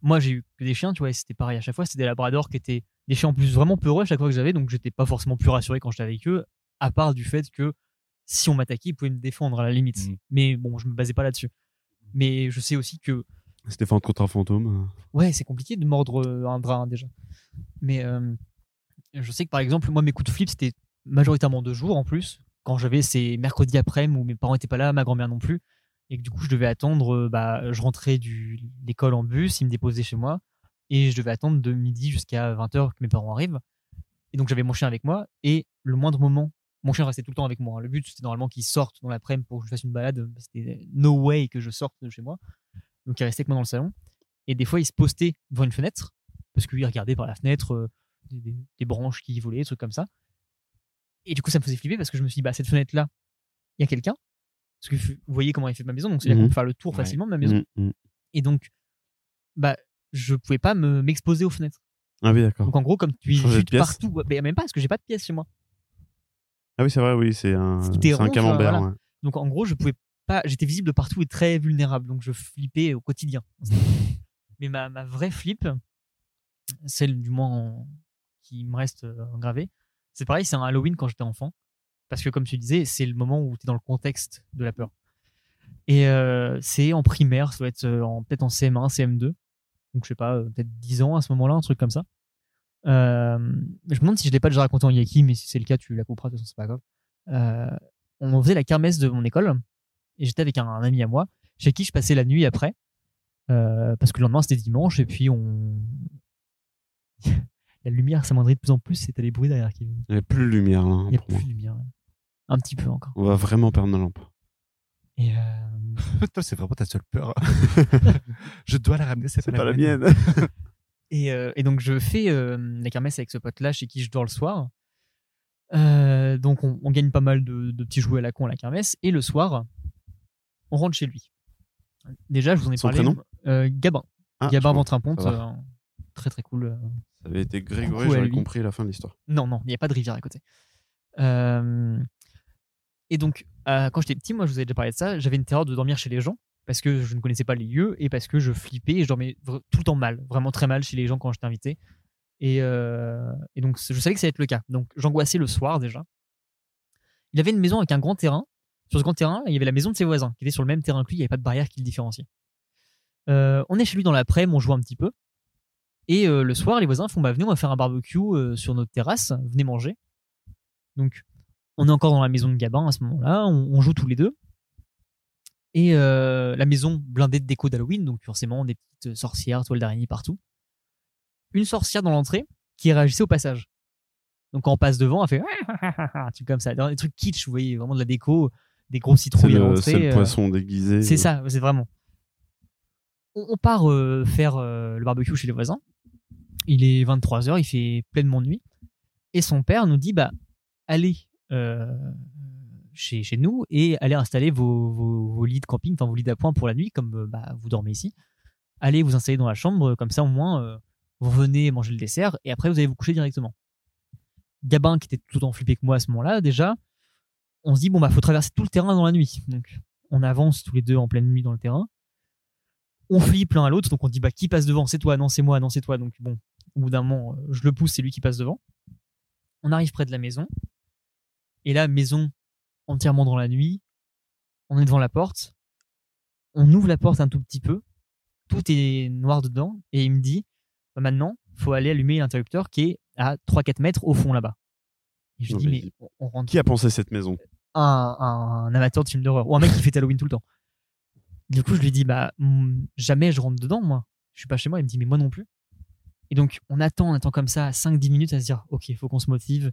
S1: moi, j'ai eu que des chiens, tu vois, et c'était pareil à chaque fois. C'était des labradors qui étaient des chiens en plus vraiment peureux à chaque fois que j'avais, donc j'étais pas forcément plus rassuré quand j'étais avec eux, à part du fait que si
S3: Mmh.
S1: on m'attaquait, ils pouvaient me défendre à la limite.
S5: Mm.
S1: Mais bon, je me basais pas là-dessus. Mais je sais aussi que
S3: Stéphane contre un fantôme. euh.
S1: Ouais, c'est compliqué de mordre euh, un drap hein, déjà. Mais euh, je sais que par exemple, moi, mes coups de flip, c'était majoritairement deux jours en plus. Quand j'avais ces mercredis après-midi où mes parents n'étaient pas là, ma grand-mère non plus. Et que du coup, je devais attendre, euh, bah, je rentrais du- de l'école en bus, ils me déposaient chez moi. Et je devais attendre de midi jusqu'à 20h que mes parents arrivent. Et donc, j'avais mon chien avec moi. Et le moindre moment, mon chien restait tout le temps avec moi. hein. Le but, c'était normalement qu'il sorte dans l'après-midi pour que je fasse une balade. C'était no way que je sorte de chez moi. Donc, il restait avec moi dans le salon. Et des fois, il se postait devant une fenêtre, parce qu'il regardait par la fenêtre euh, des, des- des branches qui volaient, des trucs comme ça. Et du coup, ça me faisait flipper parce que je me suis dit, bah, cette fenêtre-là, il y a quelqu'un. Parce que vous voyez comment il fait ma maison, donc c'est-à-dire
S3: Mhm.
S1: qu'on peut faire le tour
S13: Ouais.
S1: facilement de ma maison.
S3: Mm, mm.
S1: Et donc, bah, je pouvais pas me- m'exposer aux fenêtres.
S3: Ah oui, d'accord.
S1: Donc en gros, comme tu
S3: Changer de
S1: chutes
S3: pièce.
S1: partout, ouais, mais même pas parce que j'ai pas de pièce chez moi.
S3: Ah oui, c'est vrai, oui, c'est un,
S1: Ce qui
S3: c'est un
S1: dérange,
S3: camembert.
S1: voilà.
S3: ouais.
S1: Donc en gros, je pouvais pas, j'étais visible de partout et très vulnérable, donc je flippais au quotidien. Mais ma, ma vraie flip, celle du moins en- qui me reste euh, gravée, c'est pareil, c'est un Halloween quand j'étais enfant, parce que comme tu disais, c'est le moment où tu es dans le contexte de la peur. Et euh, c'est en primaire, ça doit être euh, en- peut-être en CM1, CM2, donc je sais pas, euh, peut-être 10 ans à ce moment-là, un truc comme ça. Euh, je me demande si je l'ai pas déjà raconté en Yaki, mais si c'est le cas, tu la couperas, de toute façon, c'est pas grave. Euh, on faisait la kermesse de mon école et j'étais avec un, un ami à moi chez qui je passais la nuit après euh, parce que le lendemain c'était dimanche et puis on la lumière s'amoindrit de plus en plus c'était les bruits derrière qui viennent.
S3: Il n'y a plus de lumière, là, hein,
S1: il n'y a
S3: pour moi.
S1: plus de lumière ouais. un petit peu hein. encore
S3: On va vraiment perdre nos lampes.
S1: et euh,
S5: Toi, c'est vraiment ta seule peur. je dois la ramener, c'est pas, la mienne.
S1: Et, euh, et donc, je fais euh, la kermesse avec ce pote-là chez qui je dors le soir. Euh, donc, on, on gagne pas mal de, de petits jouets à la con à la kermesse. Et le soir, on rentre chez lui. Déjà, je vous en ai
S3: Son
S1: parlé.
S3: prénom
S1: Euh, Gabin.
S3: Ah,
S1: Gabin
S3: je vois.
S1: Ventrimponte.
S3: ça
S1: euh, très, très cool. euh,
S3: Ça avait été
S1: Coucou
S3: Grégory,
S1: à
S3: j'aurais
S1: lui.
S3: compris la fin de l'histoire.
S1: non, non, il n'y a pas de rivière à côté. Euh, et donc, euh, quand j'étais petit, moi, je vous avais déjà parlé de ça, j'avais une terreur de dormir chez les gens parce que je ne connaissais pas les lieux et parce que je flippais et je dormais vr- tout le temps mal, vraiment très mal chez les gens quand j'étais invité. Et, euh, et donc, je savais que ça allait être le cas. Donc, j'angoissais le soir déjà. Il avait une maison avec un grand terrain. Sur ce grand terrain, il y avait la maison de ses voisins qui était sur le même terrain que lui. Il n'y avait pas de barrière qui le différenciait. Euh, on est chez lui dans l'après, on joue un petit peu. Et euh, le soir, les voisins font bah, venez, on va faire un barbecue euh, sur notre terrasse, venez manger. Donc, on est encore dans la maison de Gabin à ce moment-là, on, on joue tous les deux. Et euh, la maison blindée de déco d'Halloween, donc forcément des petites euh, sorcières, toiles d'araignée partout. Une sorcière dans l'entrée qui réagissait au passage. Donc, quand on passe devant, elle fait un truc comme ça. Des trucs kitsch, vous voyez, vraiment de la déco, des gros
S3: C'est
S1: citrouilles à
S3: le,
S1: l'entrée,
S3: c'est le
S1: euh,
S3: poisson déguisé. euh.
S1: c'est ça, c'est vraiment. On, on part euh, faire euh, le barbecue chez les voisins. Il est 23h, il fait pleinement nuit. Et son père nous dit bah, allez euh, chez, chez nous et allez installer vos, vos- vos lits de camping, enfin vos lits d'appoint pour la nuit, comme euh, bah, vous dormez ici. Allez vous installer dans la chambre, comme ça au moins euh, vous venez manger le dessert et après vous allez vous coucher directement. Gabin, qui était tout autant flippé que moi à ce moment-là, déjà, on se dit bon, bah faut traverser tout le terrain dans la nuit. Donc on avance tous les deux en pleine nuit dans le terrain. On flippe l'un à l'autre, donc on dit bah qui passe devant C'est toi, non c'est moi, non c'est toi. Donc bon, au bout d'un moment, euh, je le pousse, c'est lui qui passe devant. On arrive près de la maison. Et là, maison entièrement dans la nuit. On est devant la porte. On ouvre la porte un tout petit peu. Tout est noir dedans. Et il me dit bah, maintenant, faut aller allumer l'interrupteur qui est à 3-4 mètres au fond là-bas. Et je lui
S3: Non,
S1: dis
S3: mais
S1: mais on- on rentre
S3: Qui a pensé cette maison
S1: un, un amateur de films d'horreur ou un mec qui fait Halloween tout le temps. Du coup, je lui dis bah mm, jamais je rentre dedans moi. Je suis pas chez moi, il me dit mais moi non plus. Et donc on attend, on attend comme ça 5 10 minutes à se dire OK, faut qu'on se motive.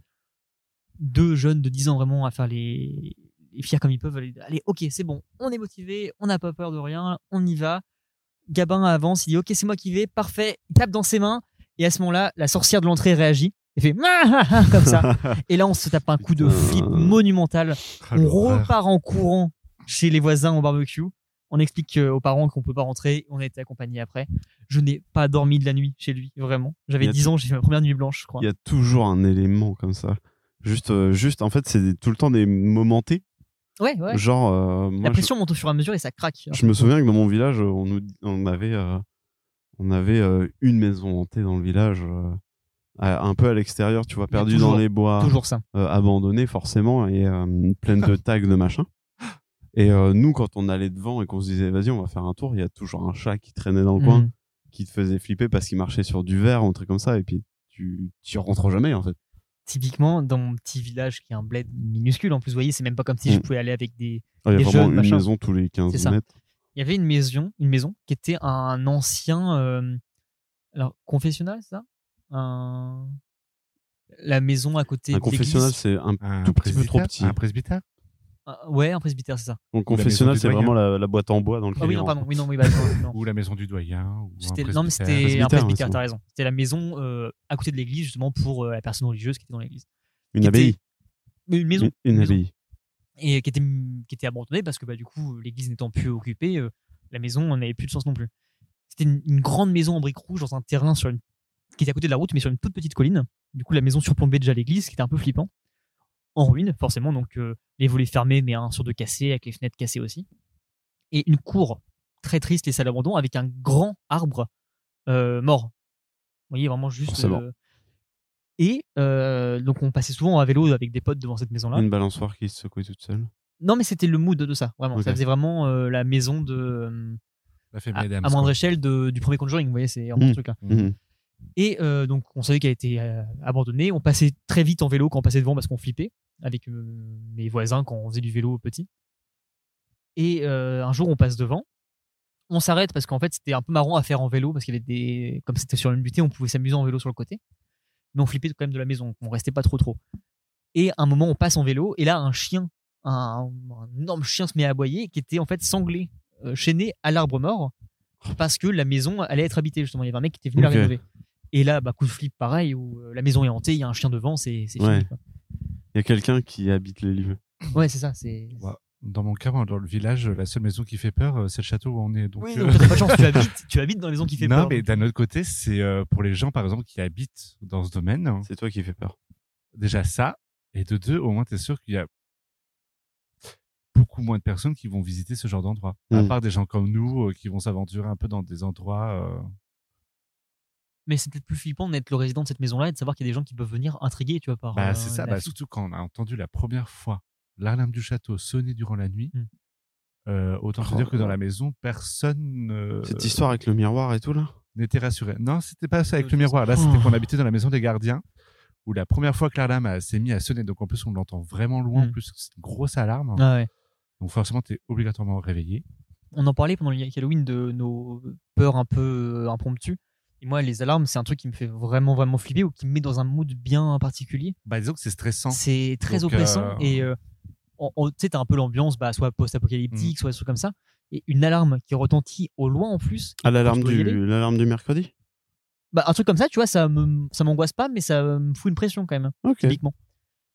S1: Deux jeunes de 10 ans vraiment à faire les, les fiers comme ils peuvent. Allez, allez, OK, c'est bon. On est motivé, on n'a pas peur de rien, on y va. Gabin avance, il dit OK, c'est moi qui vais. Parfait. Il tape dans ses mains et à ce moment-là, la sorcière de l'entrée réagit et fait comme ça. Et là, on se tape un coup de
S3: Putain.
S1: flip monumental.
S5: Ah,
S1: On
S5: l'horreur.
S1: repart en courant chez les voisins au barbecue. On explique euh, aux parents qu'on peut pas rentrer. On a été accompagné après. Je n'ai pas dormi de la nuit chez lui, vraiment.
S3: Il
S1: J'avais
S3: y a
S1: 10 ans, j'ai fait ma première nuit blanche, je crois.
S3: Il y a toujours un élément comme ça. Juste, euh, juste en fait, c'est des- tout le temps des momentés.
S1: Ouais, ouais.
S3: Genre, euh, moi,
S1: La
S3: je-
S1: pression monte au fur et à mesure et ça craque.
S3: Je me souviens que dans mon village, on, nous, on avait, euh, on avait euh, une maison hantée dans le village, euh, à- un peu à l'extérieur, tu vois,
S1: Il y a
S3: perdue
S1: toujours-
S3: dans les bois,
S1: Toujours ça.
S3: euh, abandonnée forcément et euh, pleine de tags de machin. Et euh, nous, quand on allait devant et qu'on se disait, vas-y, on va faire un tour, il y a toujours un chat qui traînait dans le coin,
S1: Mmh.
S3: qui te faisait flipper parce qu'il marchait sur du verre, ou un truc comme ça, et puis tu, tu y rentres jamais, en fait.
S1: Typiquement, dans mon petit village qui est un bled minuscule, en plus, vous voyez, c'est même pas comme si je
S3: Mm.
S1: pouvais aller avec des.
S3: Ah, Il y
S1: Les
S3: a vraiment
S1: jeunes,
S3: une
S1: machin.
S3: maison tous les 15
S1: C'est ça.
S3: mètres.
S1: Il y avait une maison, une maison qui était un ancien. euh, alors, confessionnal, c'est ça Un- La maison à côté
S3: Un
S1: de l'église.
S3: confessionnal, c'est un
S5: Un
S3: tout petit peu trop
S5: presbytère
S3: petit.
S5: Un presbytère
S1: Ah, Ouais, un presbytère, c'est ça.
S3: Donc,
S5: Ou la maison
S3: confessionnal,
S5: du
S3: c'est
S5: doyen.
S3: vraiment la, la boîte en bois dans le
S1: Ah oui, non, pardon. Oui, non, oui, bah, non, non.
S5: Ou la maison du doyen ou un
S1: C'était- non, mais
S5: presbytère. hein,
S1: c'était
S3: Presbytère,
S1: un
S3: ouais,
S1: presbytère,
S3: c'est
S1: t'as
S3: bon.
S1: raison. C'était la maison euh, à côté de l'église, justement, pour euh, la personne religieuse qui était dans l'église.
S3: Une
S1: Qui
S3: abbaye.
S1: était- Mais Une maison.
S3: Une- Une
S1: maison.
S3: abbaye.
S1: Et qui était, qui était abandonnée parce que, bah, du coup, l'église n'étant plus occupée, euh, la maison n'avait plus de sens non plus. C'était une, une grande maison en briques rouges dans un terrain sur une, qui était à côté de la route, mais sur une toute petite colline. Du coup, la maison surplombait déjà l'église, ce qui était un peu flippant. En ruine, forcément, donc euh, les volets fermés, mais un sur deux cassés, avec les fenêtres cassées aussi. Et une cour très triste, laissée à l'abandon, avec un grand arbre euh, mort. Vous voyez, vraiment juste.
S3: Forcément.
S1: euh, Et euh, donc, on passait souvent à vélo avec des potes devant cette maison-là.
S3: Une balançoire qui se secouait toute seule.
S1: Non, mais c'était le mood de ça, vraiment.
S3: Ok.
S1: Ça faisait vraiment euh, la maison de. euh,
S5: La femme
S1: à,
S5: et dame,
S1: à moindre
S5: quoi.
S1: échelle de- du premier Conjuring, vous voyez, c'est vraiment
S3: Mm.
S1: ce truc. hein.
S3: Mhm.
S1: Et euh, donc, on savait qu'elle était euh, abandonnée. On passait très vite en vélo quand on passait devant parce qu'on flippait avec euh, mes voisins quand on faisait du vélo petit. Et euh, un jour, on passe devant. On s'arrête parce qu'en fait, c'était un peu marrant à faire en vélo parce qu'il y avait des. Comme c'était sur une butée, on pouvait s'amuser en vélo sur le côté. Mais on flippait quand même de la maison. donc On restait pas trop trop. Et à un moment, on passe en vélo et là, un chien, un, un énorme chien se met à aboyer qui était en fait sanglé, euh, chaîné à l'arbre mort parce que la maison allait être habitée justement. Il y avait un mec qui était venu
S3: Ok.
S1: la rénover. Et là, bah, coup de flip pareil, où euh, la maison est hantée, il y a un chien devant, c'est c'est
S3: Ouais.
S1: fini. quoi.
S3: Il y a quelqu'un qui habite les lieux.
S1: Ouais, c'est ça. C'est.
S5: Ouais. Dans mon cas, moi, dans le village, la seule maison qui fait peur, euh, c'est le château où on est. Donc,
S1: Oui,
S5: euh,
S1: donc toi, t'as pas de chance, tu habites, tu habites dans la maison qui fait
S5: non,
S1: peur.
S5: mais d'un autre côté, c'est euh, pour les gens, par exemple, qui habitent dans ce domaine. hein,
S3: C'est toi qui fais peur.
S5: déjà ça, et de deux, au moins, tu es sûr qu'il y a beaucoup moins de personnes qui vont visiter ce genre d'endroit. À
S3: Mm.
S5: part des gens comme nous euh, qui vont s'aventurer un peu dans des endroits. euh,
S1: Mais c'est peut-être plus flippant d'être le résident de cette maison-là et de savoir qu'il y a des gens qui peuvent venir intriguer, tu vois, par.
S5: Bah,
S1: euh,
S5: c'est ça, bah,
S1: la flippe.
S5: surtout quand on a entendu la première fois l'alarme du château sonner durant la nuit.
S1: Mm.
S5: euh, autant te
S3: Oh.
S5: dire que dans la maison, personne euh,
S3: Cette histoire avec le miroir et tout, là
S5: n'était rassuré. Non, c'était pas ça avec
S1: Euh,
S5: le miroir. Là, c'était
S3: Oh.
S5: qu'on habitait dans la maison des gardiens, où la première fois que l'alarme a- s'est mise à sonner, donc en plus, on l'entend vraiment loin, en
S1: Mm.
S5: plus, c'est une grosse alarme.
S1: Ah ouais.
S5: Donc forcément, t'es obligatoirement réveillé.
S1: on en parlait pendant le Halloween de nos peurs un peu euh, impromptues. Et moi, les alarmes, c'est un truc qui me fait vraiment, vraiment flipper ou qui me met dans un mood bien particulier.
S5: Bah, disons que c'est stressant.
S1: C'est très
S5: Donc,
S1: oppressant
S5: euh,
S1: et euh, on- on- tu sais, t'as un peu l'ambiance, bah, soit
S5: Mm.
S1: post-apocalyptique, soit des trucs comme ça. Et une alarme qui retentit au loin en plus.
S3: Ah, l'alarme
S1: Je dois y aller.
S3: du, l'alarme du mercredi
S1: Bah, un truc comme ça, tu vois, ça me, ça m'angoisse pas, mais ça me fout une pression quand même,
S3: Ok.
S1: typiquement.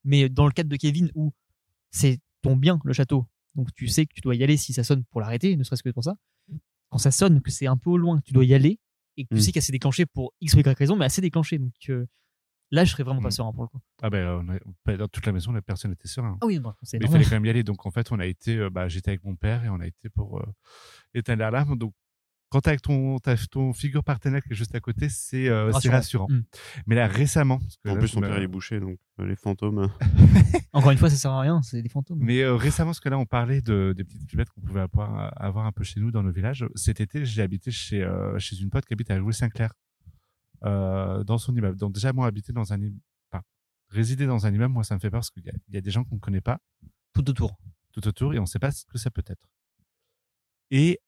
S1: Mais dans le cadre de Kevin où c'est ton bien, le château, donc tu sais que tu dois y aller si ça sonne pour l'arrêter, ne serait-ce que pour ça. Quand ça sonne, que c'est un peu au loin, que tu dois y aller et que tu
S5: Hmm.
S3: Mm.
S1: sais qu'elle s'est déclenchée pour X ou Y raison, mais elle s'est déclenchée. Donc euh, là, je serais vraiment pas
S5: Mm.
S1: serein pour le coup.
S5: Ah ben, on a- bah, dans toute la maison, la personne était serein.
S1: Ah oui, bon, c'est
S5: Mais il fallait quand même y aller. Donc en fait, on a été, euh, bah, j'étais avec mon père et on a été pour euh, éteindre l'alarme. Donc quand t'as avec ton, t'as ton figure partenaire qui est juste à côté, c'est euh, c'est rassurant.
S1: Mm.
S5: Mais là récemment, parce que
S3: En
S5: là,
S3: plus,
S5: tu
S3: son
S5: m'as-
S3: père, il est bouché, donc euh, les fantômes.
S1: Encore une fois, ça sert à rien, c'est des fantômes.
S5: Mais euh, récemment, parce que là, on parlait de, des petites cuvettes qu'on pouvait avoir, avoir un peu chez nous dans nos villages. Cet été, j'ai habité chez, euh, chez une pote qui habite à Louis-Saint-Clair, euh, dans son immeuble. Donc, déjà, moi, habiter dans un immeuble, enfin, résider dans un immeuble, moi, ça me fait peur parce qu'il y, a- il y a des gens qu'on ne connaît pas
S1: Tout autour.
S5: tout autour et on ne sait pas ce que ça peut être. Et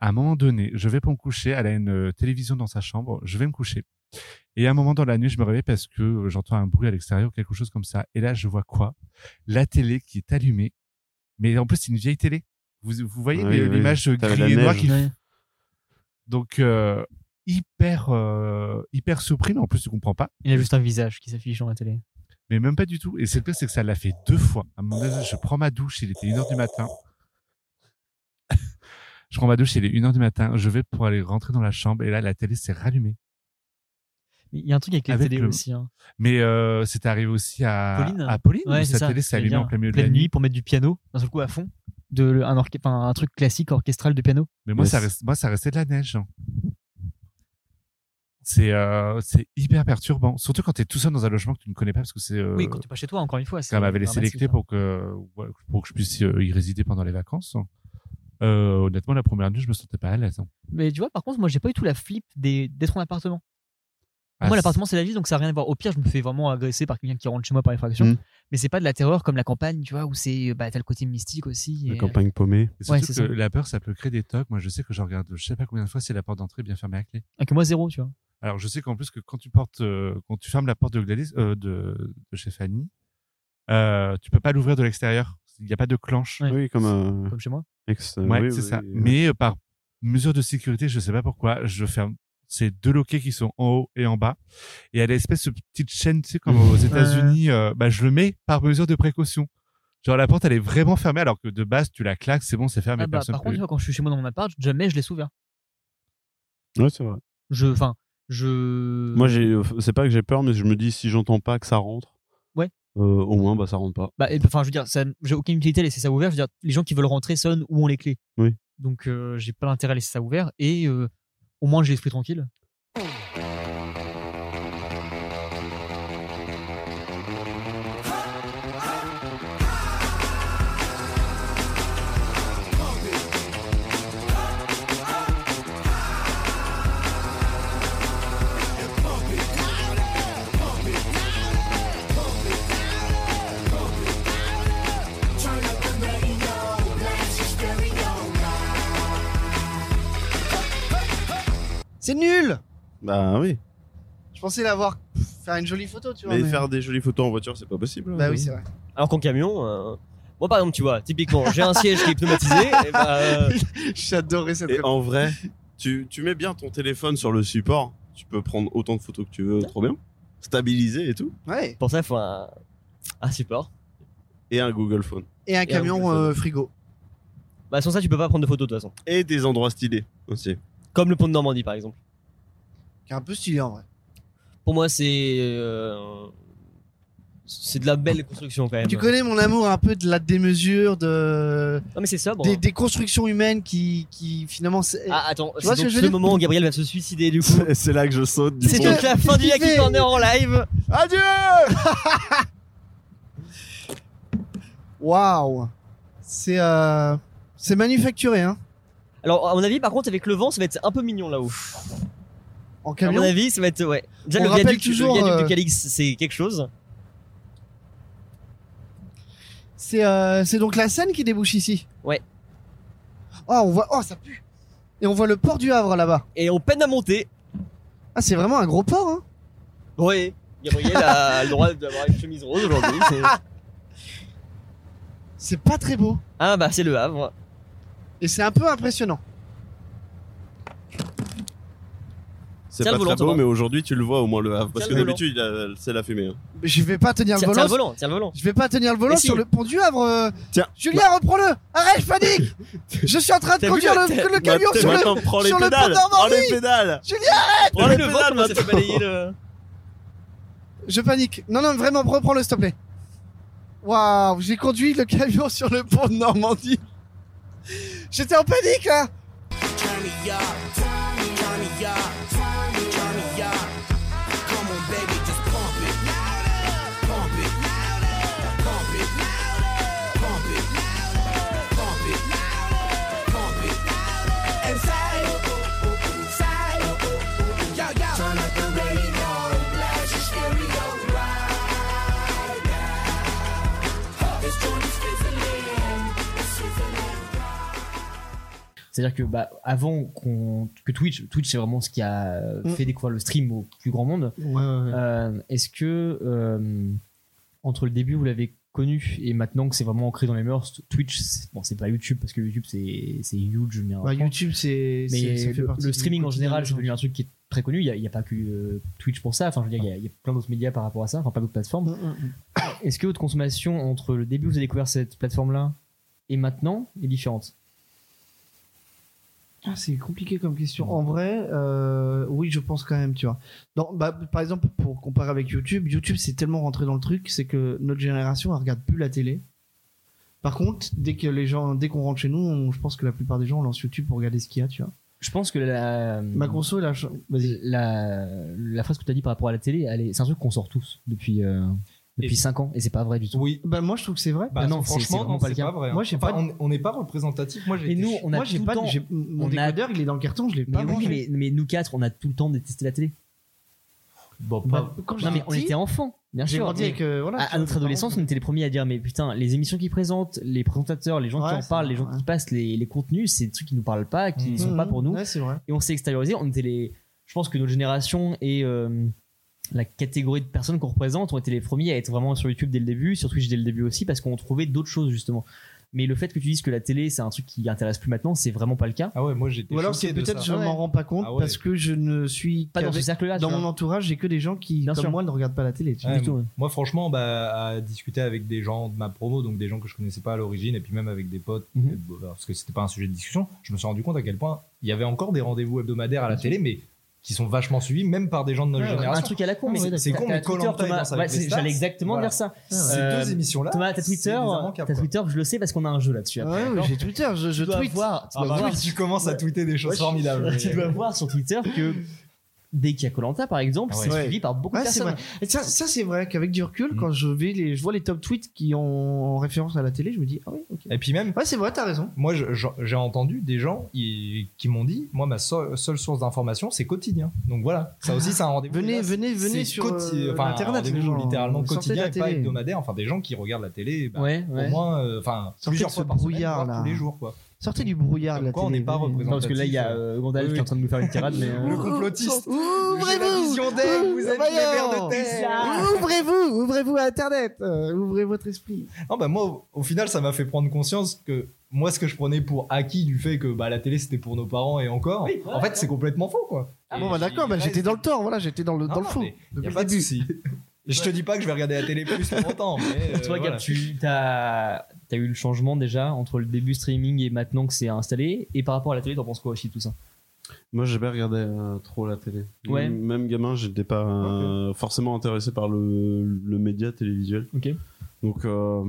S5: à un moment donné, je vais pas me coucher, elle a une euh, télévision dans sa chambre, je vais me coucher. Et à un moment dans la nuit, je me réveille parce que euh, j'entends un bruit à l'extérieur, quelque chose comme ça. Et là, je vois quoi La télé qui est allumée, mais en plus, c'est une vieille télé. Vous, vous voyez
S3: Oui,
S5: les-
S3: oui.
S5: l'image
S3: T'avais
S5: gris
S3: la
S5: et noir
S3: neige.
S5: qui... Donc, euh, hyper, euh, hyper surpris, mais en plus, tu comprends pas.
S1: Il a juste un visage qui s'affiche dans la télé.
S5: Mais même pas du tout. Et c'est le pire, c'est que ça l'a fait deux fois. À un moment donné, je prends ma douche, il était 1h du matin. je prends ma douche, il est 1h du matin. Je vais pour aller rentrer dans la chambre et là, la télé s'est rallumée.
S1: Mais Il y a un truc avec la
S5: Avec
S1: télé
S5: le-
S1: aussi. hein.
S5: Mais euh, c'est arrivé aussi à
S1: Pauline
S5: à Pauline où
S1: Ouais, c'est
S5: sa
S1: ça.
S5: télé s'est
S1: j'allais
S5: allumée
S1: dire,
S5: en plein milieu de
S1: pleine
S5: la nuit.
S1: nuit pour mettre du piano, d'un seul coup à fond, de, le- un, orche- enfin, un truc classique orchestral de piano.
S5: Mais moi,
S3: Mais
S5: ça
S3: c'est-
S5: reste, moi, ça restait de la neige. hein. c'est euh, c'est hyper perturbant. Surtout quand tu es tout seul dans un logement que tu ne connais pas parce que c'est. euh,
S1: Oui, quand t'es pas chez toi, encore une fois. c'est
S5: elle m'avait laissé les
S1: dramatique,
S5: clés
S1: ça.
S5: pour que, ouais, pour que je puisse euh, y résider pendant les vacances. Euh, honnêtement, la première nuit, je me sentais pas à l'aise. hein.
S1: Mais tu vois, par contre, moi, j'ai pas eu tout la flip des- d'être en appartement.
S5: Ah,
S1: moi, l'appartement, c'est la vie, donc ça n'a rien à voir. Au pire, je me fais vraiment agresser par quelqu'un qui rentre chez moi par effraction.
S3: Mm.
S1: Mais c'est pas de la terreur comme la campagne, tu vois, où c'est. Bah, t'as le côté mystique aussi.
S3: La
S1: et- euh,
S3: campagne paumée.
S5: c'est-
S1: Ouais,
S5: surtout
S1: c'est
S5: que la peur, ça peut créer des tocs. Moi, je sais que je regarde, je sais pas combien de fois, si la porte d'entrée est bien fermée à clé.
S1: Ah, que moi, zéro, tu vois.
S5: Alors, je sais qu'en plus que quand tu portes, euh, quand tu fermes la porte de Gladys, euh, de, de chez Fanny, euh, tu peux pas l'ouvrir de l'extérieur. Il n'y a pas de clenche.
S1: Ouais.
S3: Oui, comme euh,
S1: Comme chez moi.
S3: ex. euh,
S5: Ouais,
S3: oui,
S5: c'est
S3: oui,
S5: ça.
S3: oui.
S5: Mais euh, par mesure de sécurité, je sais pas pourquoi, je ferme ces deux loquets qui sont en haut et en bas. Et à l'espèce de petite chaîne, tu sais, comme aux États-Unis, euh, bah, je le mets par mesure de précaution. Genre, la porte, elle est vraiment fermée, alors que de base, tu la claques, c'est bon, c'est fermé,
S1: Ah, bah,
S5: personne
S1: par contre,
S5: peut-
S1: tu vois, quand je suis chez moi dans mon appart, jamais je laisse ouvert.
S3: Ouais, c'est vrai.
S1: Je. Enfin, je.
S3: Moi, j'ai, euh, c'est pas que j'ai peur, mais je me dis si j'entends pas que ça rentre,
S1: Ouais.
S3: euh, au moins, bah ça rentre pas.
S1: Bah, et- enfin, je veux dire, ça, j'ai aucune utilité à laisser ça ouvert. Je veux dire, les gens qui veulent rentrer sonnent ou ont les clés.
S3: Oui.
S1: Donc, euh, j'ai pas l'intérêt à laisser ça ouvert et euh, au moins j'ai l'esprit tranquille.
S6: C'est nul
S3: Bah oui.
S6: Je pensais l'avoir faire une jolie photo, tu vois.
S3: Mais
S6: mais-
S3: faire des jolies photos en voiture, c'est pas possible. hein.
S6: Bah oui, c'est vrai.
S8: Alors qu'en camion, euh, moi par exemple, tu vois, typiquement, j'ai un siège qui est pneumatisé, et bah, euh,
S6: J'adorais cette
S3: Et en vrai, tu, tu mets bien ton téléphone sur le support, tu peux prendre autant de photos que tu veux, trop bien. Stabiliser et tout.
S6: Ouais.
S8: pour ça, il faut un, un support.
S3: Et un Google Phone.
S6: Et un camion
S8: un
S6: euh, frigo.
S8: Bah, sans ça, tu peux pas prendre de photos de toute façon.
S3: Et des endroits stylés aussi.
S8: Comme le pont de Normandie par exemple.
S6: Qui est un peu stylé en vrai.
S8: Pour moi, c'est. euh, c'est de la belle construction quand même.
S6: Tu connais mon amour un peu de la démesure, de...
S8: Non, mais c'est sobre. hein.
S6: des, des constructions humaines qui, qui finalement. c'est-
S8: Ah, attends, c'est
S6: vois
S8: donc
S6: ce que je veux
S8: le
S6: dire
S8: moment où Gabriel va se suicider du coup.
S3: C'est là que je saute du
S8: C'est
S3: pont.
S8: donc la fin du Yaki Corner en live.
S6: Adieu Waouh C'est euh, c'est manufacturé, hein,
S8: Alors, à mon avis, par contre, avec le vent, ça va être un peu mignon là-haut.
S6: en
S8: À mon
S6: camion.
S8: avis, ça va être. Ouais. Déjà,
S6: On
S8: le
S6: rappelle
S8: viaduc, le
S6: toujours,
S8: viaduc
S6: euh,
S8: du Calix, c'est quelque chose.
S6: C'est euh, c'est donc la Seine qui débouche ici.
S8: Ouais.
S6: Oh, on voit. Oh, ça pue. Et on voit le port du Havre là-bas.
S8: Et on peine à monter.
S6: Ah, c'est vraiment un gros port, hein.
S8: Oui, Gabriel a le droit d'avoir une chemise rose aujourd'hui. c'est-
S6: C'est pas très beau.
S8: Ah bah c'est le Havre.
S6: Et c'est un peu impressionnant.
S3: C'est
S8: Tiens
S3: pas
S8: le volant,
S3: très beau,
S8: Thomas.
S3: mais aujourd'hui tu le vois au moins le Havre. Parce
S8: Tiens
S3: que
S8: le volant.
S3: d'habitude il a- c'est la fumée. hein.
S6: Mais Je vais pas tenir le
S8: Tiens,
S6: volant.
S8: tiens le volant, tiens le volant.
S6: Je vais pas tenir le volant
S8: Mais si.
S6: sur le pont du Havre. euh.
S3: Tiens.
S6: Julien, reprends-le. Arrête, je panique. je suis en train de
S8: T'as vu
S6: conduire
S8: la- Bah,
S6: le,
S8: t'as-
S6: le camion
S3: Maintenant,
S6: sur le.
S3: maintenant, prends les
S6: sur le pont
S3: pédales
S6: Normandie.
S3: Prends les pédales
S1: Oh,
S8: Prends
S3: le
S8: le
S3: volant,
S8: volant, comment ça fait balayer le.
S6: Je panique. Non, non, vraiment, reprends-le, s'il te plaît. Waouh, j'ai conduit le camion sur le pont de Normandie. J'étais en panique, hein. là.
S8: C'est-à-dire que bah, avant qu'on que Twitch, Twitch c'est vraiment ce qui a euh,
S6: Mm.
S8: fait découvrir le stream au plus grand monde. Euh, Est-ce que euh, entre le début vous l'avez connu et maintenant que c'est vraiment ancré dans les mœurs, Twitch, c'est- bon c'est pas YouTube parce que YouTube c'est c'est huge mais,
S6: Bah, YouTube, c'est. c'est-
S8: mais
S6: ça fait
S8: le,
S6: partie
S8: le
S6: du
S8: streaming en
S6: quotidien
S8: général
S6: des
S8: c'est
S6: gens.
S8: devenu un truc qui est très connu. Il y a- il y a, pas que euh, Twitch pour ça. Enfin je veux dire il y a- il y, a plein d'autres médias par rapport à ça, enfin pas d'autres plateformes.
S6: Mm, mm, mm.
S8: Est-ce que votre consommation entre le début où vous avez découvert cette plateforme-là et maintenant est différente
S6: Ah, c'est compliqué comme question. En vrai, euh, oui, je pense quand même, tu vois. Non, bah, par exemple, pour comparer avec YouTube, YouTube, c'est tellement rentré dans le truc, c'est que notre génération, elle regarde plus la télé. Par contre, dès que les gens, dès qu'on rentre chez nous, on- je pense que la plupart des gens lancent YouTube pour regarder ce qu'il y a, tu vois.
S1: Je pense que la,
S6: Ma conso, là, je- vas-y.
S1: la, la phrase que tu as dit par rapport à la télé, elle est- c'est un truc qu'on sort tous depuis, euh, depuis 5 ans et c'est pas vrai du tout. Ah
S11: Oui.
S6: Bah, moi, je trouve que c'est vrai.
S11: Bah,
S1: non, c'est- c'est
S11: franchement,
S1: vraiment
S11: non,
S1: pas le
S11: c'est
S1: cas.
S11: pas vrai. hein.
S6: Moi, j'ai
S11: Enfin,
S6: pas-
S11: on- on n'est pas représentatif. Moi, j'ai
S1: Et
S11: été
S1: nous,
S11: chiant.
S1: on a
S6: Moi, j'ai
S1: tout
S6: pas.
S1: le temps.
S6: j'ai- Mon
S1: on a-
S6: décodeur, il est dans le carton, je l'ai pas
S1: Mais oui,
S6: mangé.
S1: mais, mais nous quatre, on a tout le temps détesté la télé.
S11: Bon, pas-
S6: Bah, quand
S1: Non, mais
S6: j'étais
S1: on
S6: petit,
S1: était enfants, bien
S6: j'ai
S1: sûr.
S6: grandi
S1: mais
S6: avec. euh, voilà,
S1: à, à
S6: tu vois,
S1: notre
S6: mes
S1: adolescence, on
S6: parents.
S1: était les premiers à dire mais putain, les émissions qu'ils présentent, les présentateurs, les gens
S6: Ouais,
S1: qui en
S6: c'est
S1: parlent,
S6: vrai,
S1: les gens
S6: ouais. Mmh.
S1: qui passent, les, les contenus, c'est des trucs qui nous parlent pas, qui
S11: Mhm.
S1: sont pas pour nous.
S6: Ouais, c'est vrai.
S1: Et on s'est extériorisé. On était les. Je pense que notre génération et euh, la catégorie de personnes qu'on représente ont été les premiers à être vraiment sur YouTube dès le début, sur Twitch dès le début aussi, parce qu'on trouvait d'autres choses justement. Mais le fait que tu dises que la télé c'est un truc qui intéresse plus maintenant, c'est vraiment pas le cas.
S11: Ah ouais, moi j'étais.
S6: Ou alors,
S11: choqué
S6: c'est
S11: de
S6: peut-être
S11: ça.
S6: je m'en rends pas compte
S11: Ah ouais.
S6: parce que je ne suis
S1: Pas dans ce
S6: qu'avec-
S1: cercle-là.
S6: dans
S1: tu
S6: mon
S1: vois.
S6: entourage, j'ai que des gens qui,
S1: Bien
S6: comme
S1: sûr.
S6: moi, ne regardent pas la télé. tu vois.
S11: Ouais,
S1: Du tout, ouais.
S11: Moi, franchement, bah, à discuter avec des gens de ma promo, donc des gens que je connaissais pas à l'origine, et puis même avec des potes,
S1: Mhm.
S11: et bon, parce que c'était pas un sujet de discussion, je me suis rendu compte à quel point il y avait encore des rendez-vous hebdomadaires à la télé, mais qui sont vachement suivis, même par des gens de notre
S1: un
S11: génération.
S1: truc à la con,
S11: Ah,
S1: mais
S11: ouais,
S1: c'est-
S11: c'est
S1: t'as-
S11: con,
S1: t'as
S11: mais
S1: Twitter,
S11: Koh-Lanta
S1: Thomas.
S11: danse avec
S1: Ouais,
S11: les
S1: c'est-
S11: stars.
S1: J'allais exactement
S11: Voilà. Ah
S1: dire ça.
S11: Ces
S1: Euh,
S11: deux émissions-là.
S1: Thomas, t'as
S11: c'est
S1: Twitter, euh,
S11: des immanquables,
S1: t'as
S11: quoi.
S1: Twitter, je le sais parce qu'on a un jeu là-dessus. après,
S6: Ouais,
S1: d'accord
S6: j'ai Twitter, je, je
S1: tu dois
S6: tweet.
S1: voir, tu
S11: Ah
S1: dois
S11: bah
S1: voir
S11: oui, tu commences à tweeter des choses
S1: Ouais, je-
S11: formidables.
S1: tu dois voir sur Twitter que dès qu'il y a Colanta par exemple,
S11: Ah ouais.
S1: c'est
S6: Ouais.
S1: suivi par beaucoup
S6: Ouais,
S1: de
S6: c'est
S1: personnes.
S6: vrai. Et ça, ça, c'est vrai qu'avec du recul,
S11: Mhm.
S6: quand je vais les, je vois les top tweets qui ont en référence à la télé, je me dis ah oui, ok.
S11: Et puis même,
S6: Ouais, c'est vrai, t'as raison.
S11: moi, je- je- j'ai entendu des gens y- qui m'ont dit, moi, ma so- seule source d'information, c'est quotidien. Donc voilà, ça aussi, c'est un rendez-vous.
S6: Venez,
S11: Là,
S6: venez, venez
S11: c'est
S6: sur
S11: quoti-
S6: euh,
S11: enfin,
S6: internet,
S11: rendez-vous
S6: les gens.
S11: littéralement
S6: Sortez de
S11: quotidien
S6: la
S11: et pas
S6: télé.
S11: hebdomadaire. Enfin, des gens qui regardent la télé, bah,
S1: Ouais,
S11: au
S1: ouais.
S11: moins, euh, enfin,
S6: Sortez
S11: plusieurs
S6: de ce
S11: fois par semaine,
S6: brouillard,
S11: voire
S6: là.
S11: tous les jours, quoi.
S6: Sortez du brouillard de la
S11: Comme quoi, on
S6: télé.
S11: n'est pas
S6: venez.
S11: représenté.
S1: Non, parce que là, il y a euh, Gandalf
S11: Oui, oui.
S1: qui est en train de nous faire une tirade, mais. euh,
S11: Le complotiste.
S6: Ouvrez-vous
S11: J'ai la vision d'elle, vous êtes les vers de
S6: Voyons.
S11: terre.
S6: Ouvrez-vous, ouvrez-vous à Internet, euh, ouvrez votre esprit.
S11: Non, bah, moi, au- au final, ça m'a fait prendre conscience que moi, ce que je prenais pour acquis du fait que bah, la télé, c'était pour nos parents et encore, en fait, c'est complètement faux, quoi.
S6: bon, bah d'accord, bah, j'étais dans le tort, voilà, j'étais dans le, dans
S11: Non,
S6: le fou.
S11: mais
S6: depuis
S11: y a
S6: le
S11: pas de
S6: début.
S11: souci. Je te dis pas que je vais regarder la télé plus longtemps, mais. euh,
S1: Toi, Gab,
S11: voilà.
S1: tu as, eu le changement déjà entre le début streaming et maintenant que c'est installé. Et par rapport à la télé, t'en penses quoi aussi de tout ça
S3: Moi, j'ai pas regardé euh, trop la télé.
S1: Ouais.
S3: M- Même gamin, j'étais pas euh, forcément intéressé par le, le média télévisuel.
S1: Ok.
S3: Donc, euh,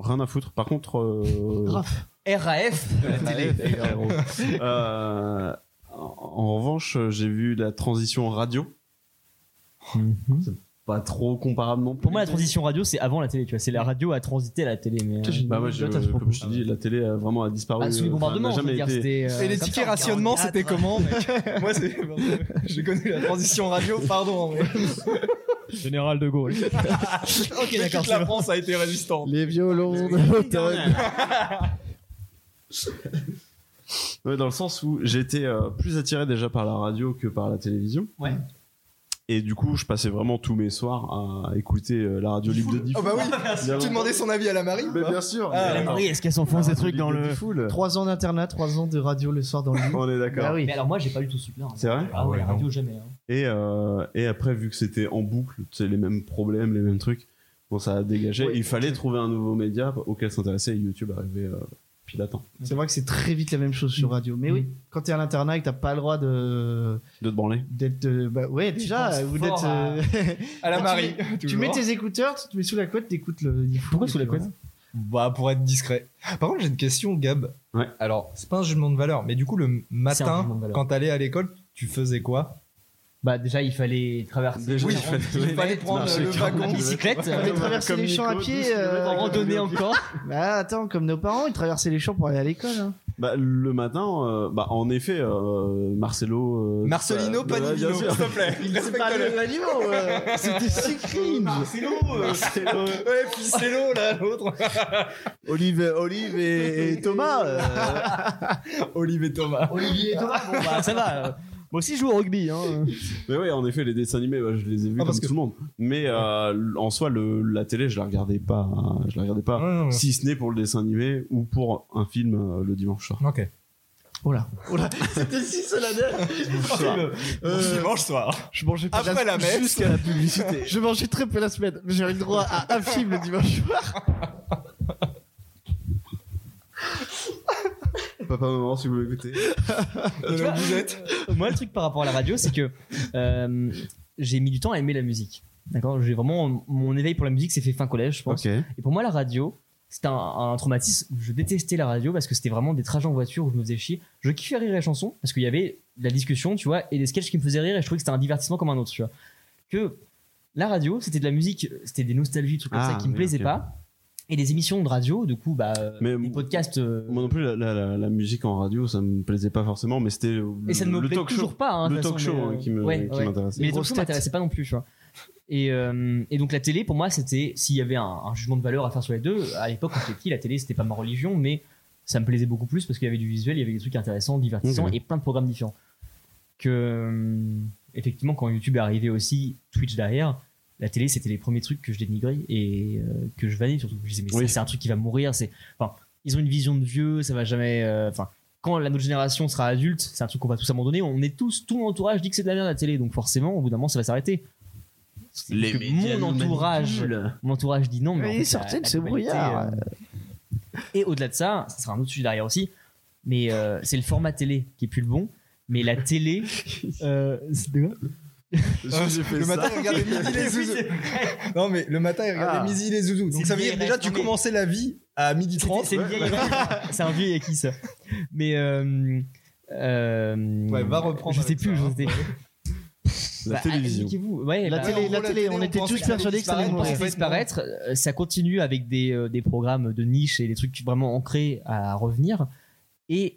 S3: rien à foutre. Par contre, euh,
S1: RAF
S3: euh, en, en revanche, j'ai vu la transition radio.
S1: Mhm.
S3: Pas trop comparable non plus.
S1: Pour moi, la transition radio, c'est avant la télé, tu vois. C'est la radio a transité à la télé. Mais, euh,
S3: Bah moi, je-
S6: Note à ce propos.
S3: comme je te dis, la télé a vraiment a disparu. euh,
S1: ah, sous les
S3: Enfin,
S1: bombardements,
S3: n'a
S1: je veux
S3: jamais
S1: dire,
S3: été-
S1: c'était. euh,
S11: Et les
S1: comme
S11: tickets
S1: ça.
S11: rationnement, c'était comment mec Moi, c'est. J'ai connu la transition radio, pardon. mais-
S1: Général de Gaulle. ok,
S11: Mais
S1: d'accord.
S11: toute la France a été résistante.
S6: Les violons de l'automne.
S3: Ouais, dans le sens où j'étais euh, plus attiré déjà par la radio que par la télévision.
S1: Ouais.
S3: Et du coup, je passais vraiment tous mes soirs à écouter euh, la radio libre de Diffoul.
S11: Oh bah oui,
S3: Bien
S11: tu
S3: longtemps.
S11: demandais son avis à la Marie ou
S3: Mais
S11: pas
S3: bien sûr.
S11: Ah,
S3: mais-
S11: la
S1: Marie, est-ce qu'elle s'enfonce
S3: la
S1: des
S3: radio
S1: trucs
S3: libre
S1: dans
S3: de
S1: le.
S3: Diffoul.
S6: Trois ans d'internat, trois ans de radio le soir dans le lit.
S3: On est d'accord.
S6: Bah oui.
S1: Mais alors, moi, j'ai pas du tout soutenu.
S3: C'est vrai.
S1: Ah ouais,
S11: ouais,
S1: la radio, jamais. hein.
S3: Et euh, et après, vu que c'était en boucle, tu sais, les mêmes problèmes, les mêmes trucs, bon, ça a dégagé.
S6: Ouais.
S3: Il fallait trouver un nouveau média auquel s'intéresser. Et YouTube arrivait euh, pile à temps.
S6: C'est vrai que c'est très vite la même chose sur radio. Mais
S1: Mm.
S6: oui, quand t'es à l'internat et que t'as pas le droit de
S3: De te branler.
S6: d'être, euh, bah ouais, déjà,
S1: penses
S6: vous
S1: fort
S6: d'être. euh,
S11: À la
S6: Tu
S11: Marie.
S6: tu
S11: toujours.
S6: mets tes écouteurs, tu te mets sous la couette, t'écoutes le.
S1: Pourquoi sous la couette
S11: Bah, pour être discret. Par contre, j'ai une question, Gab.
S3: Ouais.
S11: Alors, c'est pas un jugement de valeur, mais du coup, le matin,
S1: jugement de valeur.
S11: quand t'allais à l'école, tu faisais quoi
S1: Bah, déjà, il fallait traverser.
S3: Déjà,
S11: Oui,
S3: il fallait-
S11: il fallait prendre
S3: marcher
S11: le wagon.
S1: En
S3: quarante kilomètres.
S1: bicyclette,
S6: Ils
S1: en
S6: traversaient
S3: Comme
S6: les champs à
S3: Nico,
S6: pied. euh,
S1: euh.
S3: douze kilomètres en
S1: randonnée encore.
S6: Bah attends, comme nos parents, ils traversaient les champs pour aller à l'école. hein.
S3: Bah, le matin, euh, bah, en effet, euh, Marcelo. euh,
S11: Marcelino
S3: bah, bah,
S11: Panivino,
S3: bien sûr.
S11: s'il te plaît.
S6: C'est pas le
S11: Respecte-le.
S6: même animal, euh, C'était
S8: Ah,
S6: si cringe.
S11: Marcelo
S8: euh.
S11: Ouais, Ficello, là, l'autre.
S6: Olive, Olive et, et Thomas. euh,
S11: Olive et Thomas.
S6: Olivier et Thomas.
S1: Bon, bah, ça va. euh. Moi aussi, je joue au rugby. Hein.
S3: Mais oui, en effet, les dessins animés, bah, je les ai vus
S11: Ah,
S3: comme
S11: parce que-
S3: tout le monde. Mais euh, l- en soi, le, la télé, je la regardais pas. hein, Je la regardais pas. Si ce n'est pour le dessin animé ou pour un film euh, le dimanche soir.
S11: Ok.
S6: C'était si solennel.
S11: Dimanche soir.
S6: Je mangeais pas de
S11: Après la messe.
S6: jusqu'à la publicité. Je mangeais très peu la semaine, mais j'avais le droit à un film le dimanche soir.
S3: Papa, maman, si vous m'écoutez.
S11: Là où vous êtes.
S1: euh, Moi, le truc par rapport à la radio, c'est que euh, j'ai mis du temps à aimer la musique. D'accord J'ai vraiment. Mon éveil pour la musique s'est fait fin collège, je pense.
S3: Ok.
S1: Et pour moi, la radio, C'était un, un traumatisme. où Je détestais la radio parce que c'était vraiment des trajets en voiture où je me faisais chier. Je kiffais rire les chansons parce qu'il y avait de la discussion, tu vois, et des sketchs qui me faisaient rire et je trouvais que c'était un divertissement comme un autre, tu vois. Que la radio, c'était de la musique, c'était des nostalgies, trucs comme
S3: Ah,
S1: ça qui me
S3: oui,
S1: plaisaient
S3: ok.
S1: pas. Et des émissions de radio, du coup, bah, euh, des podcasts. euh,
S3: Moi non plus, la, la- la- la musique en radio, ça me plaisait pas forcément, mais c'était le,
S1: et ça ne me
S3: le
S1: plaît
S3: talk show.
S1: toujours pas. hein, de
S3: le
S1: toute
S3: talk
S1: façon,
S3: show
S1: mais,
S3: hein,
S1: euh,
S3: qui me-
S1: ouais,
S3: qui
S1: ouais.
S3: m'intéressait.
S1: Mais les talk shows m'intéressaient pas non plus. tu vois. Et, euh, et donc la télé, pour moi, c'était s'il y avait un, un jugement de valeur à faire sur les deux. À l'époque, quand j'étais petit, la télé, c'était pas ma religion, mais ça me plaisait beaucoup plus parce qu'il y avait du visuel, il y avait des trucs intéressants, divertissants
S14: Ok.
S1: et plein de programmes différents. Que euh, effectivement, quand YouTube est arrivé aussi, Twitch derrière. La télé, c'était les premiers trucs que je dénigrais et euh, que je vannais surtout. Je disais, mais ça,
S14: Oui.
S1: c'est un truc qui va mourir. C'est, enfin, ils ont une vision de vieux, ça va jamais. euh, Enfin, quand la notre génération sera adulte, c'est un truc qu'on va tous abandonner. On est tous, tout mon entourage dit que c'est de la merde la télé, donc forcément, au bout d'un moment, ça va s'arrêter. C'est
S3: Les
S1: que
S3: médias
S1: mon
S3: nous
S1: entourage,
S3: manipulent.
S1: mon entourage dit non, mais en
S6: Veuillez
S1: fait,
S6: sortir
S1: la-
S6: de
S1: la
S6: ce
S1: globalité,
S6: brouillard.
S1: euh, Et au-delà de ça, ça sera un autre sujet derrière aussi. Mais euh, c'est le format télé qui est plus le bon. Mais la télé, euh, c'est de quoi
S11: j'ai fait Le ça. matin, regardez Midi les Zouzous. Non, mais le matin, il regardait
S1: Ah.
S11: Midi les Zouzous. Donc
S1: C'est
S11: ça veut dire
S1: vieille
S11: déjà,
S1: rêve,
S11: tu
S1: non, mais-
S11: commençais la vie à midi 30.
S1: C'est une vieille erreur. C'est un vieux yaki ça. Mais euh, euh,
S11: Ouais, va reprendre
S1: Je sais
S11: avec
S1: plus.
S11: ça,
S1: où
S11: hein.
S1: j'étais.
S11: La
S1: Bah,
S11: télévision.
S1: expliquez-vous. Ouais,
S6: La
S1: bah,
S6: télé,
S1: en
S6: la
S1: gros,
S6: télé, on
S1: on
S6: était
S1: pense
S6: tous
S1: qu'elle
S6: persuadés que ça allait
S1: disparaître,
S6: mourir.
S1: pensait disparaître. Euh, Ça continue avec des, euh, des programmes de niche et des trucs vraiment ancrés à revenir. Et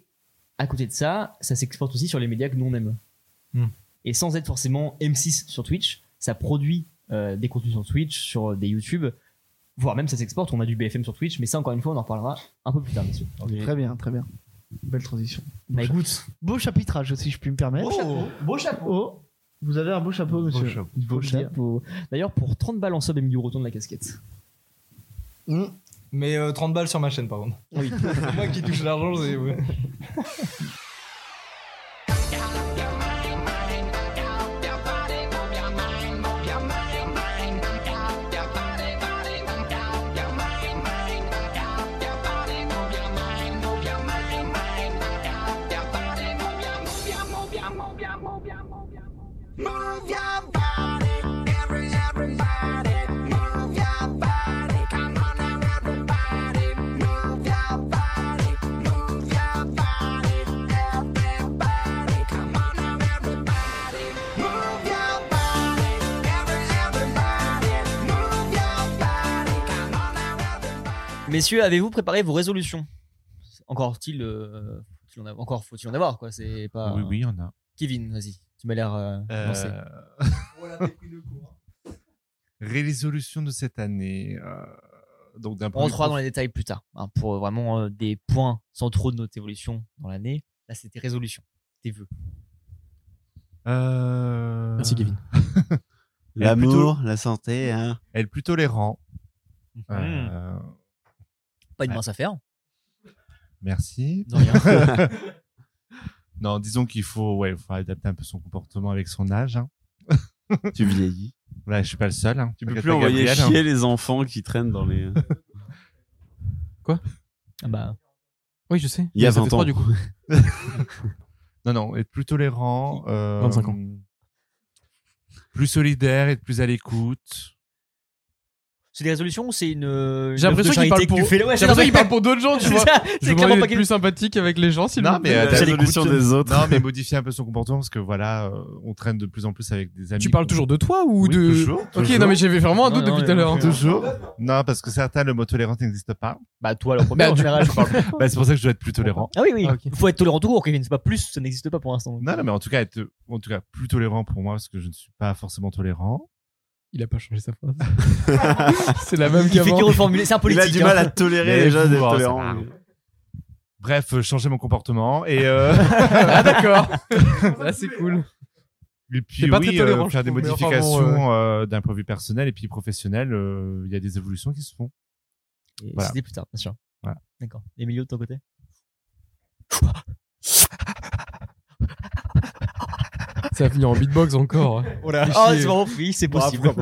S1: à côté de ça, ça s'exporte aussi sur les médias que nous on aime.
S11: Hmm.
S1: Et sans être forcément M6 sur Twitch, ça produit euh, des contenus sur Twitch, sur euh, des YouTube, voire même ça s'exporte. On a du BFM sur Twitch, mais ça encore une fois, on en reparlera un peu plus tard, messieurs.
S6: Très bien, très bien. Belle transition.
S1: Bah écoute,
S6: Beau chapitrage, si je puis me permettre.
S1: Beau chapeau, beau chapeau.
S6: Oh, vous avez un beau chapeau, monsieur.
S1: chapeau. D'ailleurs, pour 30 balles en sub, il me dit au retour de la casquette. Hum.
S11: Mais euh, 30 balles sur ma chaîne, par contre.
S1: Oui.
S11: c'est moi qui touche l'argent, c'est. ouais.
S2: Move your body, every everybody. Move your body, come on now everybody. Move your body, move your body, everybody. Come on now everybody. Move your body, every everybody. Move your body, come on now.
S1: Messieurs, avez-vous préparé vos résolutions Encore faut-il euh, faut-il en avoir Encore faut-il en avoir quoi C'est pas.
S5: Oui, oui, il y en a.
S1: Kevin, vas-y, tu m'as l'air euh,
S5: Euh,
S1: lancé.
S5: Résolution de cette année. euh, donc d'un
S1: On
S5: point de
S1: rentrera
S5: vue
S1: dans les détails plus tard hein, pour vraiment euh, des points centraux de notre évolution dans l'année. Là, c'était résolution, tes vœux.
S5: Euh,
S1: Merci, Kevin.
S3: L'amour,
S5: plutôt-
S3: la santé. Hein.
S5: Être plus tolérant. Euh,
S1: Mmh. Pas une mince affaire.
S5: Merci.
S1: De rien.
S5: non, disons qu'il faut, ouais, faut adapter un peu son comportement avec son âge. hein.
S3: Tu vieillis.
S5: Ouais, je suis pas le seul. hein.
S3: Tu peux
S5: T'inquiète
S3: plus
S5: pas,
S3: envoyer
S5: Gabriel, hein.
S3: chier les enfants qui traînent dans les.
S1: Ah bah.
S7: Oui, je sais.
S3: Il y a
S7: Mais ça
S3: 20
S7: fait trois,
S3: ans.
S7: du coup.
S5: hein. Non, non, être plus tolérant. euh,
S7: 25 ans.
S5: Plus solidaire, être plus à l'écoute.
S1: C'est des résolutions ou c'est une. euh, une
S7: J'ai
S1: œuvre de
S7: l'impression qu'il
S1: charité
S7: parle
S1: que tu
S7: pour.
S1: fais
S7: J'ai
S1: Ouais, c'est
S7: l'impression
S1: ça.
S7: qu'il parle pour d'autres gens, tu
S1: C'est
S7: vois.
S1: ça,
S7: Je
S1: c'est
S7: voudrais
S1: clairement
S7: être
S1: pas
S7: plus sympathique avec les gens, s'il
S5: Non,
S7: vous
S5: Ah, mais euh,
S7: plaît.
S5: à la
S3: résolution des autres.
S5: Non, mais modifier un peu son comportement parce que voilà, euh, on traîne de plus en plus avec des amis.
S7: Tu parles toujours de toi ou
S5: Oui,
S7: de.
S5: toujours,
S7: Ok,
S5: toujours.
S7: non, mais j'avais vraiment un
S1: Non,
S7: doute
S1: non,
S7: depuis tout à
S1: il y a
S7: l'heure. hein.
S1: aucun doute.
S5: Toujours Non, parce que certains, le mot tolérance n'existe pas.
S1: Bah, toi, le premier
S7: Bah,
S1: en
S7: du-
S1: général, je parle.
S5: Bah, c'est pour ça que je dois être plus tolérant.
S1: Ah oui, oui.
S7: Ah, ok.
S1: Faut être tolérant tout court, Kevin. C'est pas plus, ça n'existe pas pour l'instant.
S5: Non, non, mais en tout cas, être, en tout cas, plus tolérant pour moi parce que je ne suis pas forcément tolérant.
S7: Il a pas changé sa phrase. C'est la même
S1: Il fait qu'il
S7: qu'avant.
S1: reformule. C'est un
S3: Il
S1: politique.
S3: a du
S1: hein.
S3: mal à tolérer
S5: Mais
S3: déjà
S5: vous,
S3: d'être
S5: hein, ça
S3: tolérant.
S5: va. Bref, euh, changer mon comportement et euh,
S7: Ah, d'accord. Là, c'est cool.
S5: et
S7: C'est
S5: puis
S7: pas très
S5: oui,
S7: tolérant,
S5: euh,
S7: je
S5: faire des
S7: trouve, mais enfin, bon,
S5: modifications euh, d'un point de vue personnel et puis professionnel. euh, Il y a des évolutions qui se font.
S1: Et
S5: Voilà.
S1: C'était plus tard, bien sûr.
S5: Voilà.
S1: D'accord. Emilio, de ton côté
S7: Ça va venir en beatbox encore.
S11: Oh là.
S1: Oh,
S7: Chier.
S1: c'est bon, oui, c'est possible.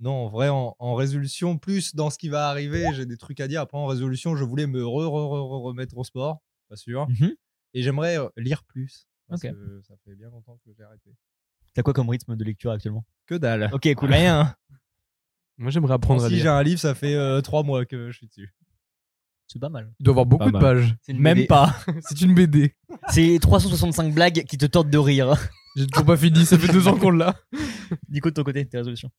S11: Non, en vrai, en, en résolution, plus dans ce qui va arriver, j'ai des trucs à dire. Après, en résolution, je voulais me re- re- re- re- remettre au sport, pas sûr.
S1: Mhm.
S11: Et j'aimerais euh, lire plus. Parce
S1: Ok.
S11: que ça fait bien longtemps que j'ai arrêté.
S1: T'as quoi comme rythme de lecture actuellement
S11: Que dalle.
S1: Ok, cool.
S11: Rien.
S7: Moi, j'aimerais apprendre à
S11: si j'ai
S7: lire.
S11: un livre, ça fait euh, trois mois que je suis dessus.
S1: C'est pas mal.
S7: Il doit avoir beaucoup de pages. Même pas. C'est une BD.
S1: C'est 365 blagues qui te tortent de rire.
S7: J'ai toujours pas fini, ça fait deux ans qu'on l'a.
S1: Nico, de ton côté, tes résolutions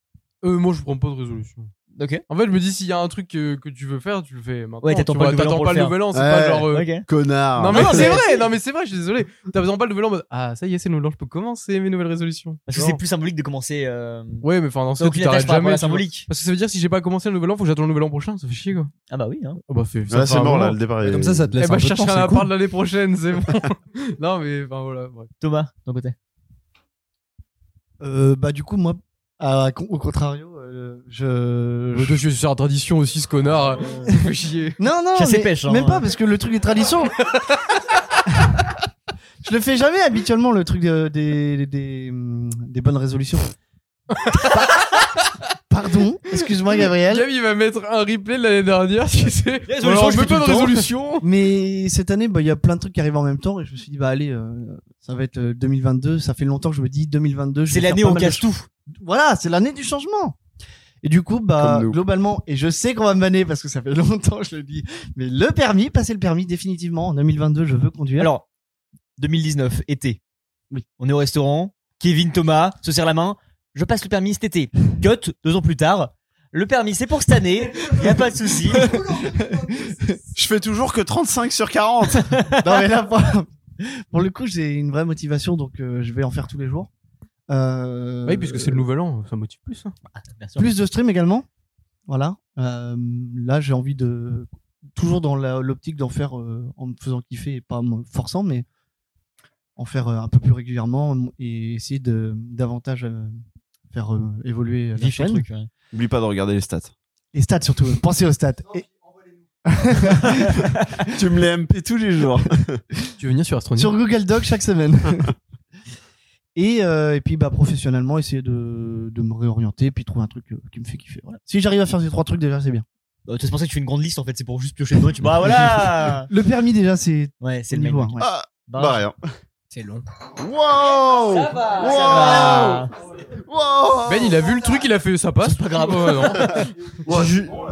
S7: Euh, moi, je prends pas de résolution.
S1: Ok.
S7: En fait, je me dis, s'il y a un truc que, que tu veux faire, tu le fais maintenant.
S1: Ouais, t'attends
S7: tu
S1: pas
S7: vois,
S1: le nouvel an
S7: T'attends
S1: pour
S7: pas
S1: le
S7: le
S1: faire.
S7: nouvel an, c'est
S1: Ouais.
S7: pas genre. euh,
S1: Ok.
S7: Connard. Non, mais non, c'est vrai, non, mais c'est vrai, je suis désolé. T'attends pas le nouvel an en mode, ah, ça y est, c'est le nouvel an, je peux commencer mes nouvelles résolutions.
S1: Parce que
S7: Genre.
S1: c'est plus symbolique de commencer. euh,
S7: Ouais, mais enfin, dans ce cas,
S1: Donc,
S7: tu
S1: il attache
S7: t'arrêtes
S1: par rapport à
S7: jamais.
S1: la
S7: tu vois.
S1: symbolique.
S7: Parce que ça veut dire, si j'ai pas commencé le nouvel an, faut que j'attende le nouvel an prochain, ça fait chier, quoi.
S1: Ah bah oui. Hein.
S7: Ah bah, fait,
S3: Ah, c'est mort, là, le départ est- Comme ça, ça te laisse
S7: Eh bah,
S3: un peu
S7: je
S3: de temps,
S7: chercherai un
S3: c'est
S7: appart
S3: cool.
S7: l'année prochaine, c'est bon. non, mais, enfin, voilà. bref.
S1: Thomas, de ton côté.
S6: Euh, bah du coup moi à- au contrario euh, je
S7: Bah, Toi, tu es sur la tradition aussi, ce connard. Ça fait chier.
S6: euh, non non
S7: Chasse et
S6: mais-
S7: pêche, hein.
S6: même pas parce que le truc des traditions je le fais jamais habituellement le truc de- des, des, des, hum, des bonnes résolutions Pa- pardon excuse-moi Gabriel
S7: Gab, il va mettre un replay de l'année dernière, tu sais. Alors, mets pas de résolution.
S6: Mais cette année, bah, il y a plein de trucs qui arrivent en même temps et je me suis dit, bah allez, euh, ça va être euh, 2022. Ça fait longtemps que je me dis 2022. je
S1: C'est
S6: vais
S1: l'année
S6: faire
S1: où on
S6: pas mal de
S1: cache
S6: choses. Voilà, c'est l'année du changement. Et du coup, bah,
S1: Comme nous.
S6: globalement, et je sais qu'on va me vanner parce que ça fait longtemps, je le dis, mais le permis, passer le permis définitivement en 2022, je veux conduire.
S1: Alors, 2019, été. On est au restaurant. Kevin Thomas se serre la main. Je passe le permis cet été. Cut, deux ans plus tard. Le permis, c'est pour cette année. Y a pas de souci.
S3: Je fais toujours que 35 sur 40. non,
S6: non mais là pour, pour le coup j'ai une vraie motivation donc euh, je vais en faire tous les jours. Euh,
S7: Oui, puisque c'est le nouvel an, ça motive plus. hein.
S1: Ah,
S6: Plus de stream également. Voilà. Euh, là j'ai envie de toujours dans la- l'optique d'en faire euh, en me faisant kiffer et pas en me forçant mais en faire euh, un peu plus régulièrement et essayer de davantage euh, faire euh, évoluer la
S3: Vivre ce
S6: chaîne.
S3: truc, Oublie pas de regarder les stats.
S6: Les stats surtout, pensez aux stats. Et-
S3: tu me les MP tous les jours.
S7: tu veux venir sur Astronaut
S6: Sur Google Doc chaque semaine. et, euh, et puis bah, professionnellement, essayer de, de me réorienter puis trouver un truc euh, qui me fait kiffer. Voilà. Si j'arrive à faire ces trois trucs déjà, c'est bien.
S1: Euh, tu pensé que tu fais une grande liste en fait, c'est pour juste piocher dedans et tu bah voilà
S6: Le permis déjà, c'est
S1: Ouais, c'est
S6: au
S1: le
S6: niveau hein,
S1: main.
S6: un, ouais.
S1: Ah,
S3: Bah,
S1: Barre.
S3: rien.
S7: C'est long.
S3: Wow
S2: Ça va,
S3: Wow
S2: ça
S3: Wow
S7: Ben, il a vu le truc, il a fait ça passe. pas
S1: grave.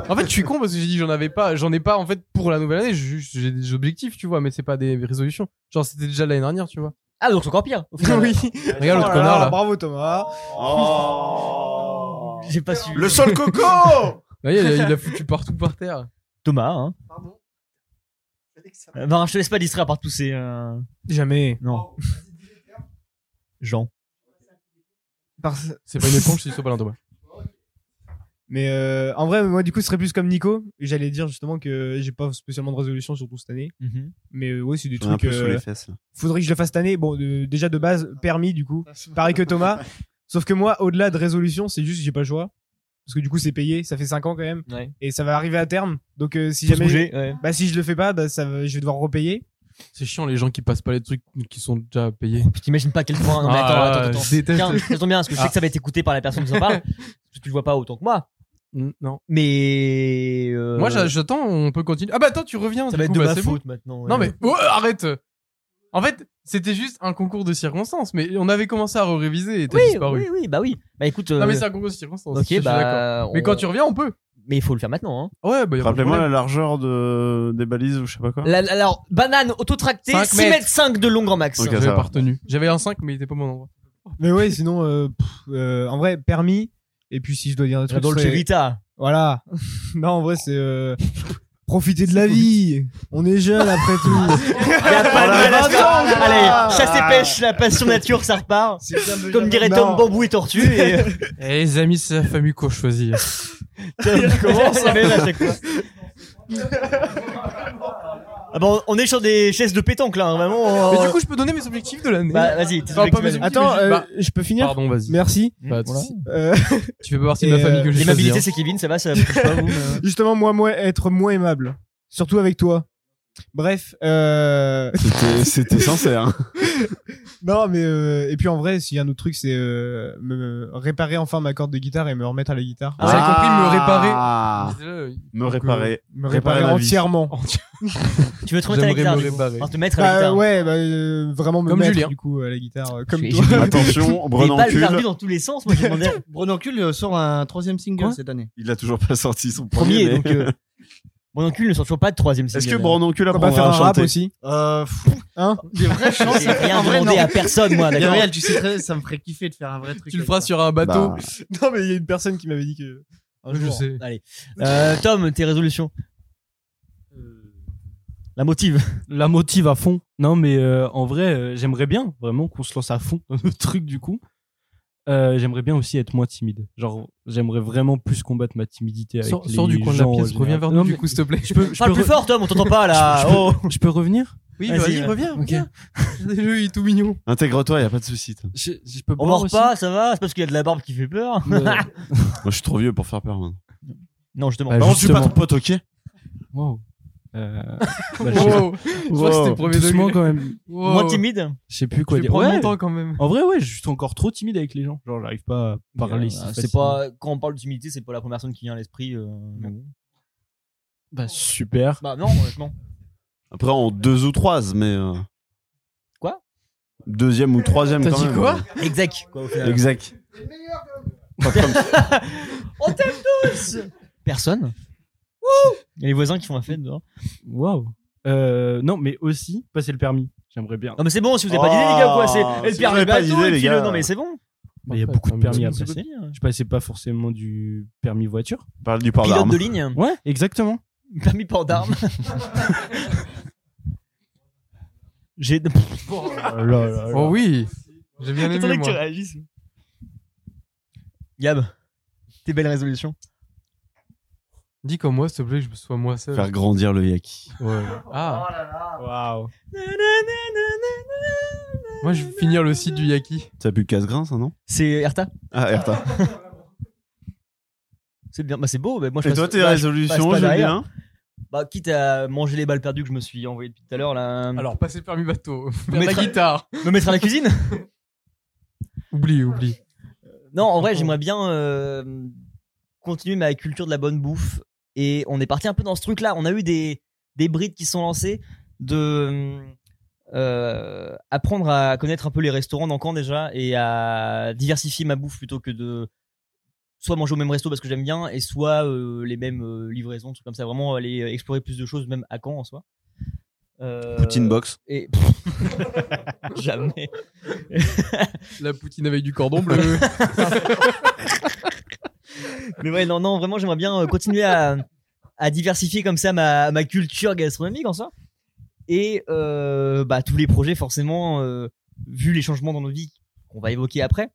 S7: En fait, je suis con parce que j'ai dit j'en avais pas, j'en ai pas en fait pour la nouvelle année. J'ai juste- j'ai des objectifs, tu vois, mais c'est pas des résolutions. Genre, c'était déjà l'année dernière, tu vois.
S1: Ah, donc c'est encore pire. au final.
S7: oui. Regarde l'autre
S1: Oh là
S7: connard
S1: là,
S7: là.
S6: Bravo Thomas.
S1: J'ai pas su.
S7: Le sol coco Bah, il a- il a foutu partout par terre.
S1: Thomas, hein. Euh, Barre, je te laisse pas distraire par tous ces. euh,
S7: Jamais.
S1: Non. Jean.
S7: C'est pas une éponge, c'est sur Thomas.
S11: Mais euh, en vrai, moi, du coup, ce serait plus comme Nico. J'allais dire justement que j'ai pas spécialement de résolution, surtout cette année.
S7: Mm-hmm.
S1: Mhm.
S11: Mais euh, ouais, c'est des
S3: J'en ai un
S11: trucs.
S3: peu sous les fesses, là.
S11: faudrait que je le fasse cette année. Bon, de- déjà de base, permis, du coup. Pareil que Thomas. Sauf que moi, au-delà de résolution, c'est juste que j'ai pas le choix. Parce que du coup, c'est payé. Ça fait 5 ans quand même.
S1: Ouais.
S11: Et ça va arriver à terme. Donc, euh, si
S7: Faut se
S11: jamais.
S7: bouger, ouais.
S11: Bah, si je le fais pas, bah, ça va- je vais devoir repayer.
S7: C'est chiant les gens qui passent pas les trucs qui sont déjà payés.
S1: T'imagines pas à quel point. Non, mais attends,
S7: Ah,
S1: attends, attends.
S7: je déteste.
S1: Tiens, ça tombe bien, parce que je sais que ça va être écouté par la personne qui s'en parle. parce que tu le vois pas autant que moi.
S7: Mm, Non.
S1: Mais. euh,
S7: Moi, j'a- j'attends, on peut continuer. Ah bah attends, tu reviens.
S1: Ça
S7: du
S1: va être
S7: coup,
S1: de
S7: bah,
S1: ma
S7: c'est
S1: faute
S7: bon.
S1: maintenant, ouais.
S7: Non mais oh, arrête. En fait, c'était juste un concours de circonstances, mais on avait commencé à réviser et t'as
S1: Oui,
S7: disparu.
S1: oui, oui, bah oui. Bah écoute.
S7: Non, mais
S1: euh,
S7: c'est un concours de circonstances, je
S1: Ok,
S7: suis
S1: bah.
S7: d'accord. Mais quand tu reviens, on peut.
S1: Mais il faut le faire maintenant, hein.
S7: Ouais, bah,
S3: Rappelez-moi la largeur de... des balises ou je sais pas quoi.
S1: La- la- alors, banane autotractée,
S7: Cinq
S1: 6
S7: mètres.
S1: mètres 5 de long grand max.
S3: Ok, ça
S7: J'avais
S3: va.
S7: pas retenu. J'avais un 5, mais il était pas au bon endroit.
S11: Mais ouais, sinon, euh, pff, euh, en vrai, permis. Et puis, si je dois dire des trucs.
S1: Dolce
S11: ce serait-
S1: Vita.
S11: Voilà. non, en vrai, c'est. euh, Profiter de la vie. On est jeune après tout.
S1: Y a pas de
S11: Voilà.
S1: balade.
S11: Voilà.
S1: Allez, chasse et pêche, la passion nature, ça repart. Comme dirait Tom
S7: Non.
S1: Bambou et Tortue. Et... euh,
S7: Et Eh, les amis, c'est la famille qu'on choisit.
S1: Il commence la même à chaque fois. Ah bon, on est sur des chaises de pétanque là, hein, vraiment.
S7: Mais du coup, je peux donner mes objectifs de l'année.
S1: Bah, vas-y, tes
S7: Enfin, pas mes
S1: objectifs.
S7: objectifs,
S11: Attends,
S7: mais juste-
S11: euh,
S7: bah,
S11: je peux finir
S7: Pardon, vas-y.
S11: Merci.
S7: Bah,
S11: Voilà.
S7: tu-
S11: Euh,
S7: Tu fais pas partie de ma
S11: et,
S7: famille
S11: euh,
S7: que j'ai
S1: L'aimabilité,
S7: choisi,
S1: c'est
S7: hein.
S1: Kevin, ça va, ça va pas vous. mais- euh.
S11: Justement, moi, moi, être moins aimable. Surtout avec toi. Bref, euh...
S3: C'était- C'était sincère.
S11: non, mais euh, et puis en vrai, s'il y a un autre truc, c'est euh, me réparer enfin ma corde de guitare et me remettre à la guitare.
S3: Ah. Vous avez compris, me réparer. J'étais là, oui. Me
S11: Donc, euh,
S3: réparer.
S11: me
S3: Réparer
S11: réparer,
S3: ma vie.
S11: entièrement.
S1: tu veux te remettre à la guitare, du coup. Enfin, te mettre à la
S11: Bah,
S1: guitare.
S11: Ouais, bah, euh, vraiment me
S1: Comme
S11: mettre
S1: Julien.
S11: du coup à la guitare, euh, comme
S1: J'ai-
S11: toi.
S1: j'ai- Des balles perdues dans tous les sens, moi j'ai demandé.
S6: Brenoncule euh, sort un troisième single
S1: Quoi
S6: cette année.
S3: Il a toujours pas sorti son premier.
S1: Premier,
S3: mais-
S1: donc. euh, Brononcule ne sort toujours pas de troisième
S3: Est-ce
S1: single.
S3: que Brononcule apprendra à chanter
S1: Euh,
S7: Hein
S1: Des vraies chansons. J'ai rien
S7: En vrai,
S1: demandé
S7: non.
S1: à personne, moi, d'accord
S7: Gabriel, tu sais très, ça me ferait kiffer de faire un vrai truc.
S1: Tu le
S7: avec
S1: feras
S7: ça.
S1: sur un bateau.
S7: Bah,
S15: Non, mais il y a une personne qui m'avait dit que. un
S1: Je
S15: jour.
S1: sais. Allez. Euh, Tom, tes résolutions La motive.
S11: La motive à fond. Non, mais euh, en vrai, euh, j'aimerais bien vraiment qu'on se lance à fond dans le truc du coup. Euh, j'aimerais bien aussi être moins timide. Genre, j'aimerais vraiment plus combattre ma timidité avec
S7: Sors-
S11: les
S7: sors du coin de la
S11: gens en
S7: pièce,
S11: général.
S7: reviens vers
S11: Non,
S7: nous, du
S11: mais
S7: coup, s'il te plaît.
S11: Je peux, je
S7: Parle
S11: peux
S7: plus
S11: re-
S7: fort, Tom, on t'entend pas, là.
S11: Je peux,
S7: Oh.
S11: je peux revenir
S7: Oui, bah, vas-y,
S11: euh,
S7: reviens,
S11: ok.
S7: reviens. Déjà, il est tout mignon.
S3: Intègre-toi, y a pas de souci. toi.
S11: Je, je peux
S1: On
S11: boire
S1: mord
S11: aussi
S1: pas, ça va C'est parce qu'il y a de la barbe qui fait peur
S11: Ouais.
S3: Moi, je suis trop vieux pour faire peur, maintenant.
S1: Non, justement.
S3: Bah, non, je suis pas ton pote, ok
S11: Wow. Euh,
S1: Wow.
S11: je sais pas.
S1: Je crois que c'était le premier
S11: Doucement,
S1: degré.
S11: quand même.
S1: Wow. Moins timide
S11: Je sais plus quoi
S1: Je vais
S11: dire.
S1: prendre mon temps, quand même.
S11: En vrai, ouais, je suis encore trop timide avec les gens. Genre, j'arrive pas à parler. si
S1: Euh, C'est
S11: facilement.
S1: pas quand on parle de timidité, c'est pas la première personne qui vient à l'esprit. euh,
S11: Bah, super.
S1: Bah non, honnêtement.
S3: Après, en deux ou trois, mais. euh,
S1: Quoi
S3: Deuxième ou troisième, quand même.
S11: euh,
S1: Exact. Quoi, au final.
S3: Exact.
S1: On t'aime tous. Personne. Il y a les voisins qui font la fête dehors.
S11: Waouh. Euh, non, mais aussi passer le permis. J'aimerais bien.
S1: Non mais c'est bon, si vous avez pas d'idée les gars, quoi, c'est elle
S11: Ah, Si
S1: perd
S11: vous
S1: le
S11: avez pas
S1: bateau
S11: d'idée,
S1: et
S11: les
S1: puis
S11: gars.
S1: le- Non mais c'est bon.
S11: Mais il y a beaucoup de
S1: Permis,
S11: permis à
S1: tout le monde peut
S11: passer.
S1: dire.
S11: Je passais pas forcément du permis voiture.
S3: Parle du port
S11: Pilote
S3: d'armes.
S11: de ligne. Ouais, exactement.
S1: Permis port d'armes. J'ai.
S11: Oh là là là.
S7: Oh oui. J'ai bien aimé,
S1: Attendez que
S7: moi.
S1: tu réagisses. Gab, tes belles résolutions.
S7: Dis comme moi, s'il te plaît, que je sois moi seul.
S3: Faire grandir le yaki.
S7: Ouais.
S6: Oh
S7: Ah.
S11: Waouh.
S7: Moi, je vais finir le site du Yaki.
S3: Ça pue casse-grain, ça, non
S1: C'est Erta
S3: Ah, Erta.
S1: C'est bien, bah c'est beau. bah moi, je
S3: Et
S1: passe-
S3: toi, tes
S1: bah, je
S3: résolutions,
S1: passe pas
S3: Julien
S1: derrière. Bah, quitte à manger les balles perdues que je me suis envoyé depuis tout à l'heure, là.
S7: Alors, passer le permis bateau.
S1: Me
S7: Faire la
S1: mettre à-
S7: guitare.
S1: Me mettre à la cuisine
S7: Oublie, oublie.
S1: Non, en vrai, j'aimerais bien euh, continuer ma culture de la bonne bouffe. Et on est parti un peu dans ce truc-là. On a eu des, des brides qui sont lancées de euh, apprendre à connaître un peu les restaurants dans Caen déjà et à diversifier ma bouffe plutôt que de soit manger au même resto parce que j'aime bien et soit euh, les mêmes euh, livraisons, trucs comme ça. Vraiment aller explorer plus de choses, même à Caen en soi. Euh,
S3: Poutine box.
S1: Et... Jamais.
S7: La poutine avec du cordon bleu.
S1: Mais ouais, non, non, vraiment, j'aimerais bien euh, continuer à, à diversifier comme ça ma, ma culture gastronomique en soi. Et euh, bah, tous les projets, forcément, euh, vu les changements dans nos vies qu'on va évoquer après,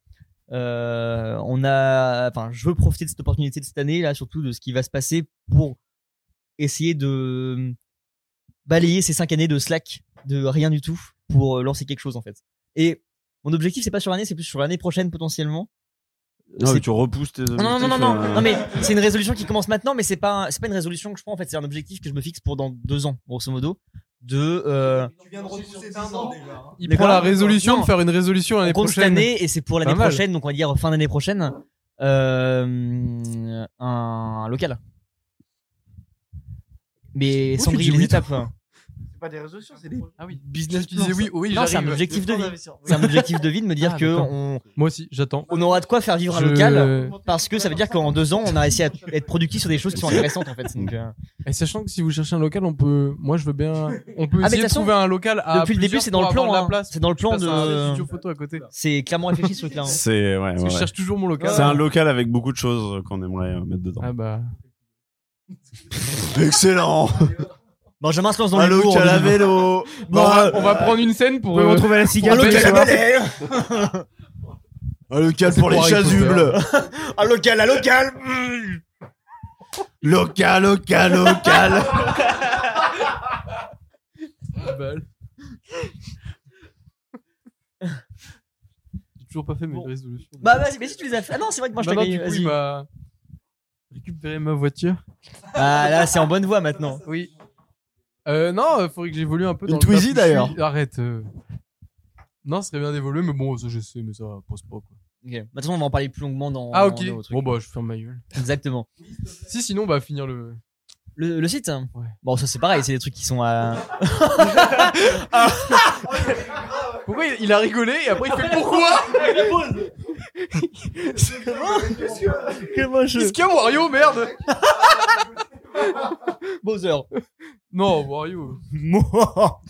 S1: euh, on a, enfin, je veux profiter de cette opportunité de cette année, là, surtout de ce qui va se passer pour essayer de euh, balayer ces cinq années de slack, de rien du tout, pour euh, lancer quelque chose, en fait. Et mon objectif, c'est pas sur l'année, c'est plus sur l'année prochaine, potentiellement.
S3: Non,
S1: C'est-
S3: mais tu repousses tes
S1: non, non, non,
S3: objectifs,
S1: non,
S3: euh,
S1: non, mais c'est une résolution qui commence maintenant, mais c'est pas, un- c'est pas une résolution que je prends en fait, c'est un objectif que je me fixe pour dans deux ans, grosso modo, de. euh,
S7: Il
S1: Mais
S7: prend la
S1: quand même,
S7: résolution
S1: non.
S7: de faire une résolution l'année
S1: on compte
S7: prochaine.
S1: cette année et c'est pour l'année
S7: Pas mal.
S1: prochaine, donc on va dire fin d'année prochaine, euh, un local. Mais
S7: Où
S1: sans
S7: tu
S1: briller
S7: dis
S1: les
S7: oui, toi
S1: étapes. hein.
S6: C'est pas des réseaux sociaux, c'est des. Ah oui.
S7: Business
S6: plan,
S7: disait oui,
S6: ça.
S7: oui,
S1: non, c'est un
S7: j'arrive.
S1: objectif de
S7: Le plan
S1: vie.
S7: d'investisseur, oui.
S1: C'est un objectif de vie de me dire
S7: Ah,
S1: que
S7: d'accord.
S1: on,
S7: Moi aussi, j'attends.
S1: on aura de quoi faire vivre un
S7: Je-
S1: local parce que ça veut dire qu'en deux ans, on a réussi à être productif sur des choses qui sont intéressantes en fait. Donc, euh,
S7: Et eh, sachant que si vous cherchez un local, on peut. Moi, je veux bien. On
S1: Ah, mais de
S7: peut essayer
S1: toute
S7: de
S1: façon,
S7: trouver un local à.
S1: depuis le début,
S7: plusieurs
S1: c'est dans
S7: pour
S1: le plan,
S7: avoir de la
S1: hein.
S7: place.
S1: C'est dans le
S7: Je
S1: plan
S7: passe un
S1: de-
S7: studio photo à côté.
S1: C'est clairement réfléchi ce truc-là. hein.
S3: C'est, ouais,
S7: Parce que
S3: ouais,
S7: je
S3: ouais.
S7: cherche toujours mon local.
S3: C'est un local avec beaucoup de choses euh, qu'on aimerait euh, mettre dedans.
S7: Ah bah.
S3: Excellent
S1: Benjamin se lance dans
S3: Un
S1: les cours,
S3: local à
S1: Benjamin.
S3: vélo
S7: Bon, on, va, on va prendre une scène pour.
S1: Vous pouvez
S7: euh,
S1: retrouver la
S7: pour
S1: cigale
S7: le
S1: tous les
S7: local.
S1: soirs.
S3: Un local
S7: C'est
S3: pour les
S7: pour Harry
S3: chasubles
S1: Un Ah, local, un local
S3: Local, local, local
S7: Balle. J'ai toujours pas fait mes résolutions.
S1: Bah vas-y, mais si tu les as fait. Ah non, c'est vrai que moi je
S7: Non,
S1: t'ai
S7: non,
S1: gagné.
S7: du coup,
S1: Vas-y.
S7: il m'a récupéré ma voiture.
S1: Ah là, c'est en bonne voie maintenant.
S7: Oui. Euh, non, il faudrait que j'évolue un peu dans
S1: Une
S7: le taf
S1: Twizy,
S7: où je
S1: d'ailleurs.
S7: suis. Arrête. euh. Non, ce serait bien d'évoluer, mais bon, ça je sais, mais ça pose pas quoi.
S1: Ok. Maintenant, on va en parler plus longuement dans.
S7: Ah, ok.
S1: dans vos trucs.
S7: Bon, bah, je ferme ma gueule.
S1: Exactement.
S7: Si, sinon, bah, finir le.
S1: Le, le site hein Bon, ça c'est pareil, c'est des trucs qui sont à.
S7: Ah. Pourquoi il- il a rigolé et après il fait pourquoi Qu'est-ce qu'il y a, Wario Merde
S8: Bowser.
S7: Non, Wario.
S8: Moi.